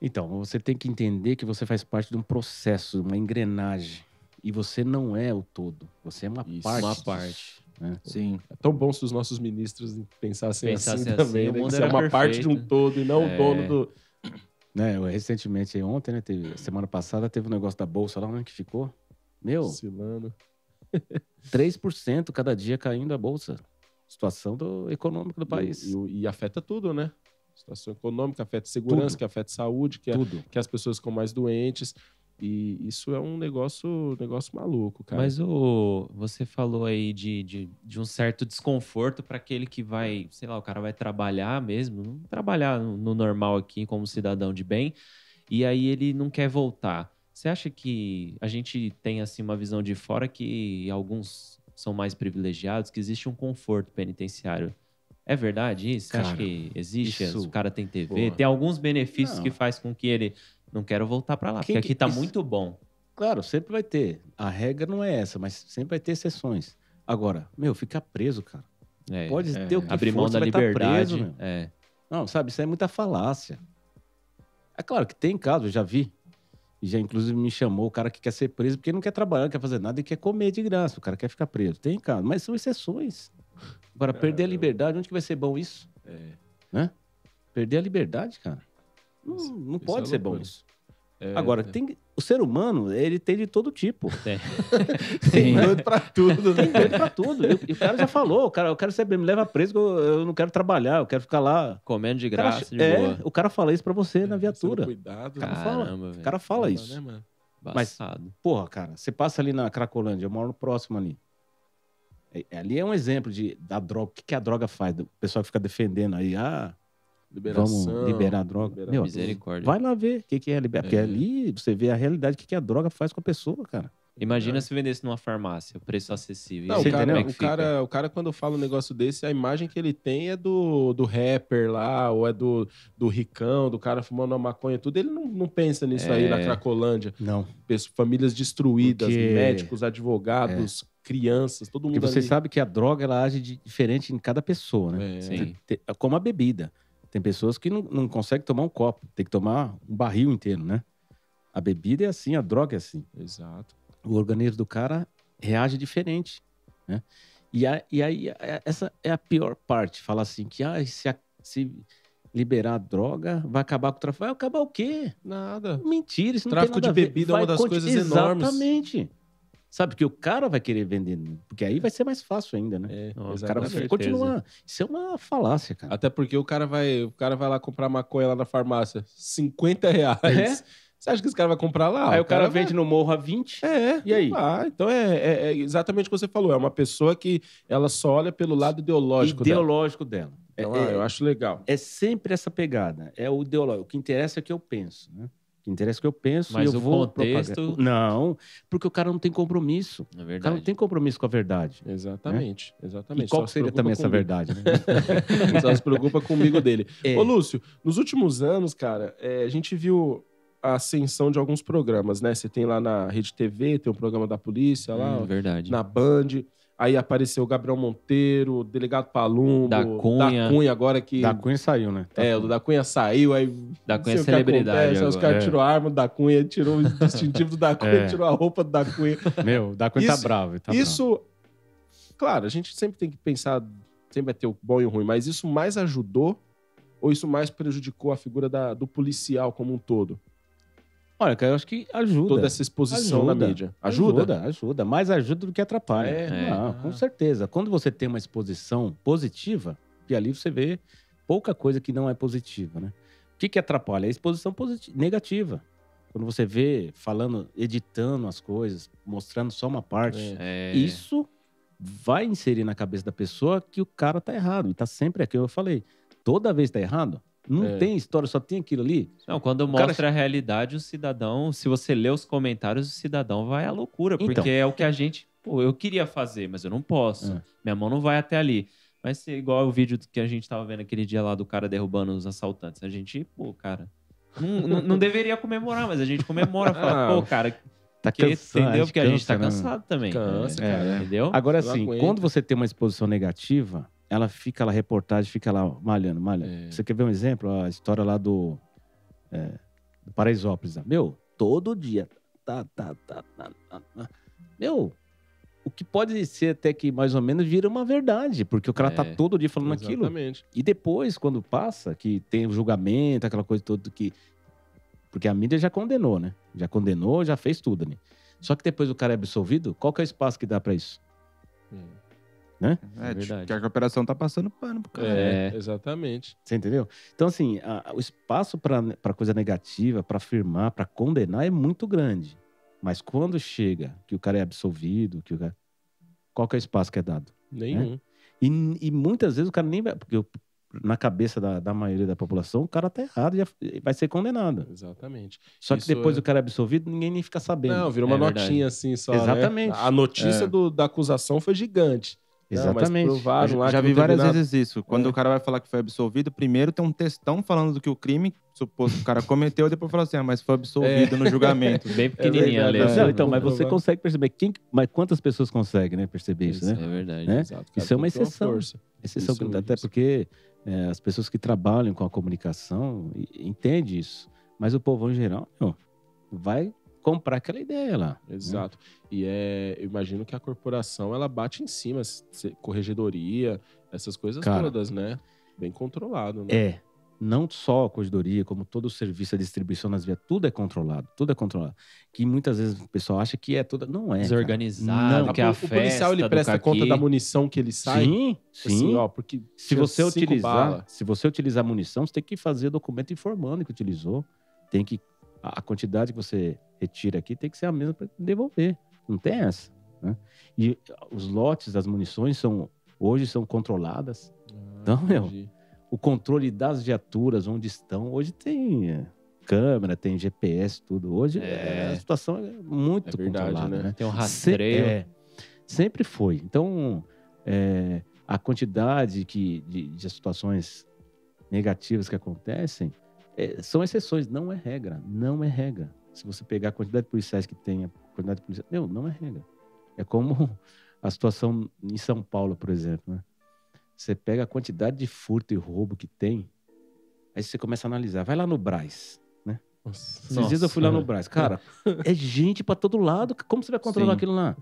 Então, você tem que entender que você faz parte de um processo, uma engrenagem. E você não é o todo. Você é uma Isso. parte. Uma disso. parte. Sim. É tão bom se os nossos ministros pensassem, Pensassem assim assim, também, o né? Que mundo Isso é era uma parte de perfeito. um todo e não o É. dono do... Né, eu, recentemente, aí, ontem, né, teve- semana passada, teve um negócio da bolsa lá, onde que ficou? Meu, Silano. 3% cada dia caindo a bolsa. Situação do, econômica do país. E, e- e afeta tudo, né? Situação econômica, afeta segurança, Tudo. que afeta saúde, que, é? a- Tudo. que as pessoas ficam mais doentes. E isso é um negócio, negócio maluco, cara. Mas o, você falou aí de, de, de um certo desconforto para aquele que vai, sei lá, o cara vai trabalhar mesmo, não trabalhar no no normal aqui como cidadão de bem, e aí ele não quer voltar. Você acha que a gente tem assim uma visão de fora que alguns são mais privilegiados, que existe um conforto penitenciário? É verdade isso? Você acha Cara, que existe? isso- O cara tem TV, Boa. tem alguns benefícios Não. que faz com que ele não quero voltar para lá, Quem porque que- aqui tá isso- muito bom. Claro, sempre vai ter. A regra não é essa, mas sempre vai ter exceções. Agora, meu, ficar preso, cara. É, Pode é. ter o que abrir for, mão você da vai tá liberdade. preso, meu. é. não, sabe, isso é muita falácia. É claro que tem casos, eu já vi. E Já inclusive me chamou o cara que quer ser preso porque não quer trabalhar, não quer fazer nada e quer comer de graça. O cara quer ficar preso. Tem casos, mas são exceções. É, Agora, perder a liberdade, onde que vai ser bom isso? Né? Perder a liberdade, cara. Não, Isso- não isso pode é ser bom loucura. isso. É, Agora, é. tem, o ser humano, ele tem de todo tipo. Tem. Tem Sim. doido pra tudo, né? Tem doido pra tudo. E, o- e o cara já falou, o cara, eu quero ser bem, me leva preso, que eu, eu não quero trabalhar, eu quero ficar lá. Comendo de O cara graça, acha- de é, boa. É, o cara fala isso pra você é na viatura. um Cuidado, né? cara fala. Caramba, O velho. né? cara fala isso. mas- Embaçado. Porra, cara, você passa ali na Cracolândia, eu moro próximo ali. É- é- ali é um exemplo de, da droga, o que, que a droga faz? O pessoal fica defendendo aí, ah, Liberação. vamos liberar a droga. liberar Meu, tudo. Misericórdia. vai lá ver o que, que é liberar. Porque É. ali você vê a realidade, o que, que a droga faz com a pessoa, cara. É. Imagina se vendesse numa farmácia, preço acessível. Não, Você o, entendeu cara, como é que o, fica? cara, o cara, quando fala um negócio desse, a imagem que ele tem é do, do rapper lá, ou é do, do ricão, do cara fumando uma maconha, tudo. Ele não, não pensa nisso aí na Cracolândia. Não. Pesso- Famílias destruídas, É. Porque- É. médicos, advogados, crianças, todo Porque mundo você ali. sabe que a droga ela age de- diferente em cada pessoa, né? É. Sim. Te- como a bebida. Tem pessoas que não, não conseguem tomar um copo, tem que tomar um barril inteiro, né? A bebida é assim, a droga é assim. Exato. O organismo do cara reage diferente, né? E, a- e aí, a- essa é a pior parte. Falar assim que ah, se, a- se liberar a droga, vai acabar com o tráfico. Vai acabar o quê? Nada. Mentira, isso não Tráfico tem nada de a ver. bebida é uma das conti- coisas Exatamente. enormes. Exatamente. Sabe, que o cara vai querer vender, porque aí vai ser mais fácil ainda, né? É, Não, o O cara Com vai certeza. continuar. Isso é uma falácia, cara. Até porque o cara vai, o cara vai lá comprar maconha lá na farmácia, 50 reais. É? Você acha que esse cara vai comprar lá? aí Ah, o cara, vai- vende no morro a 20. É. E aí? Ah, então é, é- é exatamente o que você falou. É uma pessoa que ela só olha pelo lado ideológico dela. ideológico dela. É, Então, ah, é- eu acho legal. é sempre essa pegada. É o ideológico. O que interessa é o que eu penso, né? O que interessa é o que eu penso Mas e eu o vou contexto- propagar. Não, porque o cara não tem compromisso. Na O cara verdade. não tem compromisso com a verdade. Exatamente, exatamente. É? E qual Só que se seria preocupa também essa comigo. verdade? né? Só se preocupa comigo dele. É. Ô, Lúcio, nos últimos anos, cara, é, a gente viu a ascensão de alguns programas, né? Você tem lá na Rede TV, tem um programa da polícia lá, Hum, verdade. na Band. Aí apareceu o Gabriel Monteiro, o delegado Palumbo, Da Cunha. da Cunha agora que Da Cunha saiu, né? É, o da Cunha saiu, aí. Da não Cunha sei o que Tá celebridade acontece, aí Os agora. caras tirou a arma do da Cunha, tirou o distintivo do da Cunha, É. tirou a roupa do da Cunha. Meu, o da Cunha tá Isso- bravo. tá bravo. isso. Claro, a gente sempre tem que pensar, sempre vai ter o bom e o ruim, mas isso mais ajudou ou isso mais prejudicou a figura da- do policial como um todo? Olha, cara, eu acho que ajuda. Toda essa exposição na Ajuda. mídia. Ajuda? Ajuda, ajuda. Mais ajuda do que atrapalha. É? Não, Ah. Com certeza. Quando você tem uma exposição positiva, e ali você vê pouca coisa que não é positiva, né? O que, que atrapalha? É a exposição posit- negativa. Quando você vê falando, editando as coisas, mostrando só uma parte. É, Isso vai inserir na cabeça da pessoa que o cara tá errado. E tá sempre aqui, eu falei. Toda vez tá errado. Não É. tem história, só tem aquilo ali. Não, quando cara- mostra a realidade, o cidadão, se você lê os comentários, o cidadão vai à loucura, Então. porque é o que a gente, pô, eu queria fazer, mas eu não posso. É. Minha mão não vai até ali. Mas se- igual o vídeo que a gente tava vendo aquele dia lá do cara derrubando os assaltantes. A gente, pô, cara. Não, não- não deveria comemorar, mas a gente comemora. Fala, Ah, pô, cara, é Tá que, cansado. entendeu? Porque a gente tá cansa, né? cansado também. Cansa, É, cara. Entendeu? Agora Eu assim, aguento. quando você tem uma exposição negativa, ela fica lá, a reportagem fica lá, ó, malhando, malhando. É. Você quer ver um exemplo? A história lá do, é, do Paraisópolis. lá. Meu, todo dia. Tá, tá, tá, tá, tá, tá. Meu, o que pode ser até que mais ou menos vira uma verdade, porque o cara tá É, todo dia falando aquilo. Exatamente. E depois, quando passa, que tem o julgamento, aquela coisa toda que. Porque a mídia já condenou, né? Já condenou, já fez tudo, né? Só que depois o cara é absolvido, qual que é o espaço que dá pra isso? É, tipo, verdade. que a operação tá passando pano pro cara. É, exatamente. Você entendeu? Então, assim, a- o espaço para coisa negativa, para afirmar, para condenar é muito grande. Mas quando chega que o cara é absolvido, que o cara... qual que é o espaço que é dado? Nenhum. E, e muitas vezes o cara nem vai. Porque o- na cabeça da, da maioria da população, o cara tá errado, já vai ser condenado. Exatamente. Só que Isso depois é- o cara é absolvido, ninguém nem fica sabendo. Não, virou uma É verdade. notinha assim só. Exatamente. né? A É. notícia do- da acusação foi gigante. Não, mas Exatamente. Eu provaram já- lá já que não vi teve várias nada. vezes né? isso. Quando o cara vai falar que foi absolvido, primeiro tem um textão falando do que o crime suposto que o cara cometeu, e depois fala assim, ah, mas foi absolvido no julgamento. Bem pequenininha assim. verdade, a é letra. Não, então, mas Provável. você consegue perceber. Quem, mas quantas pessoas conseguem né, perceber isso, né? É verdade. Né? Exato, cara, Isso é uma tem que ter exceção. força. Exceção, Isso, até isso. porque é, as pessoas que trabalham com a comunicação e- entendem isso. Mas o povão em geral não, vai comprar aquela ideia lá. Exato. E é, eu imagino que a corporação ela bate em cima, se- corregedoria, essas coisas Cara. todas, né? Bem controlado, né? É. Não só a corredoria, como todo o serviço, a distribuição nas vias, tudo é controlado, tudo é controlado. Que muitas vezes o pessoal acha que é toda. Não é. cara. Desorganizado, Não, que é a o policial festa ele do presta caqui. conta da munição que ele sai. Sim, Assim, sim. ó, porque se tinha você cinco utilizar, bala. se você utilizar munição, você tem que fazer documento informando que utilizou. Tem que a a quantidade que você retira aqui tem que ser a mesma para devolver. Não tem essa. né? E ah, os lotes das munições são hoje são controladas. Então, meu, ah, entendi. o controle das viaturas onde estão hoje tem é, câmera, tem GPS, tudo. Hoje É. é, a situação é muito É verdade, controlada, né? né? Tem um Se- rastreio. é, sempre foi. Então, é, a quantidade que, de, de situações negativas que acontecem é, são exceções, não é regra. Não é regra. Se você pegar a quantidade de policiais que tem, a quantidade de policiais. Meu, não é regra. É como a situação em São Paulo, por exemplo. Né? Você pega a quantidade de furto e roubo que tem, aí você começa a analisar. Vai lá no Brás. Nossa, Esses dias eu fui lá no Brás. Cara, é gente pra todo lado. Como você vai controlar Sim. aquilo lá?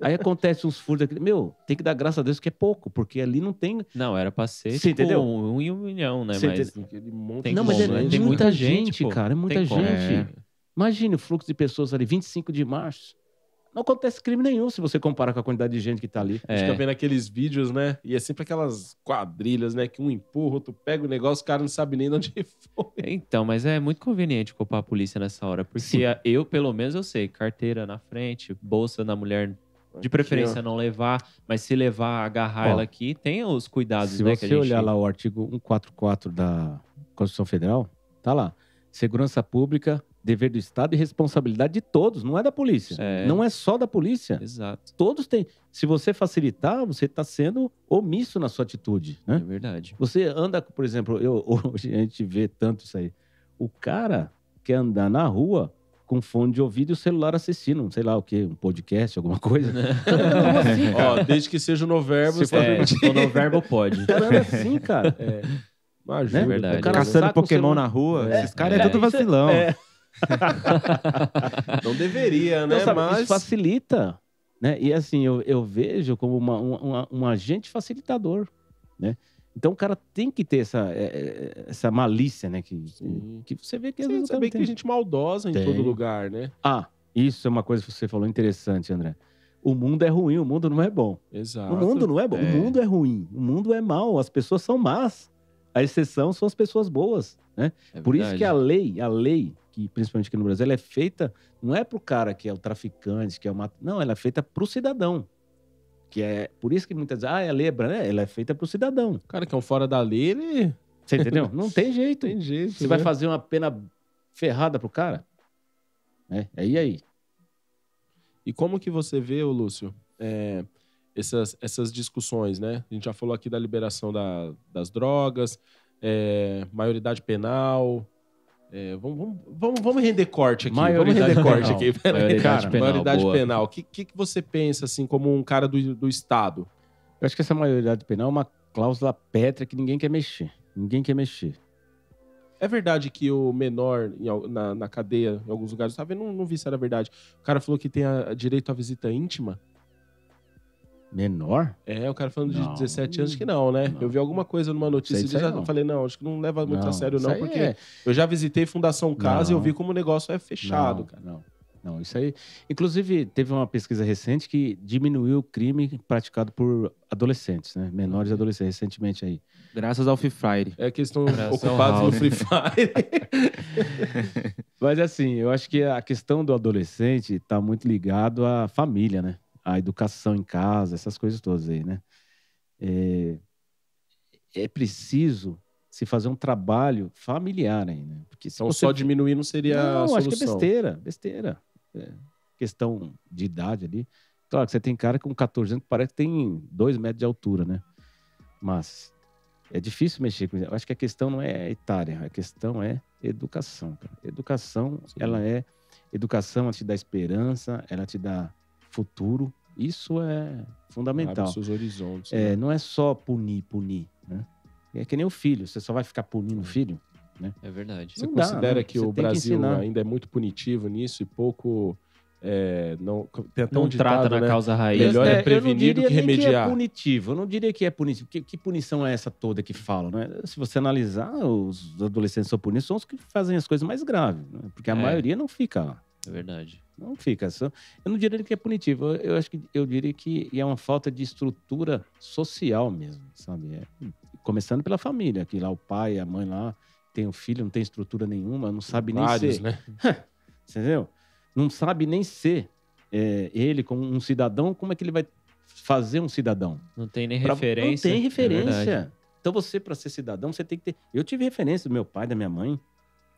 Aí acontece uns furtos. aqui. Meu, tem que dar graças a Deus que é pouco, porque ali não tem. Não, era pra ser Você tipo, entendeu? um em um milhão, né? Você mas aquele monte Tem de não, mas é como, né? gente, Tem muita muita gente, gente, pô. cara. É muita Tem como. gente. Imagine o fluxo de pessoas ali, 25 de março. Não acontece crime nenhum se você comparar com a quantidade de gente que tá ali. A gente É. fica vendo aqueles vídeos, né? E é sempre aquelas quadrilhas, né? Que um empurra, outro pega o negócio, o cara não sabe nem de onde foi. Então, mas é muito conveniente culpar a polícia nessa hora, porque Sim. a- eu, pelo menos, eu sei, carteira na frente, bolsa na mulher, de preferência não levar, mas se levar, agarrar Ó, ela aqui, tem os cuidados, Se né? você que a gente... olhar lá o artigo 144 da Constituição Federal, tá lá. Segurança pública, dever do Estado e responsabilidade de todos, não é da polícia. É. Não é só da polícia. Exato, Todos têm. Se você facilitar, você está sendo omisso na sua atitude, é né? verdade. Você anda, por exemplo, eu, hoje a gente vê tanto isso aí. O cara quer andar na rua com fone de ouvido e o celular assistindo, um, sei lá o quê, um podcast, alguma coisa. Como né, assim, cara? Ó, desde que seja no verbo, Se for, é, se for no verbo, pode. O cara anda assim, cara. não ajuda. né? O Verdade. cara Caçando saca o Pokémon celular. na rua, É. esses caras é, É, tudo isso é- vacilão. é. não deveria, Não, né? sabe, mas Isso facilita. Né? E assim, eu, eu vejo como uma- um- uma- um agente facilitador. Né? Então o cara tem que ter essa, é, é, essa malícia, né? Que, Sim. que você vê que às você vezes o cara saber não que tem. tem gente maldosa em Tem. todo lugar, né? Ah, isso é uma coisa que você falou interessante, André. O mundo é ruim, o mundo não é bom. Exato. o mundo não é bom, É. o mundo é ruim, o mundo é mau, as pessoas são más. A exceção são as pessoas boas, né? É Por isso verdade. que a lei, a lei, que principalmente aqui no Brasil, ela é feita não é pro cara que é o traficante, que é o mata, não, ela é feita pro cidadão. Que é por isso que muitas vezes, ah, a lei é branca, ela é feita pro cidadão. O cara que é um fora da lei, ele Você entendeu? não tem jeito. tem jeito. Você vai né? fazer uma pena ferrada pro cara? É, é e aí? E como que você vê, ô Lúcio, é, essas, essas discussões, né? A gente já falou aqui da liberação da- das drogas, é, maioridade penal. é, vamos, vamos, vamos, vamos render corte aqui. Maioridade vamos render corte penal. aqui. Maioridade Cara, penal, maioridade boa. penal. O que, que, que você pensa, assim, como um cara do, do Estado? Eu acho que essa maioridade penal é uma cláusula pétrea que ninguém quer mexer. Ninguém quer mexer. É verdade que o menor em al- na, na cadeia, em alguns lugares, sabe? Eu Não, não vi se era verdade. O cara falou que tem a- a direito à visita íntima. Menor? É, o cara falando de Não. 17 anos que não, né? Não. Eu vi alguma coisa numa notícia Sei e disso aí, já não. falei, não, acho que não leva muito a sério, isso não, aí porque é- eu já visitei Fundação Casa e eu Não. vi como o negócio é fechado, não, cara. Não, não, isso aí. Inclusive, teve uma pesquisa recente que diminuiu o crime praticado por adolescentes, né? Menores e Uhum. adolescentes, recentemente aí. Graças ao Free Fire. É que eles estão Coração ocupados no House. Free Fire. Mas assim, eu acho que a questão do adolescente está muito ligado à família, né? À educação em casa, essas coisas todas aí, né? É, é preciso se fazer um trabalho familiar aí, né? Porque se então você só diminuir não seria a Não, solução. acho que é besteira, besteira. É, questão de idade ali. Claro que você tem cara com 14 anos que parece que tem 2 metros de altura, né? Mas é difícil mexer com isso. Eu acho que a questão não é etária, a questão é educação. cara. Educação, ela é. Educação, ela te dá esperança, ela te dá futuro. Isso é fundamental. Abre seus horizontes. É, né? não é só punir, punir, né? É que nem o filho, você só vai ficar punindo o filho. É verdade. Você não dá, considera né? que Você o tem que Brasil ensinar. ainda é muito punitivo nisso e pouco... É, não, tem até Não um ditado, trata na né? causa raiz. Melhor né? é eu não prevenir diria do que nem remediar. é punitivo. Eu não diria que é punitivo. Que, que punição é essa toda que falam, né? Se você analisar, os adolescentes são punidos, são os que fazem as coisas mais graves, né? porque a É. maioria não fica lá. É verdade. Não fica. Só- Eu não diria que é punitivo. Eu, eu acho que eu diria que é uma falta de estrutura social mesmo, sabe? É, começando pela família, que lá o pai, a mãe lá tem o filho, não tem estrutura nenhuma, não sabe nem ser. Vários, né? Você entendeu? Não sabe nem ser é, ele como um cidadão, como é que ele vai fazer um cidadão? Não tem nem Pra- referência. Não tem É referência. verdade. então você, para ser cidadão, você tem que ter. Eu tive referência do meu pai, da minha mãe,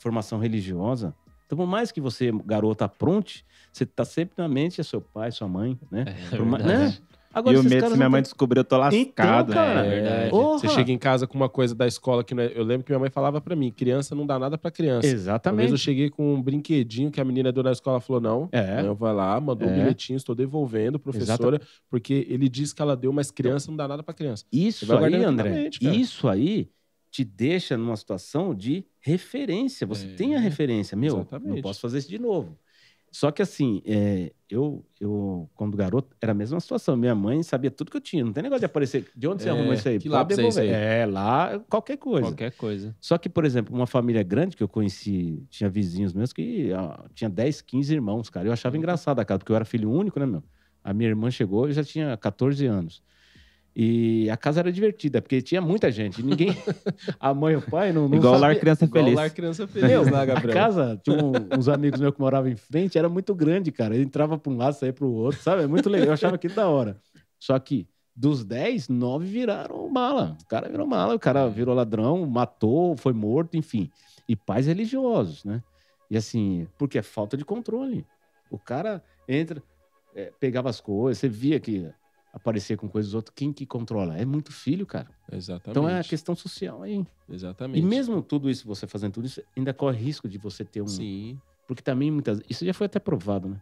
formação religiosa. Então, por mais que você, garota, apronte, você tá sempre na mente é seu pai, sua mãe, né? É Por ma- verdade. né? Agora, e o esses medo caras se minha não mãe têm- descobrir, eu tô lascado. né? Então, cara, É verdade. porra! Você chega em casa com uma coisa da escola que não é... Eu lembro que minha mãe falava pra mim, criança não dá nada pra criança. Uma vez Exatamente. eu cheguei com um brinquedinho que a menina deu na escola falou: não. É. Eu vai lá, mandou um É. bilhetinho, estou devolvendo, professora, porque ele disse que ela deu, mas criança não dá nada para criança. Isso vai aí, guardando na André, mente, cara. isso aí te deixa numa situação de referência. Você É. tem a referência, meu, Exatamente. não posso fazer isso de novo. Só que assim, é, eu, eu, quando garoto, era a mesma situação. Minha mãe sabia tudo que eu tinha. Não tem negócio de aparecer. De onde você É, arrumou isso aí? que lápis é esse devolver. É, lá, qualquer coisa. Qualquer Uhum. coisa. Só que, por exemplo, uma família grande que eu conheci, tinha vizinhos meus que ah, tinha 10, 15 irmãos, cara. Eu achava Uhum. engraçado a casa, porque eu era filho único, né, meu? A minha irmã chegou, eu já tinha 14 anos. E a casa era divertida, porque tinha muita gente. e Ninguém. a mãe e o pai não. não Igual o sabia- Lar Criança Igual Feliz. É. lar criança é feliz, lá, é a né, Gabriel. casa, tinha um- uns amigos meus que moravam em frente, era muito grande, cara. Eu entrava pra um lado, saía pro outro, sabe? É muito legal. Eu achava aquilo da hora. Só que dos 10, 9 viraram mala. O cara virou mala, o cara virou ladrão, matou, foi morto, enfim. E pais religiosos, né? E assim, porque é falta de controle. O cara entra, é, pegava as coisas, você via que aparecia com coisas dos outros. Quem que controla? É muito filho, cara. Exatamente. Então é a questão social aí. Exatamente. E mesmo tudo isso, você fazendo tudo isso, ainda corre risco de você ter um. Sim. Porque também muitas. Isso já foi até provado, né?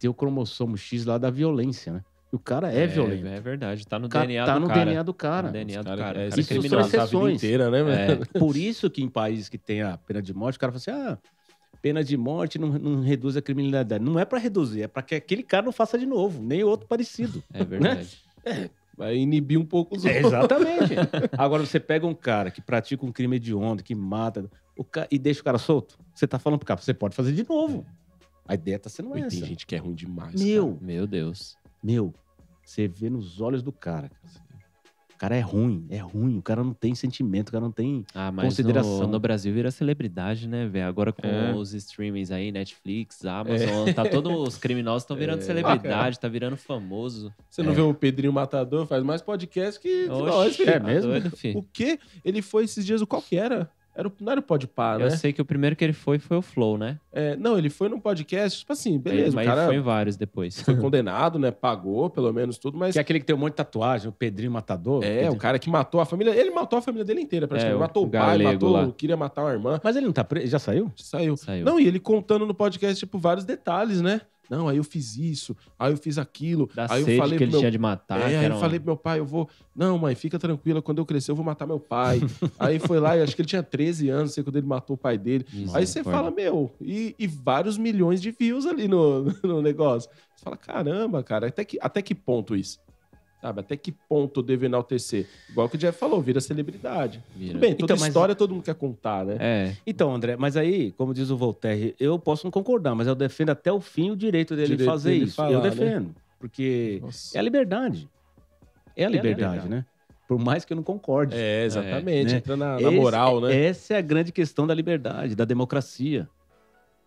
Ter o cromossomo X lá da violência, né? E o cara é, violento. É verdade. Tá no Ca- DNA tá do no cara. DNA do cara. No DNA do Os cara- cara. é, O cara isso são criminoso. criminalizar a vida exceções. inteira, né, velho? É, Por isso que em países que tem a pena de morte, o cara fala assim: ah, pena de morte não, não reduz a criminalidade. Não é pra reduzir, é pra que aquele cara não faça de novo, nem outro parecido. É verdade. Vai inibir um pouco os É, outros. exatamente. Agora você pega um cara que pratica um crime hediondo, que mata, o ca- e deixa o cara solto. Você tá falando pro cara, você pode fazer de novo. A ideia tá sendo Ui, essa. tem gente que é ruim demais. Meu, Meu Deus. meu, você vê nos olhos do cara. cara. O cara é ruim, é ruim. O cara não tem sentimento, o cara não tem. Ah, mas Consideração. No, no Brasil vira celebridade, né, velho? Agora com É. os streamings aí, Netflix, Amazon, tá todos os criminosos estão virando É. celebridade, tá virando famoso. Cara. é. Você não vê o Pedrinho Matador? Faz mais podcast que que nós, Oxi, filho. tá mesmo? doido, filho. O quê? Ele foi esses dias, o qual que era? Era, o- não era o Podpah, né? Eu sei que o primeiro que ele foi foi o Flow, né? É, não, ele foi num podcast, tipo assim, beleza, Mas o cara foi um em vários depois. foi condenado, né? Pagou, pelo menos, tudo, mas... Que é aquele que tem um monte de tatuagem, o Pedrinho Matador. É, o cara que matou a família. Ele matou a família dele inteira, praticamente. É, o matou o pai, galego matou, lá. queria matar uma irmã. Mas ele não tá preso, já saiu? Saiu. Saiu. Não, e ele contando no podcast, tipo, vários detalhes, né? Não, aí eu fiz isso, aí eu fiz aquilo, da aí sede eu falei que pro ele meu tinha de matar. que é, aí era eu um- falei pro meu pai, eu vou. Não, mãe, fica tranquila, quando eu crescer eu vou matar meu pai. aí foi lá, eu acho que ele tinha 13 anos, não sei quando ele matou o pai dele. aí você Misericórdia. fala, meu, e, e vários milhões de views ali no, no negócio. Você fala, caramba, cara, até que, até que ponto isso? Sabe, até que ponto eu devo enaltecer? Igual que o Jeff falou, vira celebridade. Vira. Tudo bem, toda Então, mas- história todo mundo quer contar, né? É, Então, André, mas aí, como diz o Voltaire, eu posso não concordar, mas eu defendo até o fim o direito dele Direito fazer dele isso. falar, eu né? defendo. Porque Nossa. é a liberdade. É a liberdade, liberdade. né? Por mais que eu não concorde. É, exatamente. né? Entra na, na Esse- moral, né? Essa é a grande questão da liberdade, da democracia.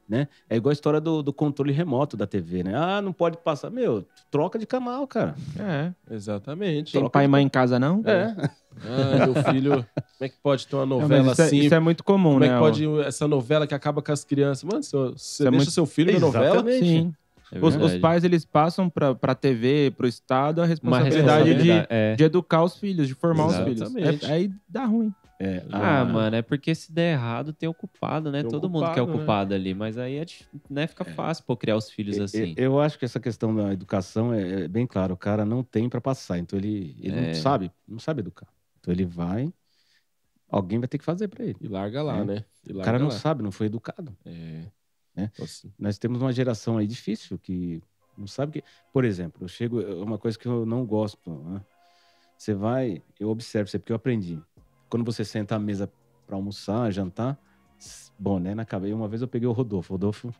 Né? É igual a história do, do controle remoto da TV, né? Ah, não pode passar. Meu, troca de canal, cara. Exatamente. Tem pai e mãe em casa, não? Ah, meu filho, como é que pode ter uma Não, mas novela isso, é, assim? isso é muito comum, Como né? é que ó? pode essa novela que acaba com as crianças? Mano, seu- você é deixa muito- seu filho na novela? Exatamente. Sim. é Os, os verdade. pais, eles passam pra, pra TV, pro Estado, a Uma responsabilidade, responsabilidade. É. De, de educar os filhos, de formar os filhos. Exatamente. É, aí dá ruim. É, Ah, ah, mano, é porque se der errado tem o culpado, né? Tem o Todo mundo quer o culpado, né? culpado ali, mas aí é, dif- né, fica fácil pô criar os filhos eu- assim. é, Eu acho que essa questão da educação é, é bem claro. O cara não tem pra passar, então ele, ele É. não sabe, não sabe educar. Então ele vai, alguém vai ter que fazer pra ele. E larga lá, É. né? E O larga cara não lá. sabe, não foi educado. É. né? Nossa. nós temos uma geração aí difícil que não sabe que. Por exemplo, eu chego. É uma coisa que eu não gosto. Né? Você vai, eu observo isso aí, porque eu aprendi. Quando você senta à mesa para almoçar, jantar, s- boné na cabeça. Uma vez eu peguei o Rodolfo. Rodolfo,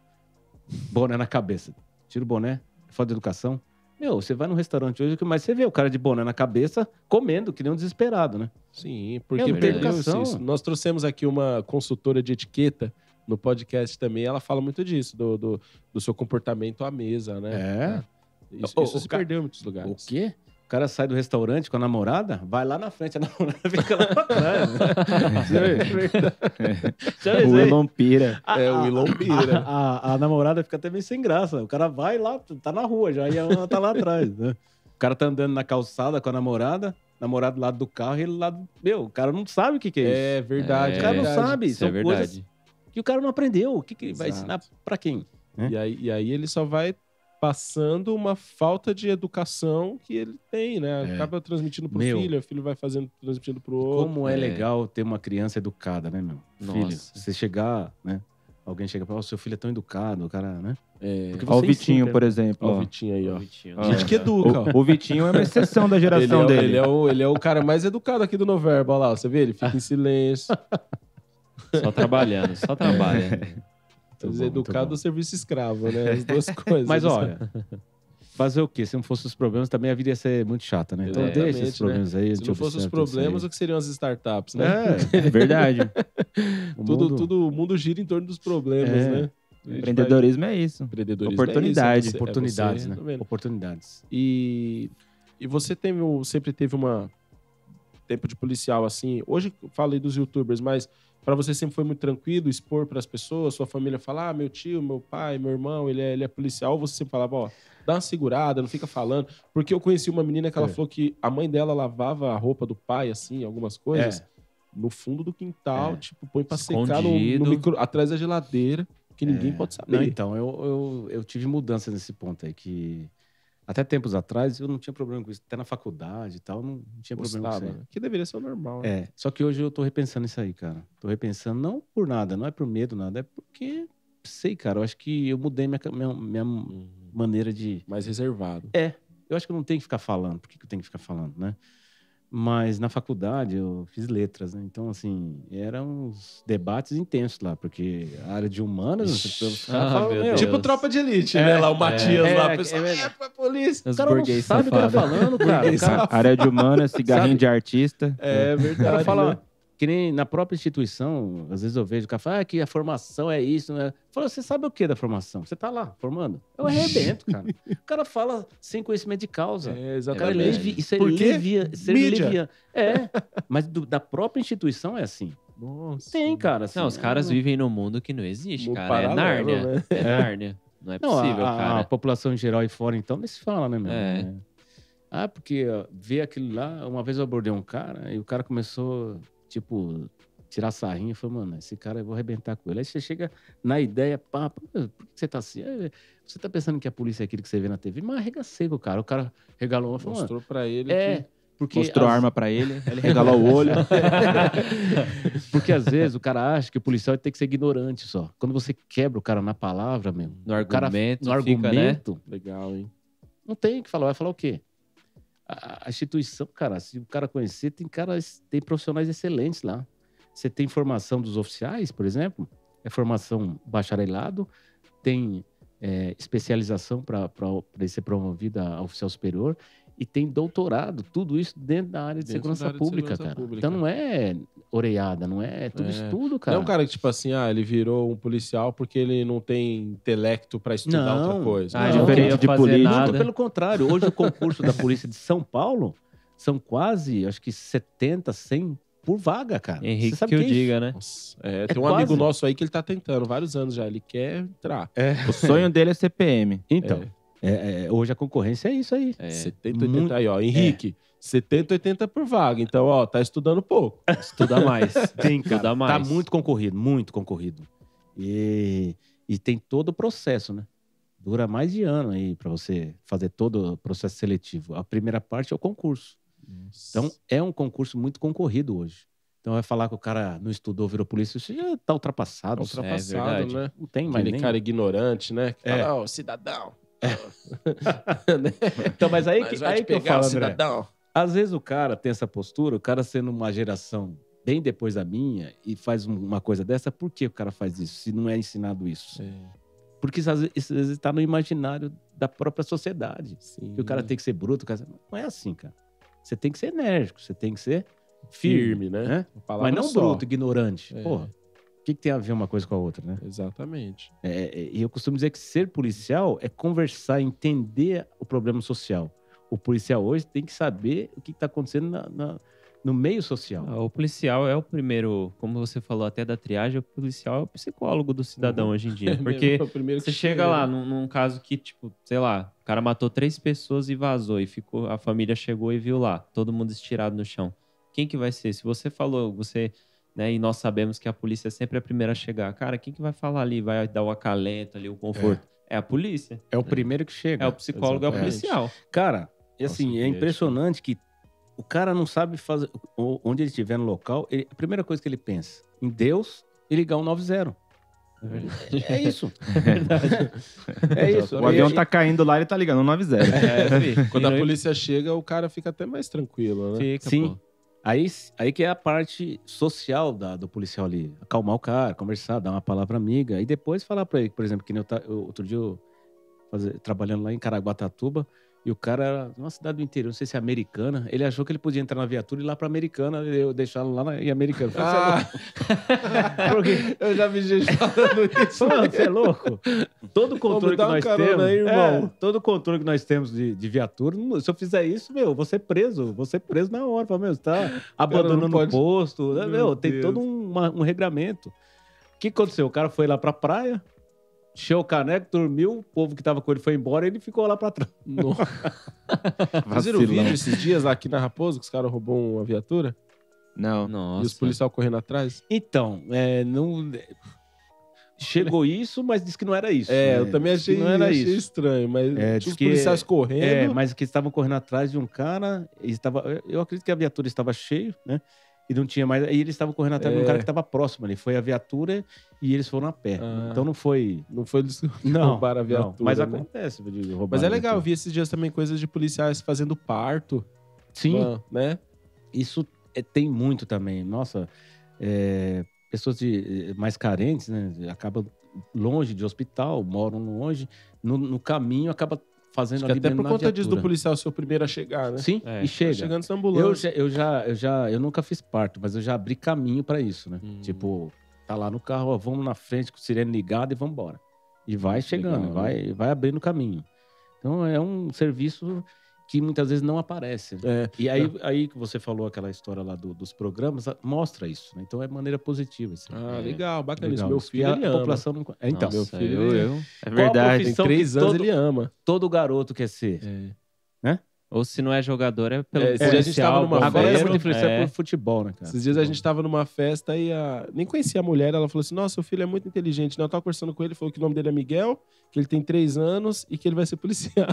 boné na cabeça. Tira o boné, é falta de educação. Meu, você vai num restaurante hoje, mas você vê o cara de boné na cabeça comendo, que nem um desesperado, né? Sim, porque É uma perdeu educação. isso. Nós trouxemos aqui uma consultora de etiqueta no podcast também. Ela fala muito disso, do, do, do seu comportamento à mesa, né? É. Isso, O- isso o se ca- perdeu em muitos lugares. O quê? O cara sai do restaurante com a namorada, vai lá na frente, a namorada fica lá né? pra trás. Já O avisei. Elon Pira. A- É, o a- Elon A, Pira. a- a namorada fica até meio sem graça. O cara vai lá, tá na rua já, e ela tá lá atrás, né? O cara tá andando na calçada com a namorada, namorado do lado do carro e ele do lado. Meu, o cara não sabe o que, que é, isso. É verdade. O cara não verdade. sabe. Isso São é verdade. coisas assim, que o cara não aprendeu. O que, que ele vai Exato. ensinar pra quem? E aí, e aí ele só vai passando uma falta de educação que ele tem, né? É. Acaba transmitindo pro Meu. filho, o filho vai fazendo, transmitindo pro outro. Como é, é. legal ter uma criança educada, né, meu? Filho, Nossa. você chegar, né? Alguém chega e fala, "Ó, seu filho é tão educado, o cara, né? É. Porque Ó o você Vitinho, ensina. por exemplo. Ó o ó. Vitinho aí, ó. Bonitinho, Ah. né? é Gente que educa, ó. O, o Vitinho é uma exceção da Ele é, geração o- dele. ele é o, ele é o cara mais educado aqui do Noverbo, olha lá, você vê? Ele fica em silêncio. Só trabalhando, só trabalha. bom, muito Deseducado bom. ou serviço escravo, né? As duas coisas. Mas olha, fazer o quê? Se não fosse os problemas, também a vida ia ser muito chata, né? Então Exatamente, deixa esses problemas aí. se não fossem os problemas, o que seriam as startups, né? É, Verdade. o tudo, mundo- tudo, o mundo gira em torno dos problemas, É. né? A gente vai- Empreendedorismo é isso. Empreendedorismo Oportunidade. é isso, é você- é oportunidades, você né? resolvendo. Oportunidades. E, e você teve, um- sempre teve uma tempo de policial assim. Hoje eu falei dos youtubers, mas pra você sempre foi muito tranquilo expor pras pessoas, sua família falar, ah, meu tio, meu pai, meu irmão, ele é, ele é policial, ou você sempre falava, ó, dá uma segurada, não fica falando. Porque eu conheci uma menina que ela É. falou que a mãe dela lavava a roupa do pai assim, algumas coisas no fundo do quintal, É. tipo, põe pra secar no- no, Escondido. micro, atrás da geladeira, que ninguém pode saber. Não, então, eu, eu, eu tive mudanças nesse ponto aí, que até tempos atrás eu não tinha problema com isso. Até na faculdade e tal, não, não tinha é problema com Gostava, isso. aí. né? que deveria ser o normal. né? É, só que hoje eu tô repensando isso aí, cara. Tô repensando não por nada, não é por medo, nada, é porque, sei, cara, eu acho que eu mudei minha, ca- minha, minha Hum. maneira de, Mais reservado. eu acho que eu não tenho que ficar falando. Por que, que eu tenho que ficar falando, né? Mas na faculdade eu fiz letras, né? Então, assim, eram uns debates intensos lá, porque a área de humanas, os caras Ah, falam, meu meu, Deus. Tipo tropa de elite, né? Lá o Matias é, lá, é, o pessoal, é é, verdade. pra polícia. o Os cara não burguês sabe o que tá safados. falando, cara. O Burguês cara, A área de humana, cigarrinho de artista. É o cara verdade. fala, né? que nem na própria instituição, às vezes eu vejo o cara fala, ah, que a formação é isso, né? Fala, você sabe o que da formação? Você tá lá, formando? Eu arrebento, cara. O cara fala sem conhecimento de causa. É, O cara, É exatamente. verdade. levi, isso é Por quê? levia, isso é Mídia. levia. É, mas do- da própria instituição é assim. Nossa. Tem, cara. assim, Não, os é caras um- vivem num mundo que não existe, No cara. É paralelo, Nárnia. né? É Nárnia. Não é Não, a- possível, a, a cara. população em geral e fora, então, nem se fala, né, meu? É. É. Ah, porque ó, vê aquilo lá, uma vez eu abordei um cara e o cara começou, tipo, tirar sarrinho. Eu falei, mano, esse cara eu vou arrebentar com ele. Aí você chega na ideia, pá, pá, meu, por que você tá assim? "É, Você tá pensando que a polícia é aquilo que você vê na TV? Mas arregacei com o cara. O cara regalou e falou, mano, Mostrou pra ele é, que porque... Mostrou a as- arma pra ele, ele regalou o olho. Porque às vezes o cara acha que o policial tem que ser ignorante só. Quando você quebra o cara na palavra, meu, No o cara, argumento, no fica, né? argumento, legal, hein? Não tem o que falar. Vai falar o quê? A, a instituição, cara, se o cara conhecer, tem caras, tem profissionais excelentes lá. Você tem formação dos oficiais, por exemplo, é formação bacharelado, tem é, especialização para ser promovido a oficial superior e tem doutorado, tudo isso dentro da área de, Dentro segurança, da área de pública, segurança cara. pública. Então não é orelhada, não é, é tudo É. estudo, Não cara. é um cara que, tipo assim, ah, ele virou um policial porque ele não tem intelecto pra estudar Não. é outra coisa. Ah, Não, não queria diferente de fazer política. Muito nada. pelo contrário. Hoje o concurso da Polícia de São Paulo são quase, acho que 70, 100 por vaga, cara. Henrique Você sabe que eu é isso? diga, né? Nossa, é, tem um quase. amigo nosso aí que ele tá tentando vários anos já, ele quer entrar. O sonho dele é ser PM. Então, é, é, hoje a concorrência é isso aí. É. 70, 80 Muito- aí, ó. Henrique, 70, 80 por vaga. Então, ó, tá estudando pouco. Estuda É, mais. Tem, Estuda Tá mais. muito concorrido, muito concorrido. E, e tem todo o processo, né? Dura mais de ano aí para você fazer todo o processo seletivo. A primeira parte é o concurso. Então, é um concurso muito concorrido hoje. Então, vai falar que o cara não estudou, virou polícia, isso já tá ultrapassado. Tá isso ultrapassado, verdade. né? Não tem mais Aquele nem... cara ignorante, né? Que É. fala, ó, cidadão. Então, mas aí, Nós que, vai aí te que eu pegar, falo, o André. cidadão. Às vezes o cara tem essa postura, o cara sendo uma geração bem depois da minha e faz um- uma coisa dessa, por que o cara faz isso, se não é ensinado isso? Porque isso às vezes- isso às vezes está no imaginário da própria sociedade. Sim. Que o cara tem que ser bruto, o cara... não é assim, cara. Você tem que ser enérgico, você tem que ser firme, firme, né? né? Uma palavra Mas não só. bruto, ignorante. É. Porra, o que, que tem a ver uma coisa com a outra, né? Exatamente. É, é, e eu costumo dizer que ser policial é conversar, entender o problema social. O policial hoje tem que saber o que está acontecendo na- na- no meio social. Ah, O policial é o primeiro, como você falou até da triagem, o policial é o psicólogo do cidadão hoje em É, É dia. Porque o primeiro você que chega né? lá num, num caso que, tipo, sei lá, o cara matou três pessoas e vazou, e ficou, a família chegou e viu lá, todo mundo estirado no chão. Quem que vai ser? Se você falou, você, né, e nós sabemos que a polícia é sempre a primeira a chegar, cara, quem que vai falar ali? Vai dar o acalento ali, o conforto? É, a polícia. É o primeiro que chega. É o psicólogo, é o Exatamente. policial. Cara, e Nossa, assim, que é ético. impressionante que o cara não sabe fazer. o- Onde ele estiver no local, ele- a primeira coisa que ele pensa em Deus e ligar o 90. É, é isso. É isso. O avião tá caindo lá, ele tá ligando 190. É, fi, Quando a e- polícia chega, o cara fica até mais tranquilo, né? fica, Sim. pô. Aí, aí que é a parte social da- do policial ali. Acalmar o cara, conversar, dar uma palavra amiga. E depois falar pra ele, por exemplo, que nem eu ta- eu- outro dia eu faze- trabalhando lá em Caraguatatuba. E o cara era de uma cidade do interior, não sei se é americana. Ele achou que ele podia entrar na viatura e ir lá pra americana. e Eu deixá-lo lá na, em americana. Eu falei, "Cê é Ah. louco?" eu já vi gente falando isso. Mano, você é louco? Todo o Ô, me controle que dá um nós carona temos. aí, irmão. É, todo o controle que nós temos de, de viatura, não- se eu fizer isso, meu, eu vou ser preso. Vou ser preso na hora. Fala, meu, você tá abandonando pode- o posto. né, Meu meu, tem Deus. todo um, uma- um regramento. O que aconteceu? O cara foi lá pra praia, encheu o caneco, dormiu, o povo que tava com ele foi embora e ele ficou lá pra trás. Vocês viram o Vacilão. vídeo esses dias lá aqui na Raposa, que os caras roubam uma viatura? Não. E os Nossa. policiais correndo atrás? Então, é, não... Chegou isso, mas disse que não era isso. É, né? eu também Disse que achei, Não era achei isso. estranho, mas É, tinha diz os que- policiais correndo. É, mas que estavam correndo atrás de um cara, e estava, eu acredito que a viatura estava cheia, né? E não tinha mais. E eles estavam correndo atrás de É. um cara que estava próximo ali. Foi a viatura e eles foram a pé. Ah. Então não foi. Não foi eles que Não, roubaram a viatura. não, mas né? acontece de roubar. Mas a é legal, eu viatura. vi esses dias também coisas de policiais fazendo parto. Sim, Né? isso é- tem muito também. Nossa, é, pessoas de, eh, mais carentes, né? Acabam longe de hospital, moram longe, no, no caminho acaba fazendo Acho que ali até mesmo por Né, na conta disso do viatura. policial ser o primeiro a chegar, né? Sim, É, e tá Tá chega. Chegando essa Eu ambulância. já, eu já, eu já, eu nunca fiz parto, mas eu já abri caminho pra isso, né? Hum. Tipo, tá lá no carro, ó, vamos na frente com o sirene ligado e vamos né? embora. E vai chegando, legal, vai, vai abrindo caminho. Então é um serviço que muitas vezes não aparece. né? É, E aí, aí que você falou aquela história lá do- dos programas, a- mostra isso. né? Então é maneira positiva. Assim. ah, É. legal, bacana isso. Legal. Meu Porque filho, a, ele a ama. população não... co- É, então, Nossa, meu filho, eu, ele- eu. É Qual a verdade. Tem profissão três que anos, todo- ele ama. todo garoto quer ser. Ou se não é jogador, é pelo É, é, esses dias a gente tava numa Agora é Bombeiro, muito influenciado é. pelo futebol, né, cara? Esses dias a gente tava numa festa e a... nem conhecia a mulher. Ela falou assim: Nossa, seu filho é muito inteligente. Não, eu tava conversando com ele, falou que o nome dele é Miguel, que ele tem três anos e que ele vai ser policial.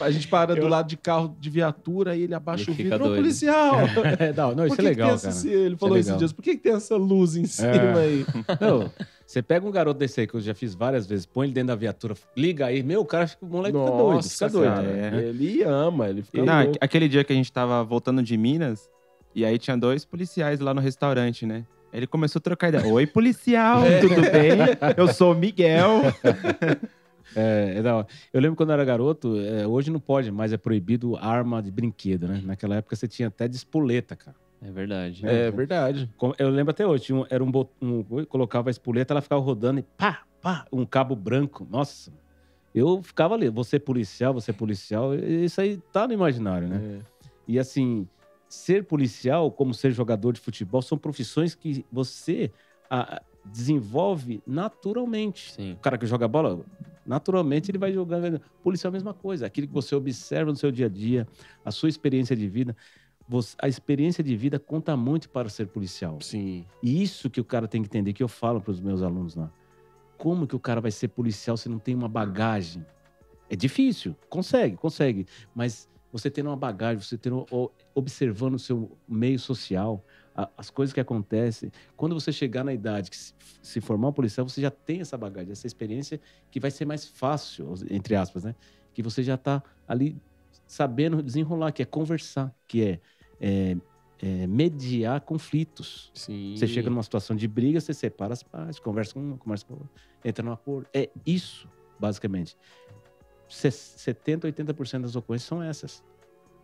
a gente para do lado de carro de viatura e ele abaixa Ele o fica vidro. Ô, doido. policial! É, não, não, Por isso que é legal, que tem cara. esse... Ele falou é esses legal. É. dias: Por que, que tem essa luz em cima aí? Não, você pega um garoto desse aí, que eu já fiz várias vezes, põe ele dentro da viatura, liga aí, meu, o cara fica, o moleque fica doido, fica doido. cara, né? Ele ama, ele fica. Não, louco. aquele dia que a gente tava voltando de Minas, e aí tinha dois policiais lá no restaurante, né? Ele começou a trocar ideia. Oi, policial, É. tudo bem? Eu sou o Miguel. É, é da hora. Eu lembro quando eu era garoto, é, hoje não pode, mas é proibido arma de brinquedo, né? Naquela época você tinha até de espoleta, cara. É verdade. É verdade. Como- Eu lembro até hoje, tinha um- era um, bot- um- eu colocava a espoleta, ela ficava rodando e pá, pá, um cabo branco. Nossa, eu ficava ali, você policial, você policial, isso aí tá no imaginário, né? É. E assim, ser policial, como ser jogador de futebol, são profissões que você ah, desenvolve naturalmente. Sim. O cara que joga bola, naturalmente ele vai jogando. vai jogando. Policial é a mesma coisa. Aquilo que você observa no seu dia a dia, a sua experiência de vida. Você- a experiência de vida conta muito para ser policial. Sim. E isso que o cara tem que entender, que eu falo para os meus alunos lá. Como que o cara vai ser policial se não tem uma bagagem? É difícil. Consegue, consegue. Mas você tendo uma bagagem, você tendo, o- observando o seu meio social, a- as coisas que acontecem. Quando você chegar na idade que se, se formar um policial, você já tem essa bagagem, essa experiência que vai ser mais fácil, entre aspas, né? Que você já está ali sabendo desenrolar, que é conversar, que é- é- é mediar conflitos. Sim. É Você chega numa situação de briga, você separa as partes, conversa com uma, conversa com outra, entra num acordo. É isso, basicamente. Se- 70%, 80% das ocorrências são essas.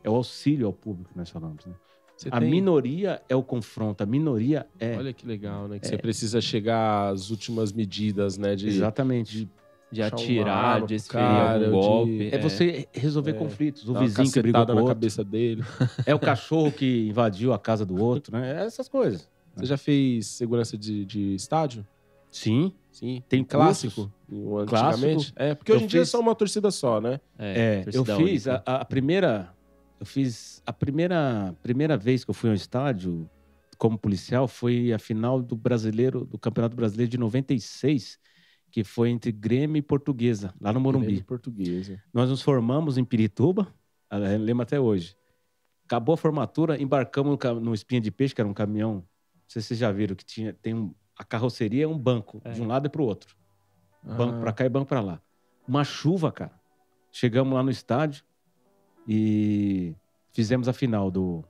É o auxílio ao público que nós falamos. Né? Você A tem- minoria é o confronto, a minoria é. Olha que legal, né? Que você precisa chegar às últimas medidas, né? De... Exatamente. De Puxar uma atirar, arma de pro esfriar cara, um de- golpe. É, você resolver conflitos. O dar uma vizinho que brigou cacetada com na o outro. cabeça dele. É o cachorro que invadiu a casa do outro, né? Essas coisas. Você já fez segurança de, de estádio? Sim. Sim. Tem clássico? O Antigamente? Clássico. É, porque Eu hoje em dia é fiz- só uma torcida só, né? É, É, eu torcida fiz a, única. a- a primeira. Eu fiz a primeira primeira vez que eu fui ao estádio como policial foi a final do brasileiro do Campeonato Brasileiro de 96, que foi entre Grêmio e Portuguesa, lá no Morumbi. Grêmio Portuguesa. Nós nos formamos em Pirituba, ah, eu lembro até hoje. Acabou a formatura, embarcamos no, ca- no Espinha de Peixe, que era um caminhão. Não sei se vocês já viram que tinha tem um, a carroceria é um banco, de um lado e para o outro. Banco Ah. pra cá e banco pra lá. Uma chuva, cara. Chegamos lá no estádio e fizemos a final do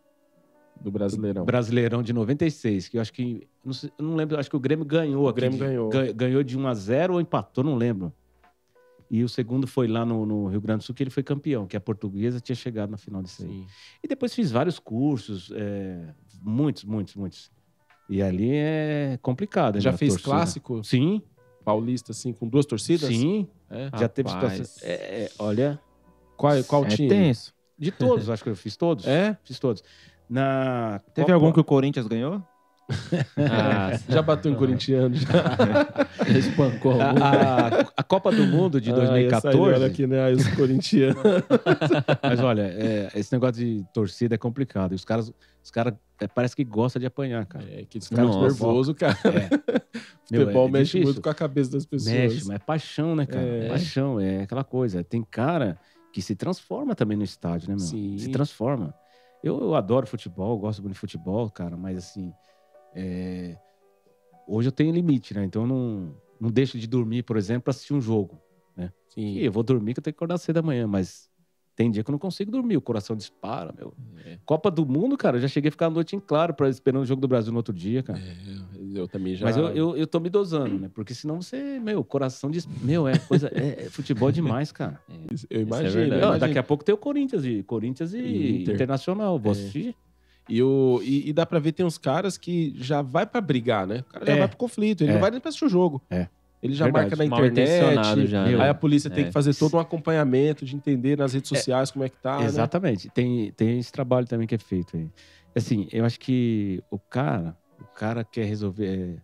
Ah, Do Brasileirão. Brasileirão de 96, que eu acho que. Não, sei- eu não lembro, acho que o Grêmio ganhou. O aqui Grêmio de- ganhou. ga- Ganhou de 1 a 0 ou empatou, não lembro. E o segundo foi lá no, no Rio Grande do Sul, que ele foi campeão, que a portuguesa tinha chegado na final disso aí. Sim. E depois fiz vários cursos, é, muitos, muitos, muitos. E ali é complicado. né, Já a fez torcida. clássico Sim, paulista, assim, com duas torcidas? sim. É. Já teve Rapaz. situações. É, é, olha, Qual, qual é time? tenso. de todos, acho que eu fiz todos. É? Fiz todos. Na Teve Copa- algum que o Corinthians ganhou? Ah, Já bateu em corintiano, já espancou a, algum. a- a Copa do Mundo de Ah, essa 2014. olha aqui, né? Os corintianos. mas olha, é, esse negócio de torcida é complicado. E os caras, os caras é, parece que gosta de apanhar, cara. É, que caras ficaram nervoso, cara. Meu, é- futebol é mexe difícil. muito com a cabeça das pessoas. Mexe, mas é paixão, né, cara? É. Paixão, é aquela coisa. Tem cara que se transforma também no estádio, né, meu? Sim. Se transforma. Eu, eu adoro futebol, eu gosto muito de futebol, cara, mas assim. é, Hoje eu tenho limite, né? Então eu não, não deixo de dormir, por exemplo, pra assistir um jogo. Sim. E eu vou dormir que eu tenho que acordar cedo da manhã, mas tem dia que eu não consigo dormir, o coração dispara, meu. É. Copa do Mundo, cara, eu já cheguei a ficar a noite em claro pra esperando o jogo do Brasil no outro dia, cara. É, eu também já. Mas eu, eu, eu tô me dosando, né? Porque senão você, meu, o coração diz. Meu, é coisa. É, é futebol demais, cara. eu Isso é imagino. verdade. eu Não, imagino. daqui a pouco tem o Corinthians e Corinthians e, E Inter. Internacional. Vou É. assistir. E, o, e, e dá pra ver, tem uns caras que já vai pra brigar, né? O cara já É. vai pro conflito, ele É. não vai nem pra assistir o jogo. É. Ele já Verdade, marca na mal internet. intencionado já, aí né? a polícia tem É. que fazer todo um acompanhamento de entender nas redes sociais como é que tá. né? Exatamente. Tem, tem esse trabalho também que é feito aí. Assim, eu acho que o cara, o cara quer resolver. é,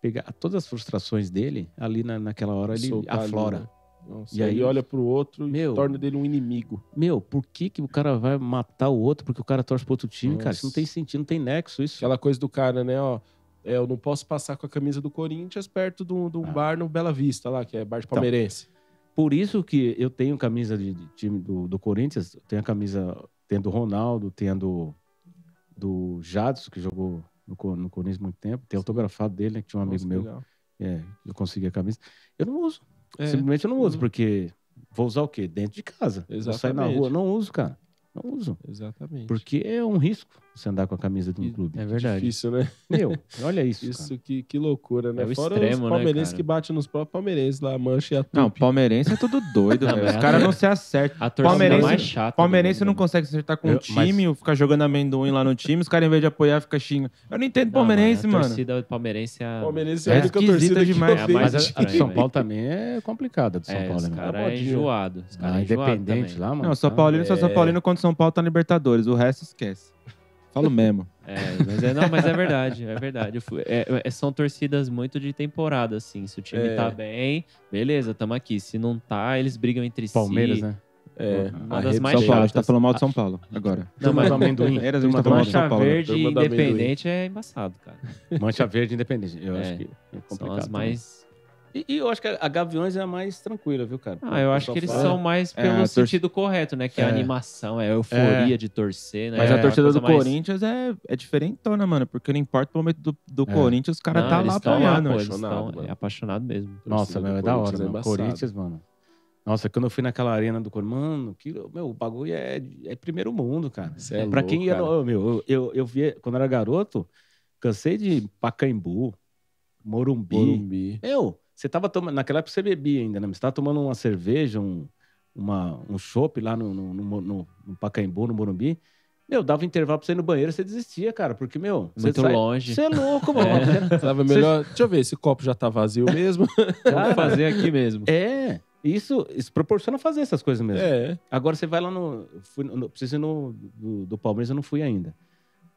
pegar todas as frustrações dele ali na, naquela hora, ele Soltar ali, aflora. né? Nossa, E aí aí- olha pro outro Meu. e torna dele um inimigo. Meu, por que, que o cara vai matar o outro porque o cara torce pro outro time, cara? Isso não Nossa. tem sentido, não tem nexo isso. Aquela coisa do cara, né, ó. é, eu não posso passar com a camisa do Corinthians perto de um, de um Ah. bar no Bela Vista, lá, que é bar de Então, palmeirense. Por isso que eu tenho camisa de, de time do, do Corinthians, tenho a camisa, tem a do Ronaldo, tem a do, do Jadson, que jogou no, Co- no Corinthians há muito tempo, tem autografado dele, né, que tinha um amigo Nossa, meu, legal. é, eu consegui a camisa. Eu não uso, É. simplesmente eu não uso, Uhum. porque vou usar o quê? Dentro de casa. Vou sair na Exatamente. rua, não uso, cara. Não uso, Exatamente. porque é um risco você andar com a camisa de um E- clube. É verdade. Difícil, né? Meu, olha isso, cara. Isso, que, que loucura, né? É o Fora extremo, os né, palmeirenses cara? que batem nos próprios palmeirenses lá, a mancha e a Não, tupi. palmeirense é tudo doido, Não, velho. mas Os é- caras é não se acertam. A torcida Palmeirense- mais chata. Palmeirense do não mundo. consegue se acertar com o Eu- mas- time, ficar jogando amendoim lá no time, os caras, em vez de apoiar, fica xingando. Eu não entendo Não, palmeirense, mano. A mano. torcida palmeirense é a... palmeirense É é a única esquisita torcida demais. que É, eu mas a- vejo. A de São Estranho, Paulo também é complicada de São é, Paulo, os né? caras É é modinha. enjoado. Os caras Ah, é enjoado independente também. lá, mano. Não, São tá? Paulino, só é. São Paulino quando São Paulo tá na Libertadores. O resto esquece. Falo mesmo. É, mas é, não, mas é verdade, é verdade. Eu fui- é- é- são torcidas muito de temporada, assim. Se o time É. tá bem, beleza, tamo aqui. Se não tá, eles brigam entre Palmeiras, si. né? É, Uma a das rede mais São Paulo, a gente tá chatas. falando mal de São Paulo agora. Não, mas do amendoim. Palmeiras, a gente Turma da tá falando mal de Mancha São Paulo. Verde e Turma do amendoim. Independente é embaçado, cara. Mancha Verde Independente. Eu É, acho que é São complicado. as mais... também. E, e eu acho que a Gaviões é a mais tranquila, viu, cara? Ah, eu acho que eles fala- são mais É, pelo a torci- sentido correto, né? Que é a É. animação, é a euforia de torcer, né? Mas É a uma torcida coisa do mais- Corinthians é, é diferentona, mano. Porque não importa o momento do, do É. Corinthians, os caras Não, tá eles lá tão lá, apoiando. pô, eles apaixonado, tão- mano. É apaixonado mesmo. Nossa, Torcida meu, do é da hora, Corinthians é mano. embaçado. Corinthians, mano. Nossa, quando eu fui naquela arena do Corinthians, mano, que, meu, o bagulho é, é primeiro mundo, cara. Cê é pra louco, quem ia. cara. no- meu, eu, eu, eu via, quando era garoto, cansei de Pacaembu, Morumbi. Morumbi. Meu, você tava tomando. Naquela época você bebia ainda, né? Você tava tomando uma cerveja, um, uma, um chopp lá no, no, no, no- no Pacaembu, no Morumbi. Meu, dava um intervalo pra você ir no banheiro, você desistia, cara. Porque, meu, você Muito sai- longe. Você é louco, mano. Tava melhor... Deixa eu ver, esse copo já tá vazio mesmo. Vamos fazer aqui mesmo. É. Isso, isso proporciona fazer essas coisas mesmo. é. Agora você vai lá no. Fui, no preciso ir no, do, do Palmeiras, eu não fui ainda.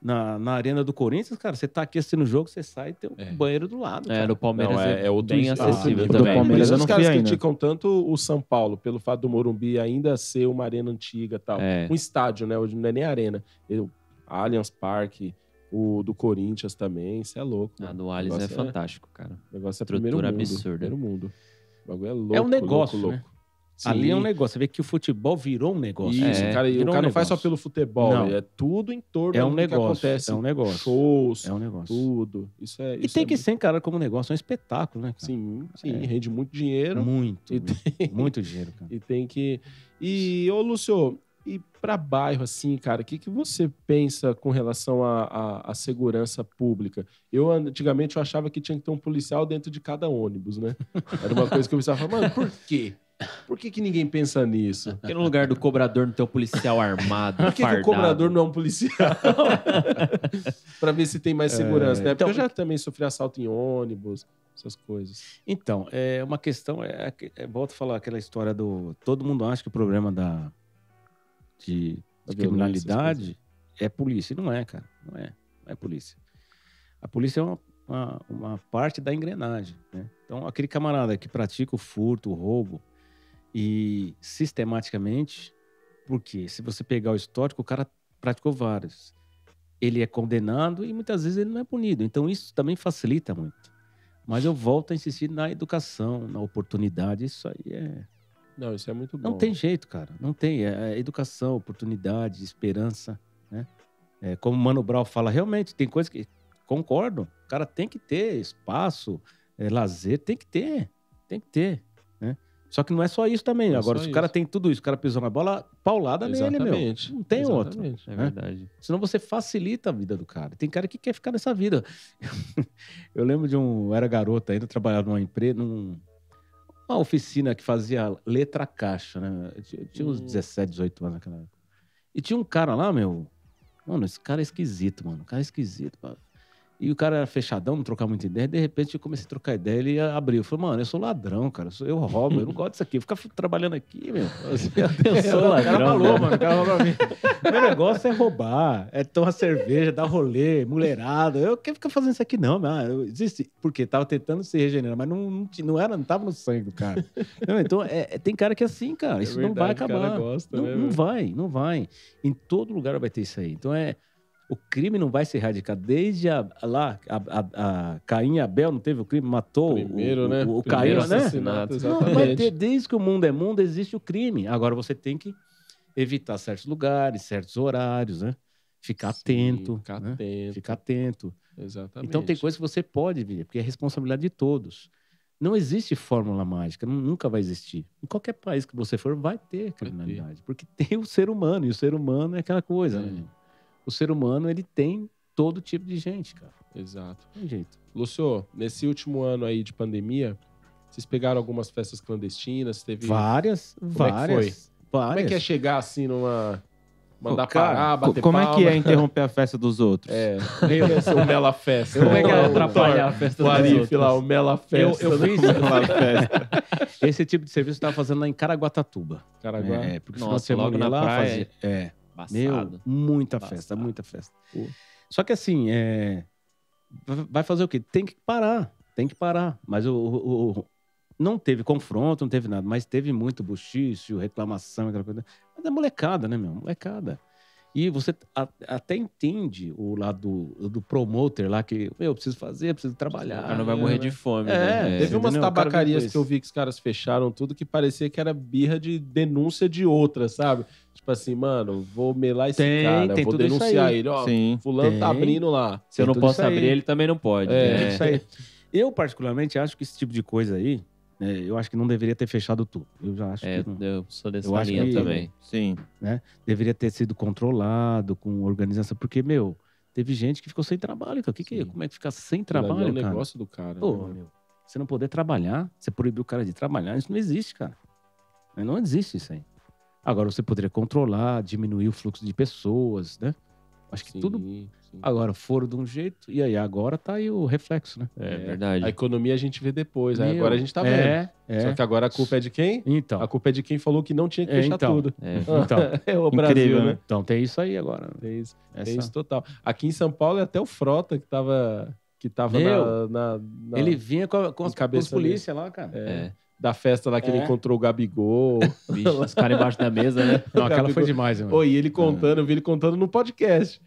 Na, na arena do Corinthians, cara, você tá aqui assistindo o jogo, você sai e tem um É. banheiro do lado. É, cara. no Palmeiras Não, é- é, é outro bem nível. acessível Ah, do também. Por Palmeiras isso eu os não caras fui ainda. criticam tanto o São Paulo, pelo fato do Morumbi ainda ser uma arena antiga e tal. É. Um estádio, né? Hoje não é nem arena. Eu, Allianz Parque, o do Corinthians também. Isso é louco. Ah, mano. no Allianz é Negócio fantástico, cara. O negócio é Estrutura primeiro mundo. absurda. Primeiro mundo. O bagulho é louco. É um negócio, louco, né? louco. Ali é um Sim. negócio. Você vê que o futebol virou um negócio. Isso, É, cara, e o virou cara um não faz só negócio. pelo futebol, Não. é tudo em torno É um do que negócio. acontece. É um negócio. Shows, É um negócio. tudo. Isso é E isso tem é que muito- ser encarado como negócio, é um espetáculo, né? Cara? sim, sim, É. rende muito dinheiro Muito. E muito, muito dinheiro, cara. e tem que E ô Lúcio, e pra bairro assim, cara, o que, que você pensa com relação à- à à segurança pública? Eu antigamente eu achava que tinha que ter um policial dentro de cada ônibus, né? Era uma coisa que eu pensava, mano, por quê? Por que, que ninguém pensa nisso? Porque no lugar do cobrador não tem o policial armado, Por que, que o fardado. cobrador não é um policial? Pra ver se tem mais segurança, né? Porque então- eu já também sofri assalto em ônibus, essas coisas. Então, é uma questão. É, é, volto a falar aquela história do. Todo mundo acha que o problema da. de, Da violência, de criminalidade é polícia. E não é, cara. Não é. Não é polícia. A polícia é uma, uma, uma parte da engrenagem. né? Então, aquele camarada que pratica o furto, o roubo, e sistematicamente, porque se você pegar o histórico, o cara praticou vários. Ele é condenado e muitas vezes ele não é punido. Então, isso também facilita muito. Mas eu volto a insistir na educação, na oportunidade. Isso aí é. Não, isso é muito bom. Não tem jeito, cara. Não tem. É é educação, oportunidade, esperança. Né? É, como o Mano Brown fala, realmente, tem coisa que. Concordo. O cara tem que ter espaço, é, lazer, tem que ter. Tem que ter. Né? Só que não é só isso também. Não é Agora, só se o cara isso. tem tudo isso, o cara pisou na bola, paulada nele, Exatamente. meu. Não tem outro. Exatamente. É verdade. Senão você facilita a vida do cara. Tem cara que quer ficar nessa vida. Eu lembro de um. Eu era garoto ainda, eu trabalhava numa empresa, num- uma oficina que fazia letra caixa, né? Eu tinha- eu tinha uns Hum. 17, 18 anos naquela época. E tinha um cara lá, meu. Mano, esse cara é esquisito, mano. O cara é esquisito. Mano. E o cara era fechadão, não trocava muita ideia. De repente eu comecei a trocar ideia, ele abriu. Eu falei, mano, eu sou ladrão, cara. eu sou- Eu roubo, eu não gosto disso aqui. Fica trabalhando aqui, meu. Eu O sou cara ladrão. né? falou, velho. mano. O cara falou pra mim. Meu negócio é roubar, é tomar cerveja, dar rolê, mulherada. Eu não quero ficar fazendo isso aqui, não, mano. Eu desisti. Porque tava tentando se regenerar, mas não, não, ti- não era, não tava no sangue do cara. Não, então, é- é- tem cara que é assim, cara. Isso não vai acabar. gosta, Não, né, não velho? vai, não vai. Em todo lugar vai ter isso aí. Então é. O crime não vai se erradicar. Desde a- lá, a, a, a Caim e Abel, não teve o crime? Matou o- Primeiro, o, né? o, o Primeiro Caim, né? assassinato, Não, Exatamente. vai ter, desde que o mundo é mundo, existe o crime. Agora você tem que evitar certos lugares, certos horários, né? Ficar Sim, atento. Ficar né? atento. Ficar atento. Exatamente. Então tem coisas que você pode vir, porque é responsabilidade de todos. Não existe fórmula mágica, nu- nunca vai existir. Em qualquer país que você for, vai ter criminalidade, porque tem o ser humano, e o ser humano é aquela coisa, né? gente? O ser humano, ele tem todo tipo de gente, cara. Exato. Não Tem jeito. Lúcio, nesse último ano aí de pandemia, vocês pegaram algumas festas clandestinas? Teve. Várias, é que várias. várias. Como é que é chegar assim numa. Mandar Ô, cara, parar, co- bater Como é que é palma? interromper a festa dos outros? É, meio esse o Mela Festa. Como é que ela O atrapalha a festa O dos Arif outros? lá, o Mela Festa. eu né? fiz- Falar festa. Esse tipo de serviço eu tava fazendo lá em Caraguatatuba. Caraguá. É, porque Nossa, final de semana logo eu ia na lá praia. fazia- É, Passado. meu, muita Passado. festa, muita festa. Pô. Só que assim, é... v- vai fazer o quê? Tem que parar, tem que parar. Mas o, o- o- não teve confronto, não teve nada, mas teve muito buchício, reclamação, aquela coisa. Mas é molecada, né, meu? Molecada. E você a- até entende o lado do, do promoter lá, que, meu, eu preciso fazer, eu preciso O trabalhar. cara não vai morrer de fome, É, né? Teve entendeu? umas O cara tabacarias vem com que eu isso. vi que os caras fecharam tudo que parecia que era birra de denúncia de outra, sabe? Tipo assim, mano, vou melar esse Tem, cara, tem vou tudo isso denunciar aí. ele. Ó, Sim. fulano tá Tem. abrindo lá. Se eu tem não tudo posso isso aí. abrir, ele também não pode. É. né? isso aí. Eu, particularmente, acho que esse tipo de coisa aí, né, eu acho que não deveria ter fechado tudo. Eu já acho É, que não. eu sou dessa Eu acho linha que- também. Sim. deveria ter sido controlado com organização, porque, meu, teve gente que ficou sem trabalho, cara. O que que, Sim. como é que fica sem Aquilo ali trabalho, é um cara? negócio do cara. Pô, né? meu, você não poder trabalhar, você proibir o cara de trabalhar, isso não existe, cara. Né, Não existe isso aí. Agora, você poderia controlar, diminuir o fluxo de pessoas, né? Acho que Sim, tudo... sim. Agora, foram de um jeito, e aí agora tá aí o reflexo, né? É, É. verdade. A economia a gente vê depois, aí Meu, agora a gente tá vendo. É, é. Só que agora a culpa é de quem? Então, A culpa é de quem falou que não tinha que É, fechar então. tudo. É. então, É o Incrível, Brasil, né? né? então tem isso aí agora. né? Tem isso, Essa- tem isso total. Aqui em São Paulo é até o Frota que tava, que tava Meu, na, na- na- Ele vinha com, a, com, as, com os Cabeça dele. polícia lá, cara. é, da festa lá que ele É. encontrou o Gabigol. Bicho, os caras embaixo da mesa, né? Não, aquela Gabigol. foi demais, né, mano. Oi, ele contando, eu vi ele contando no podcast.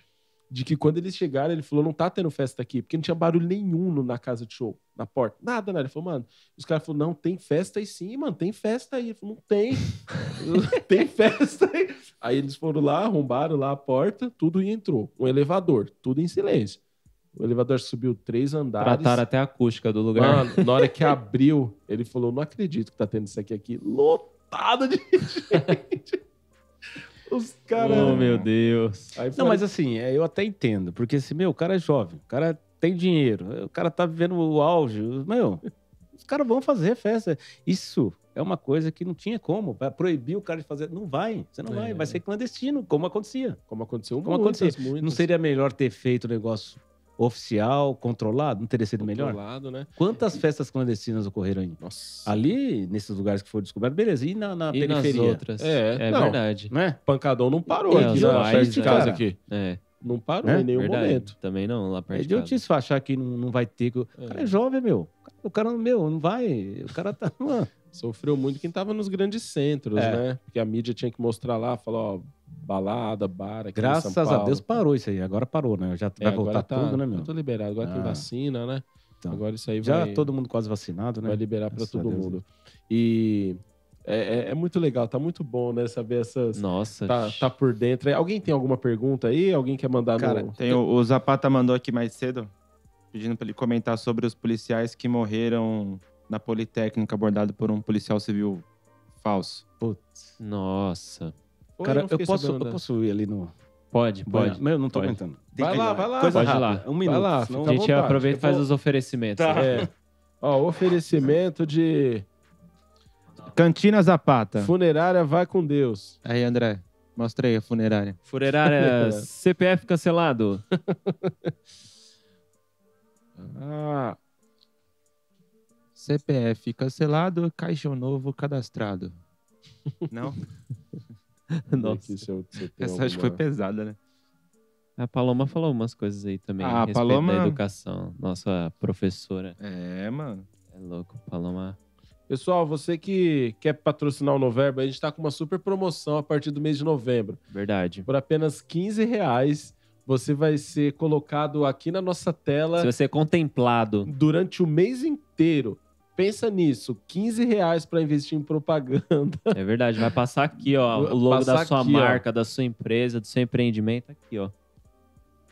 De que quando eles chegaram, ele falou: não tá tendo festa aqui, porque não tinha barulho nenhum no- na casa de show, na porta. Nada, nada. Ele falou, mano, os caras falaram: não, tem festa aí sim, mano, tem festa aí. Ele falou, não tem. tem festa aí. Aí eles foram lá, arrombaram lá a porta, tudo e entrou. Um elevador, tudo em silêncio. O elevador subiu três andares. Trataram até a acústica do lugar. Tá, Mano, na hora que abriu, ele falou: não acredito que tá tendo isso aqui aqui. Lotado de gente. Os caras. oh, meu Deus. Aí Não, falei, mas assim, é, eu até entendo, porque assim, meu, o cara é jovem, o cara tem dinheiro, o cara tá vivendo o auge, meu, os caras vão fazer festa. Isso é uma coisa que não tinha como, pra proibir o cara de fazer, não vai, você não vai, vai ser clandestino, como acontecia. Como aconteceu Como muitas, aconteceu. muitas. Não seria melhor ter feito o negócio oficial, controlado, não teria sido melhor? Controlado, né? Quantas festas clandestinas ocorreram aí? Nossa. Ali, nesses lugares que foram descobertos, beleza, e na, na E nas periferia? outras? É, é não. verdade. Né? Pancadão não parou É, aqui os na pais, perto de né? casa Cara, aqui. É, Não parou né? em nenhum verdade. um momento. Também não, lá É perto de casa. idiotice achar que não, não vai ter. que- O cara é jovem, meu. O cara, meu, não vai. O cara tá. Mano, Sofreu muito quem tava nos grandes centros, É. né? Porque a mídia tinha que mostrar lá, falar, ó, balada, bar, aqui em graças São a Paulo. Deus parou isso aí. Agora parou, né? Já É, vai agora voltar tá, tudo, né, meu? Tudo liberado. Agora tem Ah. vacina, né? Então, Agora isso aí Já vai... todo mundo quase vacinado, né? Vai liberar para Graças todo a Deus, né? mundo. E é, é- é muito legal, tá muito bom, né? Saber essas. Nossa. Tá, tá por dentro. Alguém tem alguma pergunta aí? Alguém quer mandar Cara, no. Tem o, o Zapata mandou aqui mais cedo, pedindo pra ele comentar sobre os policiais que morreram na Politécnica abordado por um policial civil falso. Nossa. Pô, Cara, não eu, fiquei posso, sabendo eu dessa. posso ir ali no. Pode, pode. Mas eu não tô pode. aguentando. Vai lá, vai lá. Coisa Pode ir rápida, lá. Um minuto. Vai lá, senão- a gente fica à vontade. aproveita e faz os oferecimentos. né? É. Ó, oferecimento de Cantina Tá. Zapata. funerária vai com Deus. Aí, André, mostra aí a funerária. Funerária CPF cancelado. Ah, CPF cancelado, caixão novo cadastrado. Não? Nossa. Essa acho que foi pesada, né? A Paloma falou umas coisas aí também. Ah, a a respeito Paloma- da educação. Nossa professora. É, mano. É louco, Paloma. Pessoal, você que quer patrocinar o Noverbo, a gente tá com uma super promoção a partir do mês de novembro. Verdade. Por apenas 15 reais, você vai ser colocado aqui na nossa tela Se você é contemplado. durante o mês inteiro. Pensa nisso, 15 reais para investir em propaganda. É verdade. Vai passar aqui, ó. Vai O logo passar da sua aqui, ó. marca, da sua empresa, do seu empreendimento. tá Aqui, ó.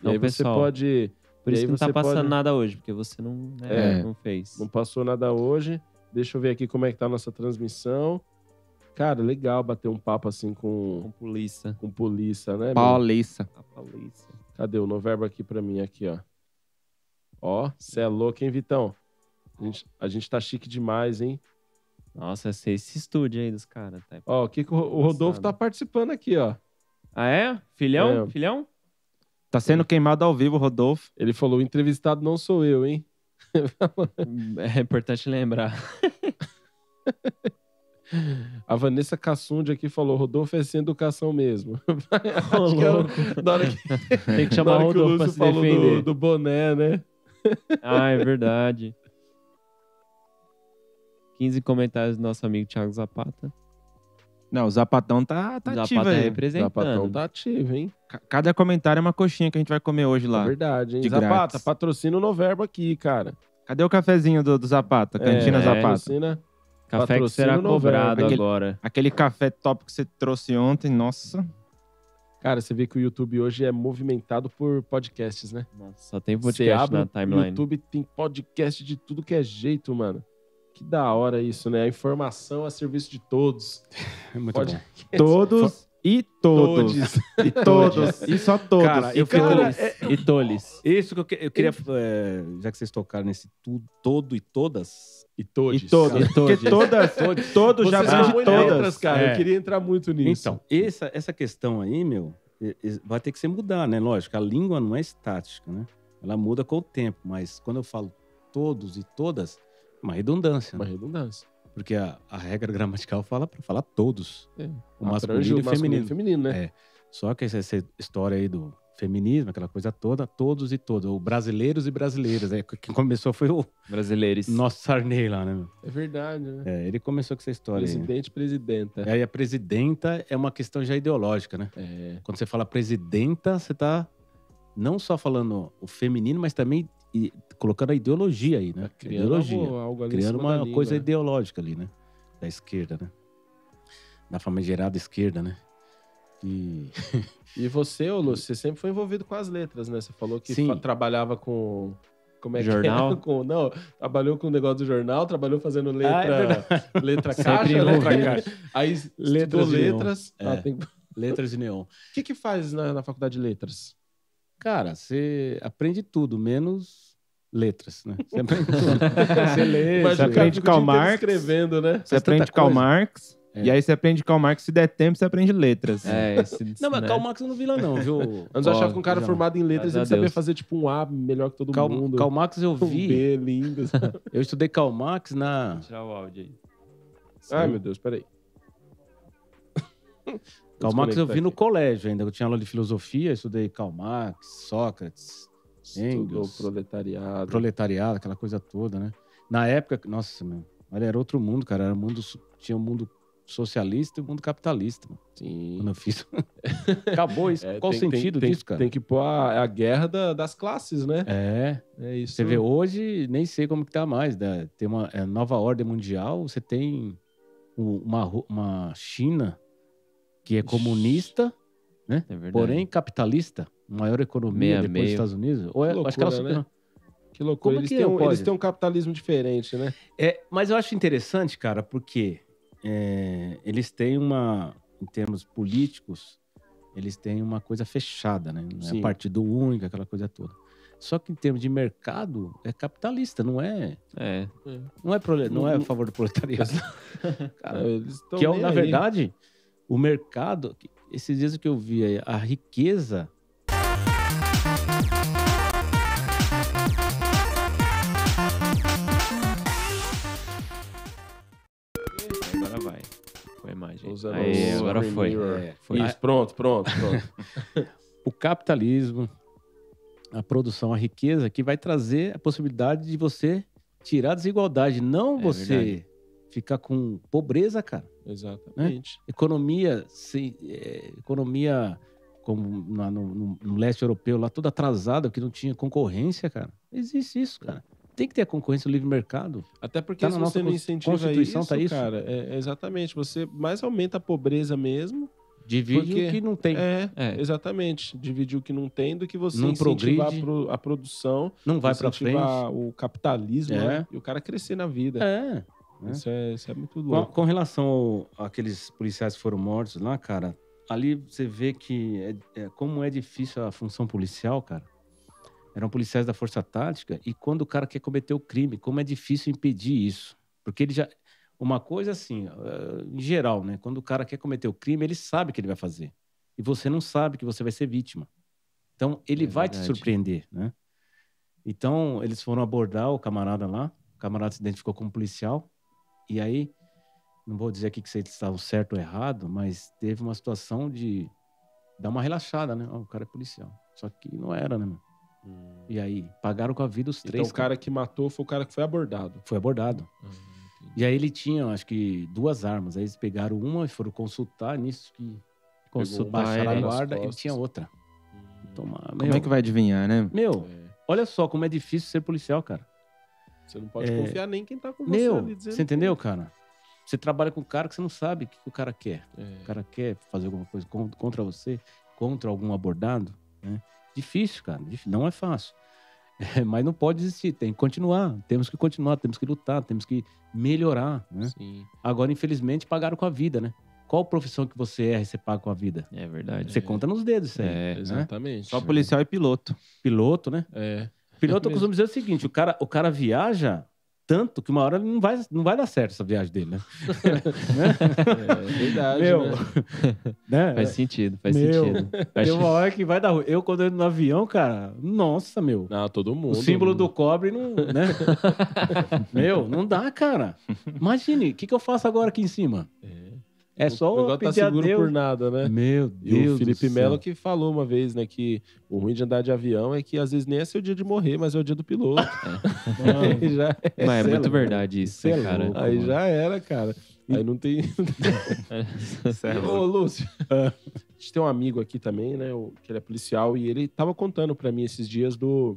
e aí Então, pessoal, você pode. por e isso aí que não tá você pode- passando nada hoje, porque você não, né, É. não fez. Não passou nada hoje. Deixa eu ver aqui como é que tá a nossa transmissão. Cara, legal bater um papo assim com, Com polícia. com polícia, né? meu? Paulista. A polícia. Cadê o Noverbo aqui pra mim, aqui, ó. Ó, cê é louco, hein, Vitão? A gente, a gente tá chique demais, hein? Nossa, esse, esse estúdio aí dos caras. Tá? Ó, o que que o, o Rodolfo Engraçado. tá participando aqui, ó. Ah, é? Filhão? É. Filhão? Tá sendo queimado ao vivo, Rodolfo. Ele falou, o entrevistado não sou eu, hein? É importante lembrar. A Vanessa Cassundi aqui falou, Rodolfo é sem educação mesmo. Ô, que era- louco. Na hora que, Tem que na chamar hora o que o Rodolfo pra Lúcio se falou do, defender. do boné, né? Ah, é verdade. 15 comentários do nosso amigo Thiago Zapata. Não, o Zapatão tá, tá ativo Zapata Zapatão aí. representando. tá ativo, hein? Ca- Cada comentário é uma coxinha que a gente vai comer hoje lá. É verdade, hein? de Zapata, grátis. patrocina o Noverbo aqui, cara. Cadê o cafezinho do, do Zapata? Cantina É, Tá Zapata. Patrocina. Café que será Patrocínio novela. cobrado Aquele- agora. Aquele café top que você trouxe ontem, nossa. Cara, você vê que o YouTube hoje é movimentado por podcasts, né? Nossa, só tem Você podcast abre na o timeline. YouTube, tem podcast de tudo que é jeito, mano. Que da hora isso, né? A informação a serviço de todos. É muito Pode- bom. Todos e todos. E todos. e só todos. Cara, e eu fiquei cara, Tolis. E Tolis. Isso que eu, que- eu queria, é, já que vocês tocaram nesse tu- todo e todas, E todos. E todos. E todos. Porque todas, todos já Vocês abrange são muito letras, todas. cara. É. Eu queria entrar muito nisso. Então, essa, essa questão aí, meu, e- e- vai ter que se mudar, né? Lógico, a língua não é estática, né? Ela muda com o tempo, mas quando eu falo todos e todas, é uma redundância, Uma né? redundância. Porque a, a regra gramatical fala para falar todos. É. O masculino Abrange e o feminino. feminino, né? É. Só que essa, essa história aí do feminismo, aquela coisa toda, todos e todas, ou brasileiros e brasileiras. É, quem começou foi o Brasileiros. nosso Sarney lá, né? meu? É, verdade, né? É, ele começou com essa história aí, É, né? Presidente, presidenta. E aí a presidenta é uma questão já ideológica, né? É. Quando você fala presidenta, você tá não só falando o feminino, mas também i- colocando a ideologia aí, né? Tá criando ideologia. algo, algo ali em criando cima da uma língua, coisa né? ideológica ali, né? Da esquerda, né? Da famigerada esquerda, né? E E você, ô Lúcio, você sempre foi envolvido com as letras, né? Você falou que Sim. fa- trabalhava com. Como é que Jornal. era? Com, não, trabalhou com o negócio do jornal, trabalhou Ah, fazendo é letra, letra Sempre caixa, letra envolvido. caixa. Aí Letras letras de neon. letras. É. Ah, tem- O letras de neon. que que faz na, na faculdade de letras? Cara, você aprende tudo, menos letras, né? Você aprende tudo. você lê, Imagina, o cara você aprende. fica o aprende dia Karl inteiro Marx. escrevendo, né? Você aprende tanta Karl coisa. Marx. É. E aí você aprende Karl Marx. Se der tempo, você aprende letras. É, esse, Não, mas né? Karl Marx eu não vi lá não, viu? Antes eu achava que um cara Não. formado em letras Graças a ele sabia Deus. fazer tipo um A melhor que todo Karl, mundo. Karl Marx eu um vi. B lindo. Eu estudei Karl Marx na. Tirar o áudio aí. Ai, meu Deus, peraí. Karl Marx eu vi no Desconectar colégio ainda. Eu tinha aula de filosofia, eu estudei Karl Marx, Sócrates, aqui. Estudou Engels, proletariado. proletariado, aquela coisa toda, né? Na época, nossa, meu, olha, era outro mundo, cara. Era um mundo, so- tinha um mundo socialista e um mundo capitalista. mano, Sim. Quando eu fiz. Acabou isso. É, Qual tem- o sentido tem, disso, tem, cara? Tem que pôr a, a guerra da- das classes, né? É. É isso. Você vê hoje, nem sei como que tá mais. Né? Tem uma é, nova ordem mundial, você tem o- uma, Ru- uma China que é comunista. É verdade. porém capitalista, maior economia Meia, depois meio. dos Estados Unidos. Ou é, Que acho que ela loucura, né? superou. Que loucura. Como é eles, que têm um, pode? eles têm um capitalismo diferente, né? É, mas eu acho interessante, cara, porque é, eles têm uma, em termos políticos, eles têm uma coisa fechada, né? Não é Sim. partido único, aquela coisa toda. Só que em termos de mercado, é capitalista, não é, É. não é, prole- não é a favor do proletariado. Cara, que é, o- na verdade, o mercado. que- Esses dias que eu vi aí, a riqueza. anos. Aê, agora Black foi. Mirror. É, Foi. Isso, pronto, pronto, pronto. o capitalismo, a produção, a riqueza, que vai trazer a possibilidade de você tirar a desigualdade, não É você verdade. ficar com pobreza, cara. Exatamente. Economia, sem, é, economia como na- no, no- no leste europeu, lá toda atrasada, que não tinha concorrência, cara. Existe isso, cara. Tem que ter a concorrência no livre mercado. Até porque Tá se na você nossa não cons- incentiva Constituição, isso, tá isso? cara, é- é exatamente. Você mais aumenta a pobreza mesmo. Divide Porque- o que não tem. É, É. exatamente. Dividir o que não tem do que você Não incentivar progride. a, pro- a produção, não vai pra frente. incentivar o capitalismo É. né? e o cara crescer na vida. É. É. Isso, é, isso é muito Com, louco. com relação ao- àqueles policiais que foram mortos lá, cara, ali você vê que é- é- como é difícil a função policial, cara. Eram policiais da Força Tática e quando o cara quer cometer o crime, como é difícil impedir isso. Porque ele já. Uma coisa assim, eh, em geral, né? Quando o cara quer cometer o crime, ele sabe o que ele vai fazer. E você não sabe que você vai ser vítima. Então, ele É vai te verdade. surpreender, né? Então, eles foram abordar o camarada lá. O camarada se identificou como policial. E aí, não vou dizer aqui que se eles estavam certo ou errado, mas teve uma situação de dar uma relaxada, né? Ó, o cara é policial. Só que não era, né, mano? E aí, pagaram com a vida os Então, três. o cara que matou foi o cara que foi abordado. Foi abordado. E aí ele tinha, acho que, duas armas. Aí eles pegaram uma e foram consultar nisso que um Consultar baixaram a ele. guarda. nas Ele costas. tinha outra. Então, Toma, Como é que vai adivinhar, né? Meu, olha só como é difícil ser policial, cara. Você não pode É. confiar nem quem tá com você Meu, ali dizendo. você entendeu, cara? Você trabalha com um cara que você não sabe o que que o cara quer. É. o cara quer fazer alguma coisa con- contra você, contra algum abordado, né? Difícil, cara, dif- não é fácil. É, mas não pode desistir, tem que continuar, temos que continuar, temos que lutar, temos que melhorar, é. né? Sim. Agora, infelizmente, pagaram com a vida, né? Qual profissão que você erra e você paga com a vida? É verdade. Você conta nos dedos isso aí. É, né? Exatamente. Só policial e piloto. Piloto, né? É. Piloto, eu costumo dizer o seguinte, o cara, o cara viaja tanto que uma hora ele não vai, não vai dar certo essa viagem dele, né? é verdade, Meu, né? né? Faz sentido, faz Meu. sentido. Tem uma hora que vai dar ruim. Eu, quando eu entro no avião, cara, nossa, meu. Não, todo O mundo. símbolo do cobre não. Né? meu, não dá, cara. Imagine, o que, que eu faço agora aqui em cima? É, o só negócio tá pedir a seguro por Deus. nada, né? Meu E Deus. o do Felipe céu. Melo que falou uma vez, né, que o ruim de andar de avião é que às vezes nem é seu dia de morrer, mas é o dia do piloto. Aí já, Mas é Sei muito lá. verdade isso, Sei né, lá, cara. louco, aí mano. já era, cara. Aí não tem. é Ô, Lúcio, a gente tem um amigo aqui também, né? o- Que ele é policial, e ele tava contando pra mim esses dias do.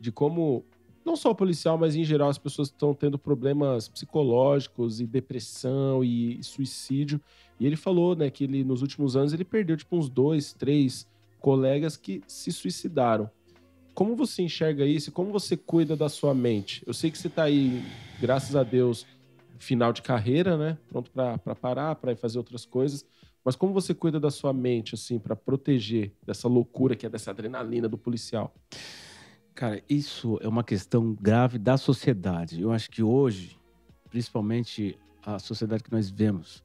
de como. Não só o policial, mas em geral as pessoas estão tendo problemas psicológicos e depressão e suicídio. E ele falou, né, que ele, nos últimos anos ele perdeu, tipo, uns dois, três colegas que se suicidaram. Como você enxerga isso? e Como você cuida da sua mente? Eu sei que você tá aí, graças a Deus, final de carreira, né? Pronto pra pra parar, pra ir fazer outras coisas. Mas como você cuida da sua mente, assim, pra proteger dessa loucura que é dessa adrenalina do policial? Cara, isso é uma questão grave da sociedade. Eu acho que hoje, principalmente a sociedade que nós vivemos,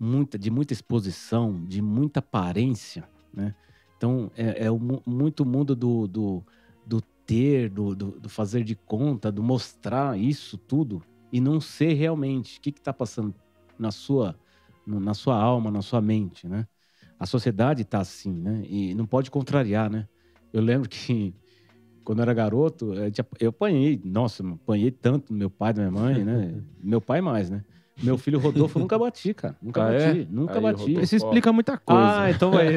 muita, de muita exposição, de muita aparência, né? Então, é, é o mu- muito mundo do, do, do ter, do, do, do fazer de conta, do mostrar isso tudo e não ser realmente. O que está passando na sua, no- na sua alma, na sua mente, né? A sociedade está assim, né? E não pode contrariar, né? Eu lembro que quando eu era garoto, a gente ap- eu apanhei, nossa, mano, apanhei tanto do meu pai, da minha mãe, né? meu pai mais, né? Meu filho Rodolfo eu nunca bati, cara. Nunca Ah, é? bati, nunca Aí, bati. Rodolfo. Isso explica muita coisa. Ah, então vai.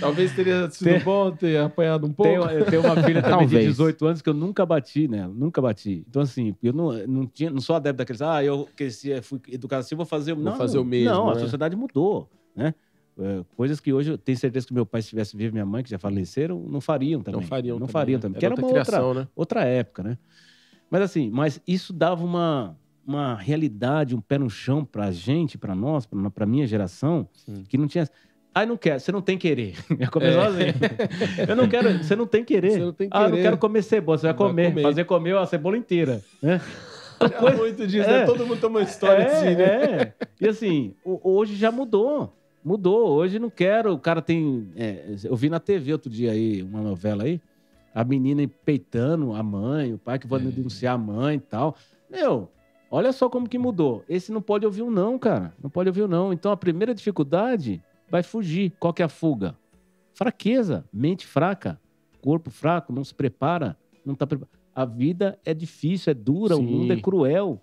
Talvez teria sido Tem- bom ter apanhado um pouco. Tenho, eu tenho uma filha também Talvez. de 18 anos que eu nunca bati nela, nunca bati. Então, assim, eu não, não, tinha, não sou adepto daqueles, ah, eu cresci, fui educado assim, vou fazer o Vou não, fazer o não. mesmo, Não, a né? sociedade mudou, né? É, coisas que hoje eu tenho certeza que meu pai, se estivesse vivo, minha mãe, que já faleceram, não fariam também. não fariam Não também. fariam né? também. Porque Era era outra uma outra, criação, né? outra época, né? Mas assim, mas isso dava uma, uma realidade, um pé no chão pra gente, pra nós, pra, pra minha geração, Sim. que não tinha. Ah, não quero, você não tem querer. Eu começou assim. Eu não quero, você não tem querer. É. Você não tem Ah, eu não querer. quero comer cebola, você vai, Vai comer, comer. fazer comer a cebola inteira. né? Há muito disso, né? É. Todo mundo tem uma história é, assim, né? é. E assim, o- hoje já mudou. Mudou. Hoje não quero. O cara tem. é, eu vi na TV outro dia aí, uma novela aí, É. a menina peitando a mãe, o pai que vai denunciar a mãe e tal. Meu, Olha só como que mudou. Esse não pode ouvir um não, cara. Não pode ouvir um não. Então a primeira dificuldade vai fugir. Qual que é a fuga? Fraqueza, mente fraca, corpo fraco, não se prepara, não tá preparado. A vida é difícil, é dura, o Sim. mundo é cruel.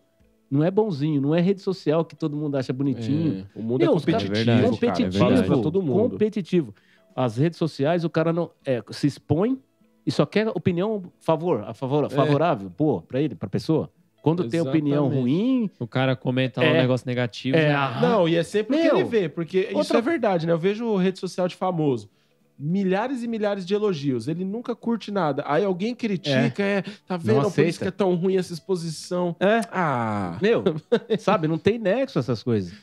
Não é bonzinho, não é rede social que todo mundo acha bonitinho. O mundo é Meu, os caras- competitivo. É verdade, cara, é competitivo. verdade. Fala isso pra todo mundo. Competitivo. As redes sociais, o cara não é, se expõe e só quer opinião favor, a favor, favorável, pô, pra ele, pra pessoa. Quando tem opinião É. Exatamente. ruim, O cara comenta lá É. um negócio negativo. é, já- ah, Não, e é sempre o Meu, que ele vê, porque isso outra- é verdade, né? Eu vejo rede social de famoso. Milhares e milhares de elogios. Ele nunca curte nada. Aí alguém critica, é, tá vendo? Por isso aceita. que é tão ruim essa exposição. É. Ah. Meu, sabe, não tem nexo essas coisas.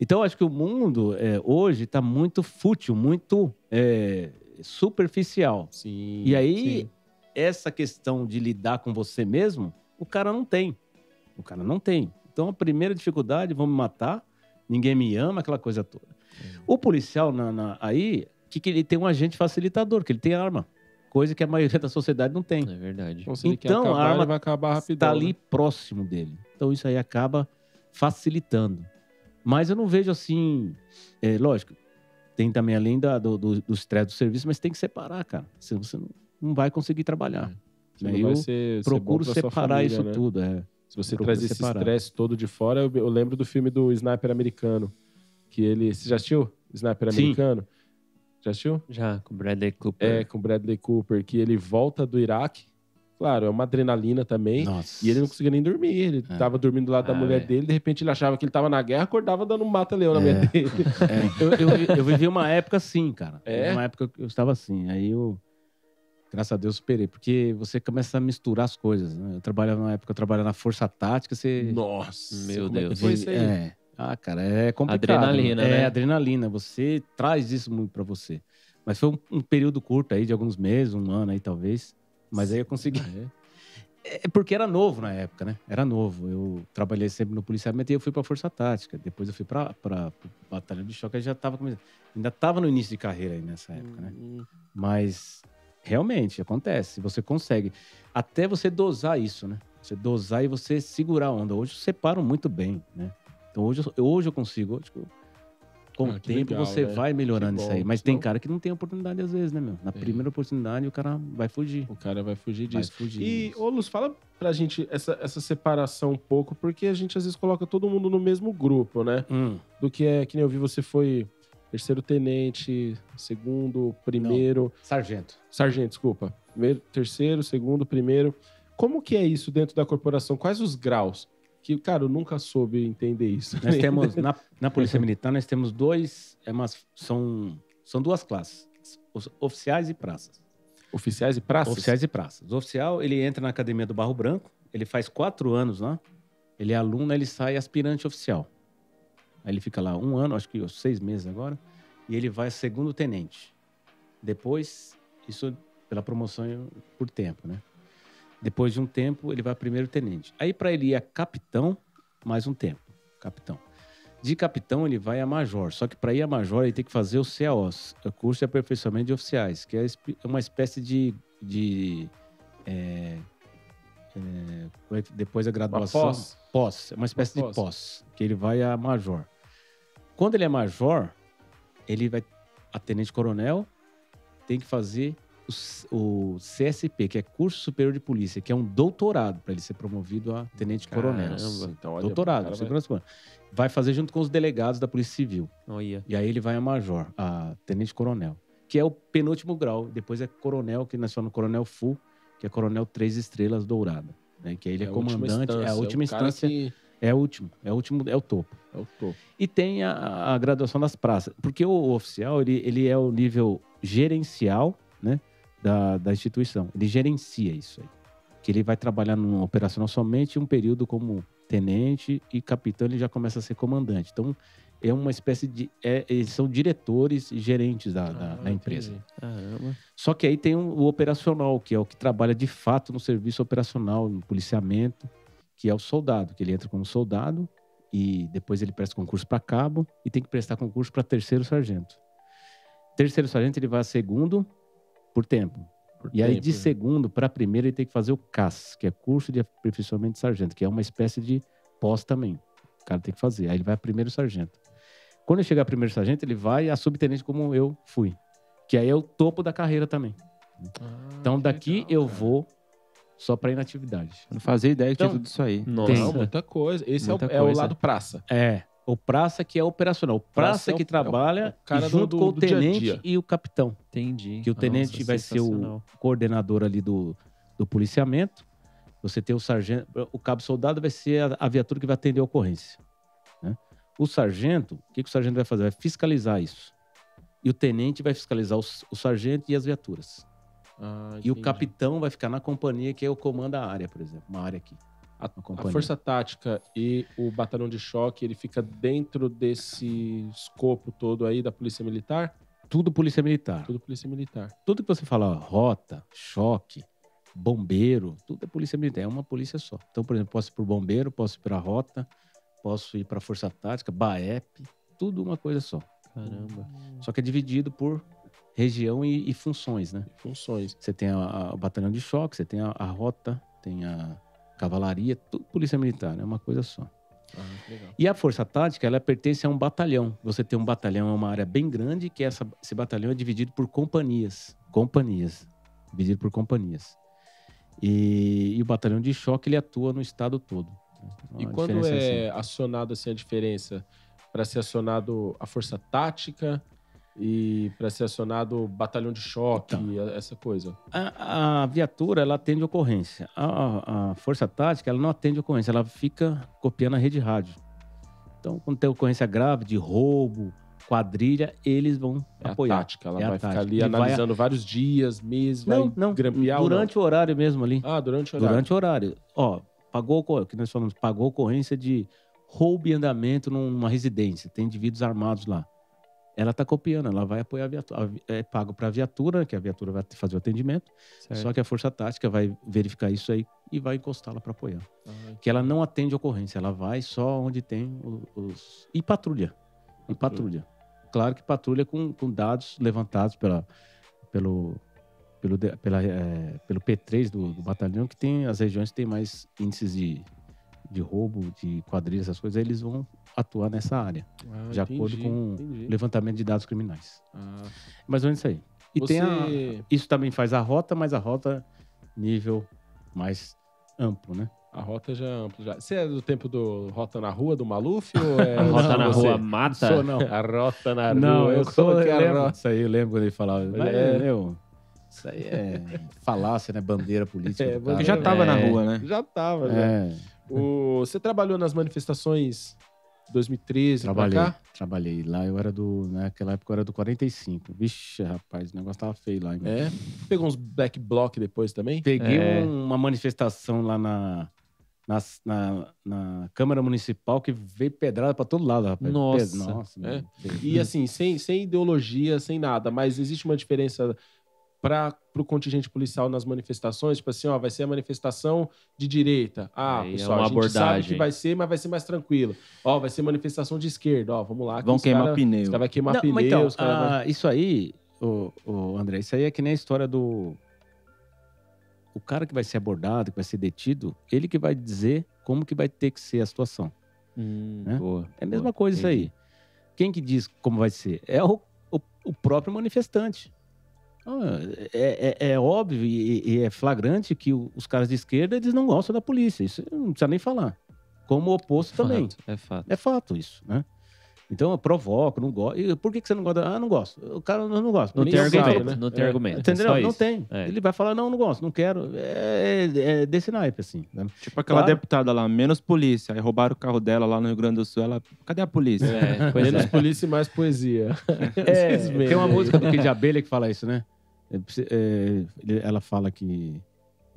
Então, acho que o mundo é, hoje está muito fútil, muito é, superficial. Sim. E aí, essa questão de lidar com você mesmo, o cara não tem. O cara não tem. Então, a primeira dificuldade, vão me matar, ninguém me ama, aquela coisa toda. É. O policial na- na- aí, que, que ele tem um agente facilitador, que ele tem arma. Coisa que a maioria da sociedade não tem. É verdade. Então, se ele Então, quer acabar, a arma ele vai acabar rapidão. está Tá ali né? próximo dele. Então isso aí acaba facilitando. Mas eu não vejo assim. é, lógico, tem também além da- do, do, do estresse do serviço, mas tem que separar, cara. Senão você não, não vai conseguir trabalhar. É. Você não Aí vai eu ser- ser Procuro bom pra sua separar família, isso né? tudo. É. Se você Procura traz esse separar. estresse todo de fora, eu, eu lembro do filme do Sniper americano. Que ele. Você já assistiu? Sniper Sim. americano? Já assistiu? Já, com o Bradley É, Cooper. com o Bradley Cooper, que ele volta do Iraque. Claro, é uma adrenalina também. Nossa. E ele não conseguia nem dormir. Ele É. tava dormindo do lado da Ah, mulher é. dele, de repente ele achava que ele tava na guerra, acordava dando um mata-leão É. na mulher dele. Eu, É, eu vi- eu vivi uma época assim, cara. É? Vivi Uma época que eu estava assim. Aí eu, graças a Deus, superei. Porque você começa a misturar as coisas. Né? Eu trabalhava na época, eu trabalhava na força tática, você. Nossa, Meu como é que Deus. foi isso aí? É. Ah, cara, é complicado. Adrenalina, É, né? adrenalina. Você traz isso muito pra você. Mas foi um, um período curto aí, de alguns meses, um ano aí, talvez. Mas aí eu consegui. É porque era novo na época, né? Era novo. Eu trabalhei sempre no policiamento e eu fui pra Força Tática. Depois eu fui pra, pra, pro Batalhão de Choque. Aí já tava começando. Ainda tava no início de carreira aí nessa Hum. época, né? Mas realmente acontece. Você consegue. Até você dosar isso, né? Você dosar e você segurar a onda. Hoje separam muito bem, né? Então hoje eu, hoje eu consigo. Hoje eu- com Ah, o que tempo legal, você né? vai melhorando Que isso bom. aí. Mas tem Então- cara que não tem oportunidade às vezes, né, meu? Na primeira oportunidade o cara vai fugir. O cara vai fugir Vai disso. fugir. E, ô Luz, fala pra gente essa, essa separação um pouco, porque a gente às vezes coloca todo mundo no mesmo grupo, né? Hum. Do que é, que nem eu vi, você foi terceiro tenente, segundo, primeiro. Sargento. Sargento, desculpa. Primeiro, terceiro, segundo, primeiro. Como que é isso dentro da corporação? Quais os graus? Que, cara, eu nunca soube entender isso. Nós temos, na, na Polícia Militar, nós temos dois, é umas- são, são duas classes, os oficiais e praças. Oficiais e praças? Oficiais e praças. O oficial, ele entra na Academia do Barro Branco, ele faz quatro anos lá, ele é aluno, ele sai aspirante oficial. Aí ele fica lá um ano, acho que seis meses agora, e ele vai segundo tenente. Depois, isso pela promoção por tempo, né? Depois de um tempo, ele vai primeiro tenente. Aí para ele ir a capitão, mais um tempo, capitão. De capitão ele vai a major, só que para ir a major ele tem que fazer o CAO, o curso de aperfeiçoamento de oficiais, que é espe- é uma espécie de, de é, é, como é que- depois da Uma graduação, pós? pós, é uma espécie Uma de pós. pós, que ele vai a major. Quando ele é major, ele vai a tenente coronel, tem que fazer o, C- o CSP, que é curso superior de polícia, que é um doutorado para ele ser promovido a tenente coronel. Nossa, então, olha, o Doutorado, cara vai- segurança vai... vai fazer junto com os delegados da Polícia Civil. Olha. E aí ele vai a major, a tenente coronel, que é o penúltimo grau. Depois é coronel, que nós chamamos coronel full, que é coronel três estrelas dourada. né? Que aí ele é, a última comandante, é a instância, última o cara instância, que é o último, é o último, é o topo É o topo. e tem a, a graduação das praças. Porque o oficial, ele, ele é o nível gerencial né, da, da instituição. Ele gerencia isso aí. Que ele vai trabalhar no operacional somente um período como tenente e capitão, ele já começa a ser comandante. Então, é uma espécie de... é- eles são diretores e gerentes da, da- da empresa. Caramba. Só que aí tem o o operacional, que é o que trabalha de fato no serviço operacional, no policiamento, que é o soldado, que ele entra como soldado e depois ele presta concurso para cabo e tem que prestar concurso para terceiro sargento. Terceiro sargento ele vai a segundo por tempo. Por e aí tempo, de né? segundo para primeiro ele tem que fazer o CAS, que é curso de aperfeiçoamento de sargento, que é uma espécie de pós também. O cara tem que fazer. Aí ele vai a primeiro sargento. Quando ele chegar a primeiro sargento, ele vai a subtenente como eu fui. Que aí é o topo da carreira também. então Ah, daqui eu vou só pra inatividade. Eu não fazia ideia que Então- tinha tudo isso aí. Nossa. Tem. Não, muita coisa. Esse é, Muita o, é o coisa. lado praça. É. O praça que é operacional. O praça, Praça é o- que trabalha é o cara do- junto do- com o do dia a tenente dia. e o capitão. Entendi. Que o tenente Nossa, vai ser o sensacional. coordenador ali do, do policiamento. Você tem o sargento. O cabo soldado vai ser a, a viatura que vai atender a ocorrência. né? O sargento, o que, que o sargento vai fazer? Vai fiscalizar isso. E o tenente vai fiscalizar os- o sargento e as viaturas. Ah, E o capitão vai ficar na companhia que é o comando da área, por exemplo. Uma área aqui. A, A força tática e o batalhão de choque, ele fica dentro desse escopo todo aí da polícia militar? Tudo polícia militar. Tudo polícia militar. Tudo que você fala, ó, rota, choque, bombeiro, tudo é polícia militar, é uma polícia só. Então, por exemplo, posso ir pro bombeiro, posso ir pra rota, posso ir pra força tática, BAEP, tudo uma coisa só. Caramba. Só que é dividido por região e, e funções, né? Funções. Você tem a- a- o batalhão de choque, você tem a, a rota, tem a cavalaria, tudo polícia militar, né? É uma coisa só. Ah, legal. E a força tática, ela pertence a um batalhão. Você tem um batalhão, é uma área bem grande, que essa- esse batalhão é dividido por companhias. Companhias. Dividido por companhias. E, e o batalhão de choque, ele atua no estado todo. Então, E a quando diferença é assim. acionado assim a diferença para ser acionado a força tática e para ser acionado o batalhão de choque, Então. a- essa coisa? A, a viatura, ela atende ocorrência. A, a- a força tática, ela não atende ocorrência, ela fica copiando a rede rádio. Então, quando tem ocorrência grave de roubo, quadrilha, eles vão É apoiar. a tática, ela é a vai tática. ficar ali Ele vai- analisando vários dias, meses, Não, vai não. grampear ou Durante o horário mesmo ali. não? Ah, durante o horário. Durante o horário. Ó, pagou ocor- que nós falamos, pagou ocorrência de roubo e andamento numa residência. Tem indivíduos armados lá. Ela tá copiando, ela vai apoiar a viatura. a vi- É pago para a viatura, que a viatura vai fazer o atendimento. Só que a força tática vai verificar isso aí e vai encostá-la para apoiar. Que ela não atende ocorrência, ela vai só onde tem o- os. E patrulha. E patrulha. Claro que patrulha com, com dados levantados pela, pelo, pelo, de- pela, eh, pelo P3 do, do batalhão, que tem as regiões que tem mais índices de, de roubo, de quadrilhas, essas coisas, aí eles vão atuar nessa área. Ah, de acordo com o entendi. Levantamento de dados criminais. Ah, Mais ou menos isso aí. E Você- tem a- isso também faz a rota, mas a rota nível mais amplo, né? a rota já é ampla. Já. Você é do tempo do Rota na Rua, do Maluf? Ou é A rota só na você? rua mata? Sou, não. A Rota na Não, Rua. eu sou coloquei eu a lembro rota. disso aí, eu lembro quando ele falava. Mas, É. meu, isso aí é falácia, né? Bandeira política. É, do Eu cara. já tava na É. rua, né? Já tava, já. É, O- Você trabalhou nas manifestações 2013 trabalhei, pra cá? trabalhei. Lá eu era do. Naquela época eu era do 45. Vixe, rapaz, o negócio tava feio lá. hein, meu. É. Pegou uns black block depois também? Peguei É. um- uma manifestação lá na, na, na, na Câmara Municipal que veio pedrada pra todo lado, rapaz. Nossa. Pe- Nossa, É. meu. E assim, sem, sem ideologia, sem nada, mas existe uma diferença para o contingente policial nas manifestações? Tipo assim, ó, vai ser a manifestação de direita. Ah, Aí é pessoal, uma a gente sabe abordagem. que vai ser, mas vai ser mais tranquilo. Ó, vai ser manifestação de esquerda, ó, vamos lá. que Vão os queimar cara, Os pneu. caras vão queimar Não, pneu, mas então, os caras vão- ah, isso aí, o, André, isso aí é que nem a história do. O cara que vai ser abordado, que vai ser detido, ele que vai dizer como que vai ter que ser a situação. Hum, Né? boa. É a mesma boa, coisa entendi. isso aí. Quem que diz como vai ser? É o, o- o próprio manifestante. Ah, É, é- é óbvio e, e é flagrante que o- os caras de esquerda eles não gostam da polícia. Isso não precisa nem falar. Como o oposto também. Fato, É fato. É fato isso, né? Então eu provoco, não gosto. E Por que, que você não gosta? Ah, não gosto. O cara não, não gosta. Não tem Ninguém sabe, argumento, né? não tem É. argumento. é Entendeu? só não isso. tem. É. Ele vai falar, não, não gosto, não quero. É, é- é desse naipe, assim. né? Tipo aquela Claro. deputada lá, menos polícia. Aí roubaram o carro dela lá no Rio Grande do Sul. Ela, cadê a polícia? É, pois Menos é. polícia e mais poesia. É, Vocês veem, tem uma né? música do Kid Abelha que fala isso, né? É, psi- é, ele- ela fala que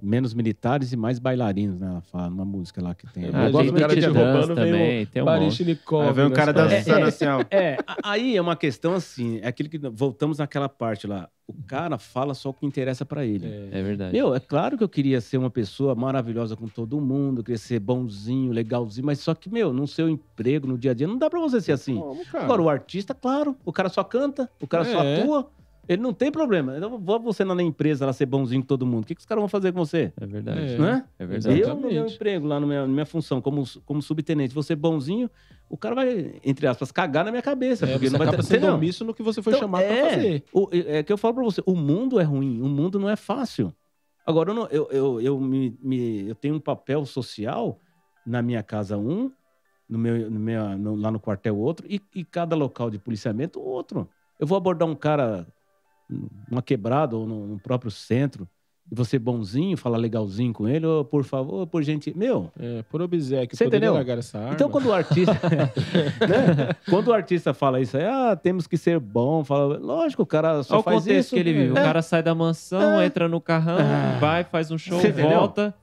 menos militares e mais bailarinos, né? Ela fela numa música lá que tem. É, Eu Ah, Eu gosto tem do cara Dirty te Dance roubando, vem também, tem um monte. Baryshnikov. Aí vem um né? cara dançando É. assim, ó. É, a- aí é uma questão assim, é aquilo que voltamos naquela parte lá. O cara fala só o que interessa pra ele. É. É verdade. Meu, é claro que eu queria ser uma pessoa maravilhosa com todo mundo, eu queria ser bonzinho, legalzinho, mas só que, meu, no seu emprego, no dia a dia, não dá pra você ser assim. Como, cara? Agora, o artista, claro, o cara só canta, o cara só É. atua, Ele não tem problema. Então, vá você na empresa lá ser bonzinho com todo mundo. O que, que os caras vão fazer com você? É verdade. É. Né? É verdade. Eu, no meu emprego, lá na minha, na minha função como, como subtenente, você bonzinho, o cara vai, entre aspas, cagar na minha cabeça. porque Porque não vai É, acaba ter- sendo entendeu? omisso no que você foi Então, chamado pra fazer. O, é que eu falo pra você, o mundo é ruim, o mundo não é fácil. Agora, eu, não- eu, eu, eu, me, me- eu tenho um papel social na minha casa um, no meu, no minha- no- lá no quartel outro, e, e cada local de policiamento outro. Eu vou abordar um cara numa quebrada ou no, no próprio centro, e você bonzinho, falar legalzinho com ele, ou por favor, por gente... Meu, É, por obséquio, Você poderia entendeu? largar essa arma. então, quando o artista. né? Quando o artista fala isso aí, ah, temos que ser bom, fala. Lógico, o cara só Olha o faz contexto isso. que ele vive. O É, cara sai da mansão, entra no carrão, Ah. vai, faz um show, Você entendeu? volta.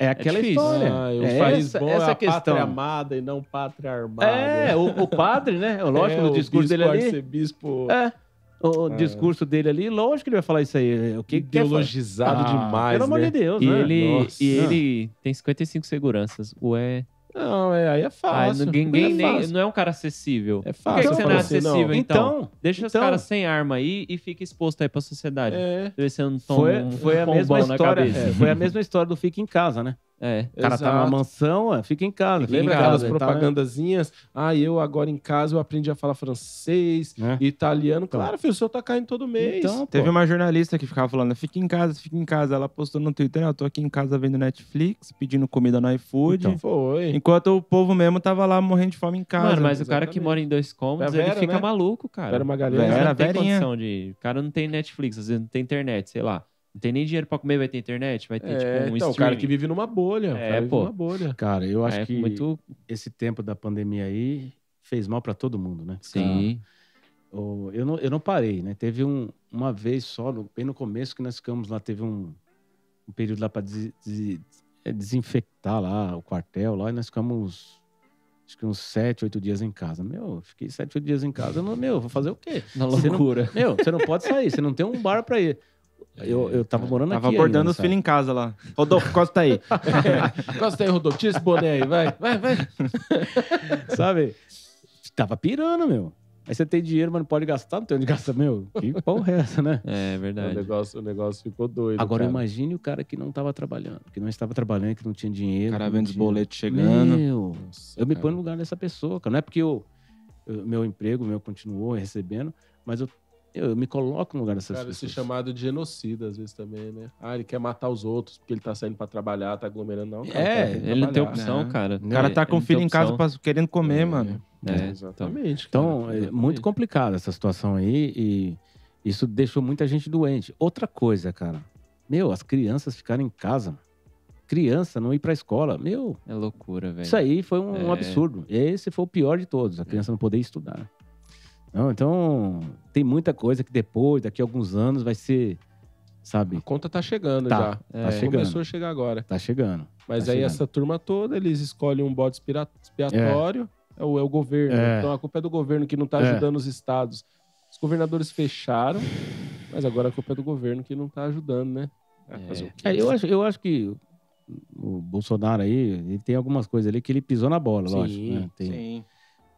é aquela difícil. história. Ah, é o país essa, bom essa é é a a pátria questão. amada e não pátria armada. É, o, o padre, né? Lógico, É, no o discurso bispo, dele ali. arcebispo É. O o discurso dele ali, lógico que ele vai falar isso aí. é, O que que quer falar? ideologizado Ah, demais, Pelo amor né? de Deus, E né? ele, Nossa. e ele tem 55 seguranças. Ué. Não, é, aí é Ah, fácil. ninguém, ninguém é nem, fácil. não é um cara acessível. É Por que, fácil. que você não é falar assim, acessível, então? Então, Deixa os então- caras sem arma aí e fica exposto aí pra sociedade. É, Vê se não toma foi, um foi a pombão mesma na história. cabeça. é, foi a mesma história do Fica em Casa, né? É. O cara tá Exato. numa mansão, ó, fica em casa. Fica Lembra em casa, aquelas e tal, né? propagandazinhas? Ah, eu agora em casa eu aprendi a falar francês, Né? italiano. Claro, filho, o senhor tá caindo todo mês. Então, pô. Teve uma jornalista que ficava falando, fica em casa, fica em casa. Ela postou no Twitter, eu tô aqui em casa vendo Netflix, pedindo comida no iFood. então Foi. Enquanto o povo mesmo tava lá morrendo de fome em casa. Mano, mas o cara que mora em dois cômodos, É a ele Vera, fica né? maluco, cara. Era uma O cara galera. Vera, não tem Verinha. condição de. O cara não tem Netflix, às vezes não tem internet, sei lá. Não tem nem dinheiro pra comer, vai ter internet, vai ter, É, tipo, um então, o cara que vive numa bolha. o É, cara vive pô. numa bolha. Cara, eu acho é que muito. esse tempo da pandemia aí fez mal pra todo mundo, né? Sim. O- Eu não, eu não parei, né? Teve um- uma vez só, no- bem no começo que nós ficamos lá, teve um, um período lá para é, desinfectar lá o quartel lá, e nós ficamos acho que uns sete, oito dias em casa. Meu, eu fiquei sete, oito dias em casa. eu não- meu, vou fazer o quê? Na Você não- loucura. É, Meu, você não pode sair, você não tem um bar pra ir. Eu, eu tava morando Tava aqui. abordando ainda, os é sabe? filhos em casa lá. Rodolfo, Costa aí. Gosta aí, Rodolfo. Tira esse boné aí, vai. Vai, vai. sabe? Tava pirando, meu. Aí você tem dinheiro, mas não pode gastar, não tem onde gastar. Meu, que porra é essa, né? É O verdade. negócio, o negócio ficou doido. Agora cara. imagine o cara que não tava trabalhando, que não estava trabalhando, que não tinha dinheiro. O cara que não vendo os tinha- boletos chegando. Meu, Nossa, eu me cara. ponho no lugar dessa pessoa, cara. Não é porque eu, eu- meu emprego, meu continuou recebendo, mas eu, eu, me coloco no lugar dessas Cara, esse pessoas. chamado de genocida, às vezes, também, né? Ah, ele quer matar os outros porque ele tá saindo pra trabalhar, tá aglomerando. Não, cara, É, o cara que Ele não tem trabalhar. opção, né? cara. É, O cara tá com o filho em casa pra. pra- querendo comer, mano. É, Exatamente. Então, cara, é exatamente. muito complicada essa situação aí e isso deixou muita gente doente. Outra coisa, cara. Meu, as crianças ficarem em casa. mano. Criança não ir pra escola. Meu, É loucura, velho. Isso aí foi um, É. absurdo. Esse foi o pior de É. todos, a criança não poder estudar. Não, então, tem muita coisa que depois, daqui a alguns anos, vai ser, A sabe, conta tá chegando Tá, já. tá chegando. Começou a chegar agora. tá chegando. Mas Tá aí chegando. essa turma toda, eles escolhem um bode expira- expiatório, é, o, é o governo. É. Então a culpa é do governo que não tá É. ajudando os estados. Os governadores fecharam, mas agora a culpa é do governo que não tá ajudando, né? Ah, fazer o quê? É, eu, acho, eu acho que o Bolsonaro aí, ele tem algumas coisas ali que ele pisou na bola, Sim, lógico. né? Tem- Sim.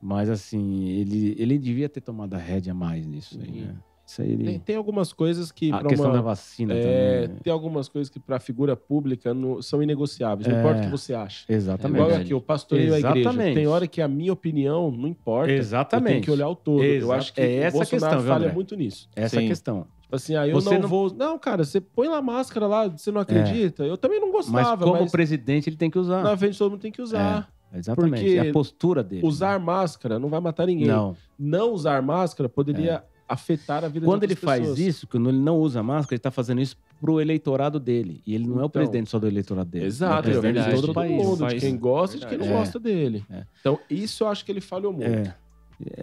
Mas assim, ele, ele devia ter tomado a rédea mais nisso aí, Sim. né? Isso aí Tem, ele... Uhum. tem algumas coisas que. A pra questão uma- da vacina é, também. né? tem algumas coisas que para figura pública no- são inegociáveis. Não É. importa o que você acha. Exatamente. Igual verdade. aqui, eu pastoreio a igreja. Exatamente. Tem hora que a minha opinião não importa. Eu tenho Exatamente. que olhar o todo. Eu Exa- acho que é essa a o Bolsonaro questão, viu, falha André? muito nisso. Essa é Sim. a questão. Tipo assim, ah, eu Você não, não- É. vou... Não, cara, você põe lá a máscara lá, você não acredita? Eu também não Mas gostava, como mas, presidente ele tem que usar. na frente todo mundo tem que usar. Exatamente. Porque e a postura dele. né? Usar máscara não vai matar ninguém. Não, É. Não. É. usar máscara poderia afetar a vida Quando de ele outras faz pessoas. isso, quando ele não usa máscara, ele tá fazendo isso pro eleitorado dele. E ele não é o Então. presidente só do eleitorado dele. Exato, ele ele é o é presidente verdade, de todo o país. mundo, de Faz- quem gosta e de quem não É. gosta dele. É. Então, isso eu acho que ele falhou muito. É.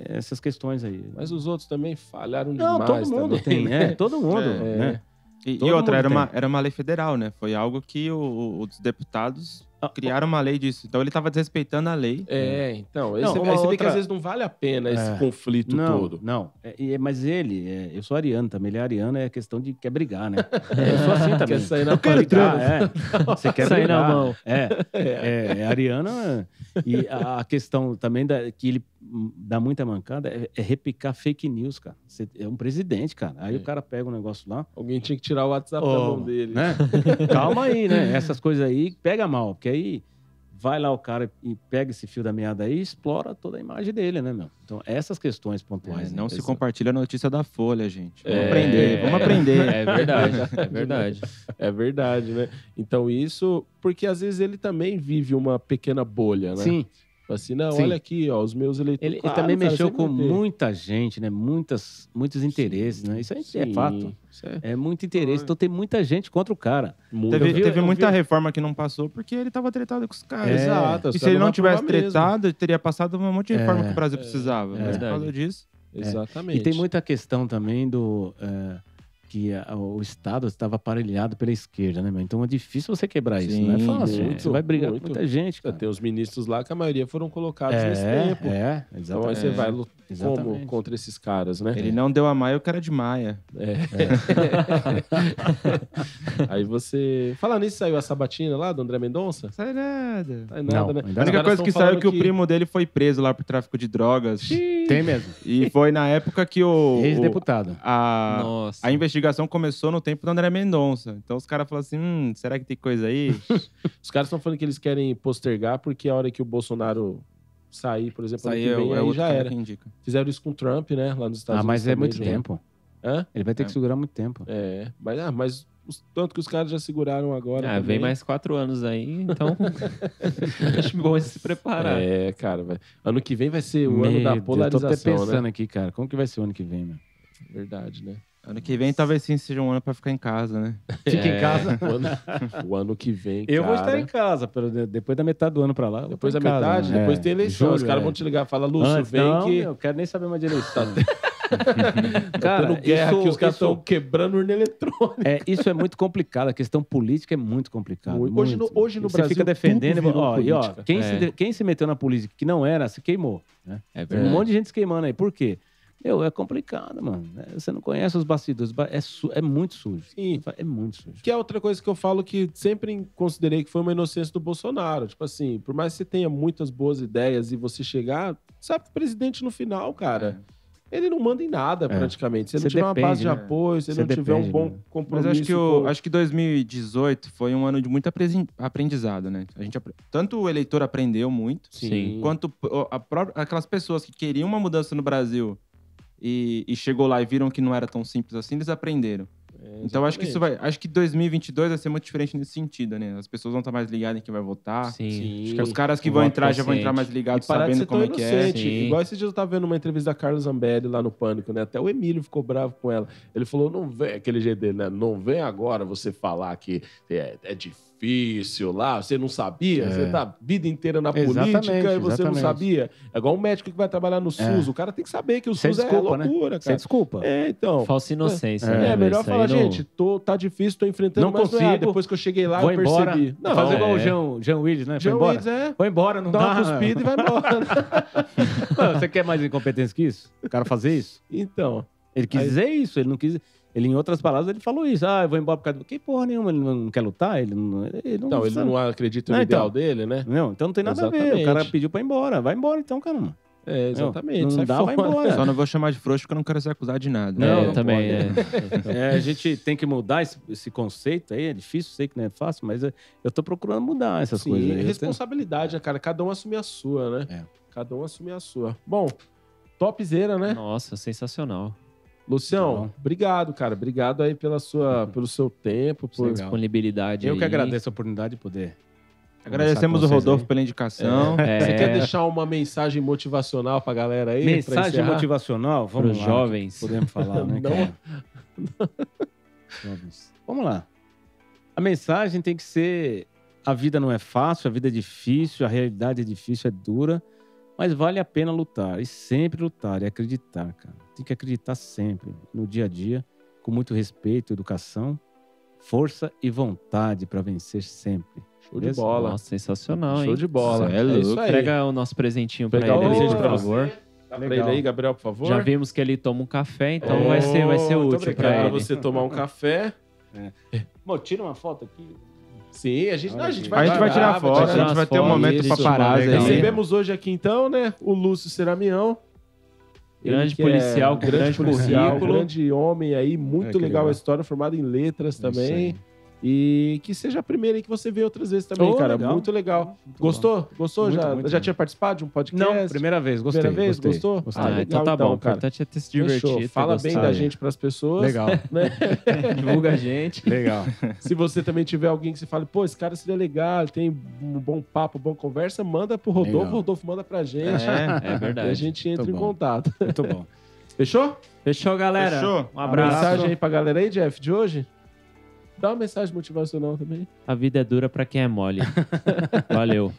É, Essas questões aí. Mas os outros também falharam não, demais. todo mundo também, tem, né? é, todo mundo. É. né? E, e Todo outra, mundo era uma, tem. era uma lei federal, né? Foi algo que o- o- os deputados Criaram uma lei disso. Então ele tava desrespeitando a lei. É, então. Não, aí você, uma aí você vê que outra- às vezes não vale a pena esse É. conflito não, todo. Não, É, e é- mas ele, é, eu sou ariano também, ele é ariano, é questão de quer brigar, né? Eu sou assim também. É, Quer sair na brigar, pancada. é. Você quer Sair na brigar. mão. É, é, é ariano. é. E a a questão também da, que ele hum, dá muita mancada é, é repicar fake news, cara. Você é um presidente, cara. Aí É. o cara pega um negócio lá, Alguém tinha que tirar o WhatsApp da Ô, mão dele. né? Calma aí, né? Essas coisas aí pega mal, porque aí vai lá o cara e pega esse fio da meada aí e explora toda a imagem dele, né, meu? Então, essas questões pontuais. É, né? não se Esse- compartilha a notícia da Folha, gente. Vamos É, aprender, vamos aprender. É verdade, é verdade. É verdade, né? Então isso, porque às vezes ele também vive uma pequena bolha, né? Sim, Fala Assim, não, Sim. olha aqui, ó, os meus eleitores. ele, ele Claro, também cara, mexeu sempre com vai ter. muita gente, né? Muitas, muitos interesses, né? Isso aí é Sim, fato. isso é É muito interesse. Então tem muita gente contra o cara. muito- Teve, Eu vi- um teve eu muita vi- reforma que não passou porque ele tava tretado com os caras. É. Exato. E os se ele caras não vão tivesse aprovar mesmo. tretado, teria passado um monte de reforma É. que o Brasil precisava. É. Mas por causa disso, É. Exatamente. E tem muita questão também do é, que a- o Estado estava aparelhado pela esquerda, né, meu? Então é difícil você quebrar isso. Sim, Não é fácil. muito, você vai brigar muito. com muita gente, cara. Tem os ministros lá que a maioria foram colocados nesse É, tempo. é, Então aí exatamente. você vai lutar como Exatamente. contra esses caras, né? ele não deu a Maia, o cara de Maia. É. Aí você. Falando nisso, saiu a sabatina lá do André Mendonça? Sai nada. Sai nada, Não, né? A ainda Os única caras coisa tão que saiu é falando que, o primo dele foi preso lá por tráfico de drogas. Tem mesmo. e foi na época que o. o Ex-deputado. a, Nossa. A investigação começou no tempo do André Mendonça. Então os caras falaram assim: hum, será que tem coisa aí? Os caras estão falando que eles querem postergar porque a hora que o Bolsonaro sair, por exemplo, Isso aí ano é que vem, aí é já cara era. que indica. Fizeram isso com o Trump, né? Lá nos Estados Unidos. Ah, mas é também, né? muito já. tempo. Hã? Ele vai ter É. que segurar muito tempo. É, mas, ah, mas os- tanto que os caras já seguraram agora. Ah, também. vem mais quatro anos aí, então acho bom se preparar. É, cara. vai- Ano que vem vai ser o ano Meu da Deus, Eu tô até polarização, pensando aqui, cara. Como que vai ser o ano que vem, meu? né? Verdade, né? Ano que vem talvez sim seja um ano pra ficar em casa, né? É. Fica em casa. O ano, o ano que vem, Eu vou cara. estar em casa, pelo- de- depois da metade do ano pra lá. eu vou Depois da estar em casa, metade, né? depois É, tem eleição. os julho, caras é. vão te ligar e falar, Lúcio, Antes, vem não, que Eu quero nem saber mais de eleição. tá cara, tendo guerra isso- aqui, os caras isso- estão quebrando urna eletrônica. É, isso é muito complicado. A questão política é muito complicada. Hoje muito. no- hoje no Você Brasil, fica defendendo. tudo virou ó, e, ó, política. quem, se É. de- quem se meteu na política que não era, se queimou. né? É Tem Um monte de gente se queimando aí. Por quê? Meu, é complicado, mano. É, Você não conhece os bastidores. Ba- É, su- é muito sujo. Sim. É muito sujo. Que é outra coisa que eu falo que sempre considerei que foi uma inocência do Bolsonaro. Tipo assim, por mais que você tenha muitas boas ideias e você chegar, sabe que o presidente no final, cara, É. ele não manda em nada praticamente. Se ele não Você tiver uma depende, base de né? apoio, se ele Você não tiver um depende, bom né? Mas compromisso. acho que, o, com- acho que 2018 foi um ano de muito apresen- aprendizado, né? A gente, apre- tanto o eleitor aprendeu muito, Sim. quanto o- a pró- aquelas pessoas que queriam uma mudança no Brasil e, e chegou lá e viram que não era tão simples assim, eles aprenderam. então acho que isso vai, acho que 2022 vai ser muito diferente nesse sentido, né? As pessoas vão estar mais ligadas em quem vai votar. Ah, Sim. Sim. Acho que Os caras que Um vão voto entrar já vão consciente. entrar mais E ligados, parar de sabendo ser tão como é que é. inocente. Sim. Igual esse dia eu tava vendo uma entrevista da Carlos Zambelli lá no Pânico, né? Até o Emílio ficou bravo com ela. Ele falou, não vem, aquele jeito dele, né? Não vem agora você falar que é, é difícil lá, você não sabia, É. você tá a vida inteira na Exatamente, política e você não exatamente. É. sabia. É igual um médico que vai trabalhar no SUS, o cara tem que saber que o Sem SUS desculpa, é né? loucura, Sem cara. desculpa. É, então... Falsa inocência, né? É, velho? melhor Isso aí falar, não- gente, tô, tá difícil, tô enfrentando, Não mas é. consigo. Depois que eu cheguei lá, Vou eu embora. percebi. Não, Fazer igual o é. Jean, Jean Willis, né? Foi Jean embora. Willis, é, Foi embora, não dá uma dá. cuspida e vai embora. né? Não, Ah. você quer mais incompetência que isso? O cara fazer isso? Então... Ele quis Aí- dizer isso, ele não quis. Ele, em outras palavras, ele falou isso. Ah, eu vou embora por causa do. Que porra nenhuma, ele não quer lutar? Ele não. Ele não, Então, ele não acredita no Não, ideal então. dele, né? Não, então não tem nada a ver. Exatamente. O cara pediu pra ir embora. Vai embora então, caramba. É, exatamente. Não, sai não dá, vai fora. embora. Só não vou chamar de frouxo porque eu não quero ser acusado de nada. É, Não, né, não também. É, a gente tem que mudar esse, esse conceito aí. É difícil, sei que não é fácil, mas é- eu tô procurando mudar essas Sim, coisas. aí. Eu responsabilidade, né, cara? Cada um assume a sua, né? É. Cada um assume a sua. Bom, topzera, é. né? Nossa, sensacional. Lucião, Tá bom. obrigado, cara. Obrigado aí pela sua, pelo seu tempo. Por... Legal. Disponibilidade tenho- eu que aí. agradeço a oportunidade de poder. Agradecemos o conversar com vocês Rodolfo aí. pela indicação. É, Você quer deixar uma mensagem motivacional pra galera aí? pra Mensagem encerrar? motivacional, vamos para os lá. jovens. Podemos falar, né? Não. cara? Jovens. Vamos lá. A mensagem tem que ser: a vida não é fácil, a vida é difícil, a realidade é difícil, é dura, mas vale a pena lutar e sempre lutar e acreditar, cara. Tem que acreditar sempre, no dia a dia, com muito respeito, educação, força e vontade para vencer sempre. Show de bola. Nossa, sensacional, Show hein? de bola. Isso É é louco. isso aí. Pega o nosso presentinho pra Pegar ele, o ali, presente por pra favor. Dá pra Legal. ele aí, Gabriel, por favor. Já vimos que ele toma um café, então É. vai ser, vai ser Muito útil obrigado. pra ele. você tomar um café. Mô, tira uma foto aqui. Sim, a gente, não, a gente vai a gente vai parar, tirar foto, tirar a gente vai umas ter um fotos, momento isso, paparazzi legal. aí. Recebemos hoje aqui, então, né, o Lúcio Ceramião. Grande que é um policial, com grande grande policial, currículo. grande homem aí, É, que muito legal legal. a história, formado em letras também. Isso aí. E que seja a primeira aí que você vê outras vezes também, Oh, cara. legal. Muito legal. Gostou? Gostou? Muito, já muito já bom. tinha participado de um podcast? Não, primeira vez, gostei. Primeira vez? gostei, Gostou? gostei. Ah, legal, então tá bom. O cara. importante é ter se Fechou. divertido. Fala bem da gostado. gente pras pessoas. Legal, né? divulga a gente. legal. Se você também tiver alguém que você fale, pô, esse cara seria legal, ele tem um bom papo, boa conversa, manda pro Rodolfo, Legal. Rodolfo manda pra gente. É, é E a verdade. gente entra Tá em bom. contato. Muito bom. Fechou? Fechou, galera. Fechou? Um abraço. Mensagem aí pra galera aí, Jeff, de hoje. Dá uma mensagem motivacional também. A vida é dura pra quem é mole. Valeu.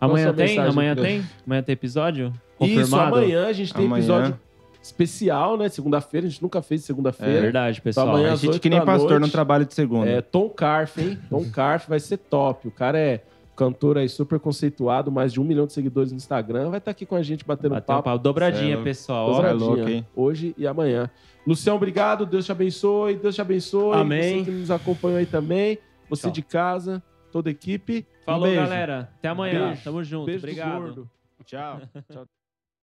Amanhã sua tem? mensagem, Amanhã Pedro? tem? Amanhã tem episódio? Isso, Confirmado? amanhã a gente tem Amanhã. episódio especial, né? Segunda-feira, a gente nunca fez É segunda-feira. verdade, pessoal. Então amanhã A às gente oito que nem da pastor noite. no trabalho de segunda. É, Tom Carf, hein? Tom Carf vai ser top. O cara é cantor aí super conceituado, mais de um milhão de seguidores no Instagram. Vai estar aqui com a gente batendo Bateu um papo. pau. Dobradinha, Cê é pessoal. Ó, louco. Dobradinha, louco, hein? Hoje e amanhã. Lucião, obrigado. Deus te abençoe. Deus te abençoe. Amém. Você que nos acompanhou aí também. Você Tchau. de casa, toda a equipe. Um Falou, beijo. galera. Até amanhã. Beijo. Tamo junto. Beijo do Obrigado. gordo. Tchau. Tchau.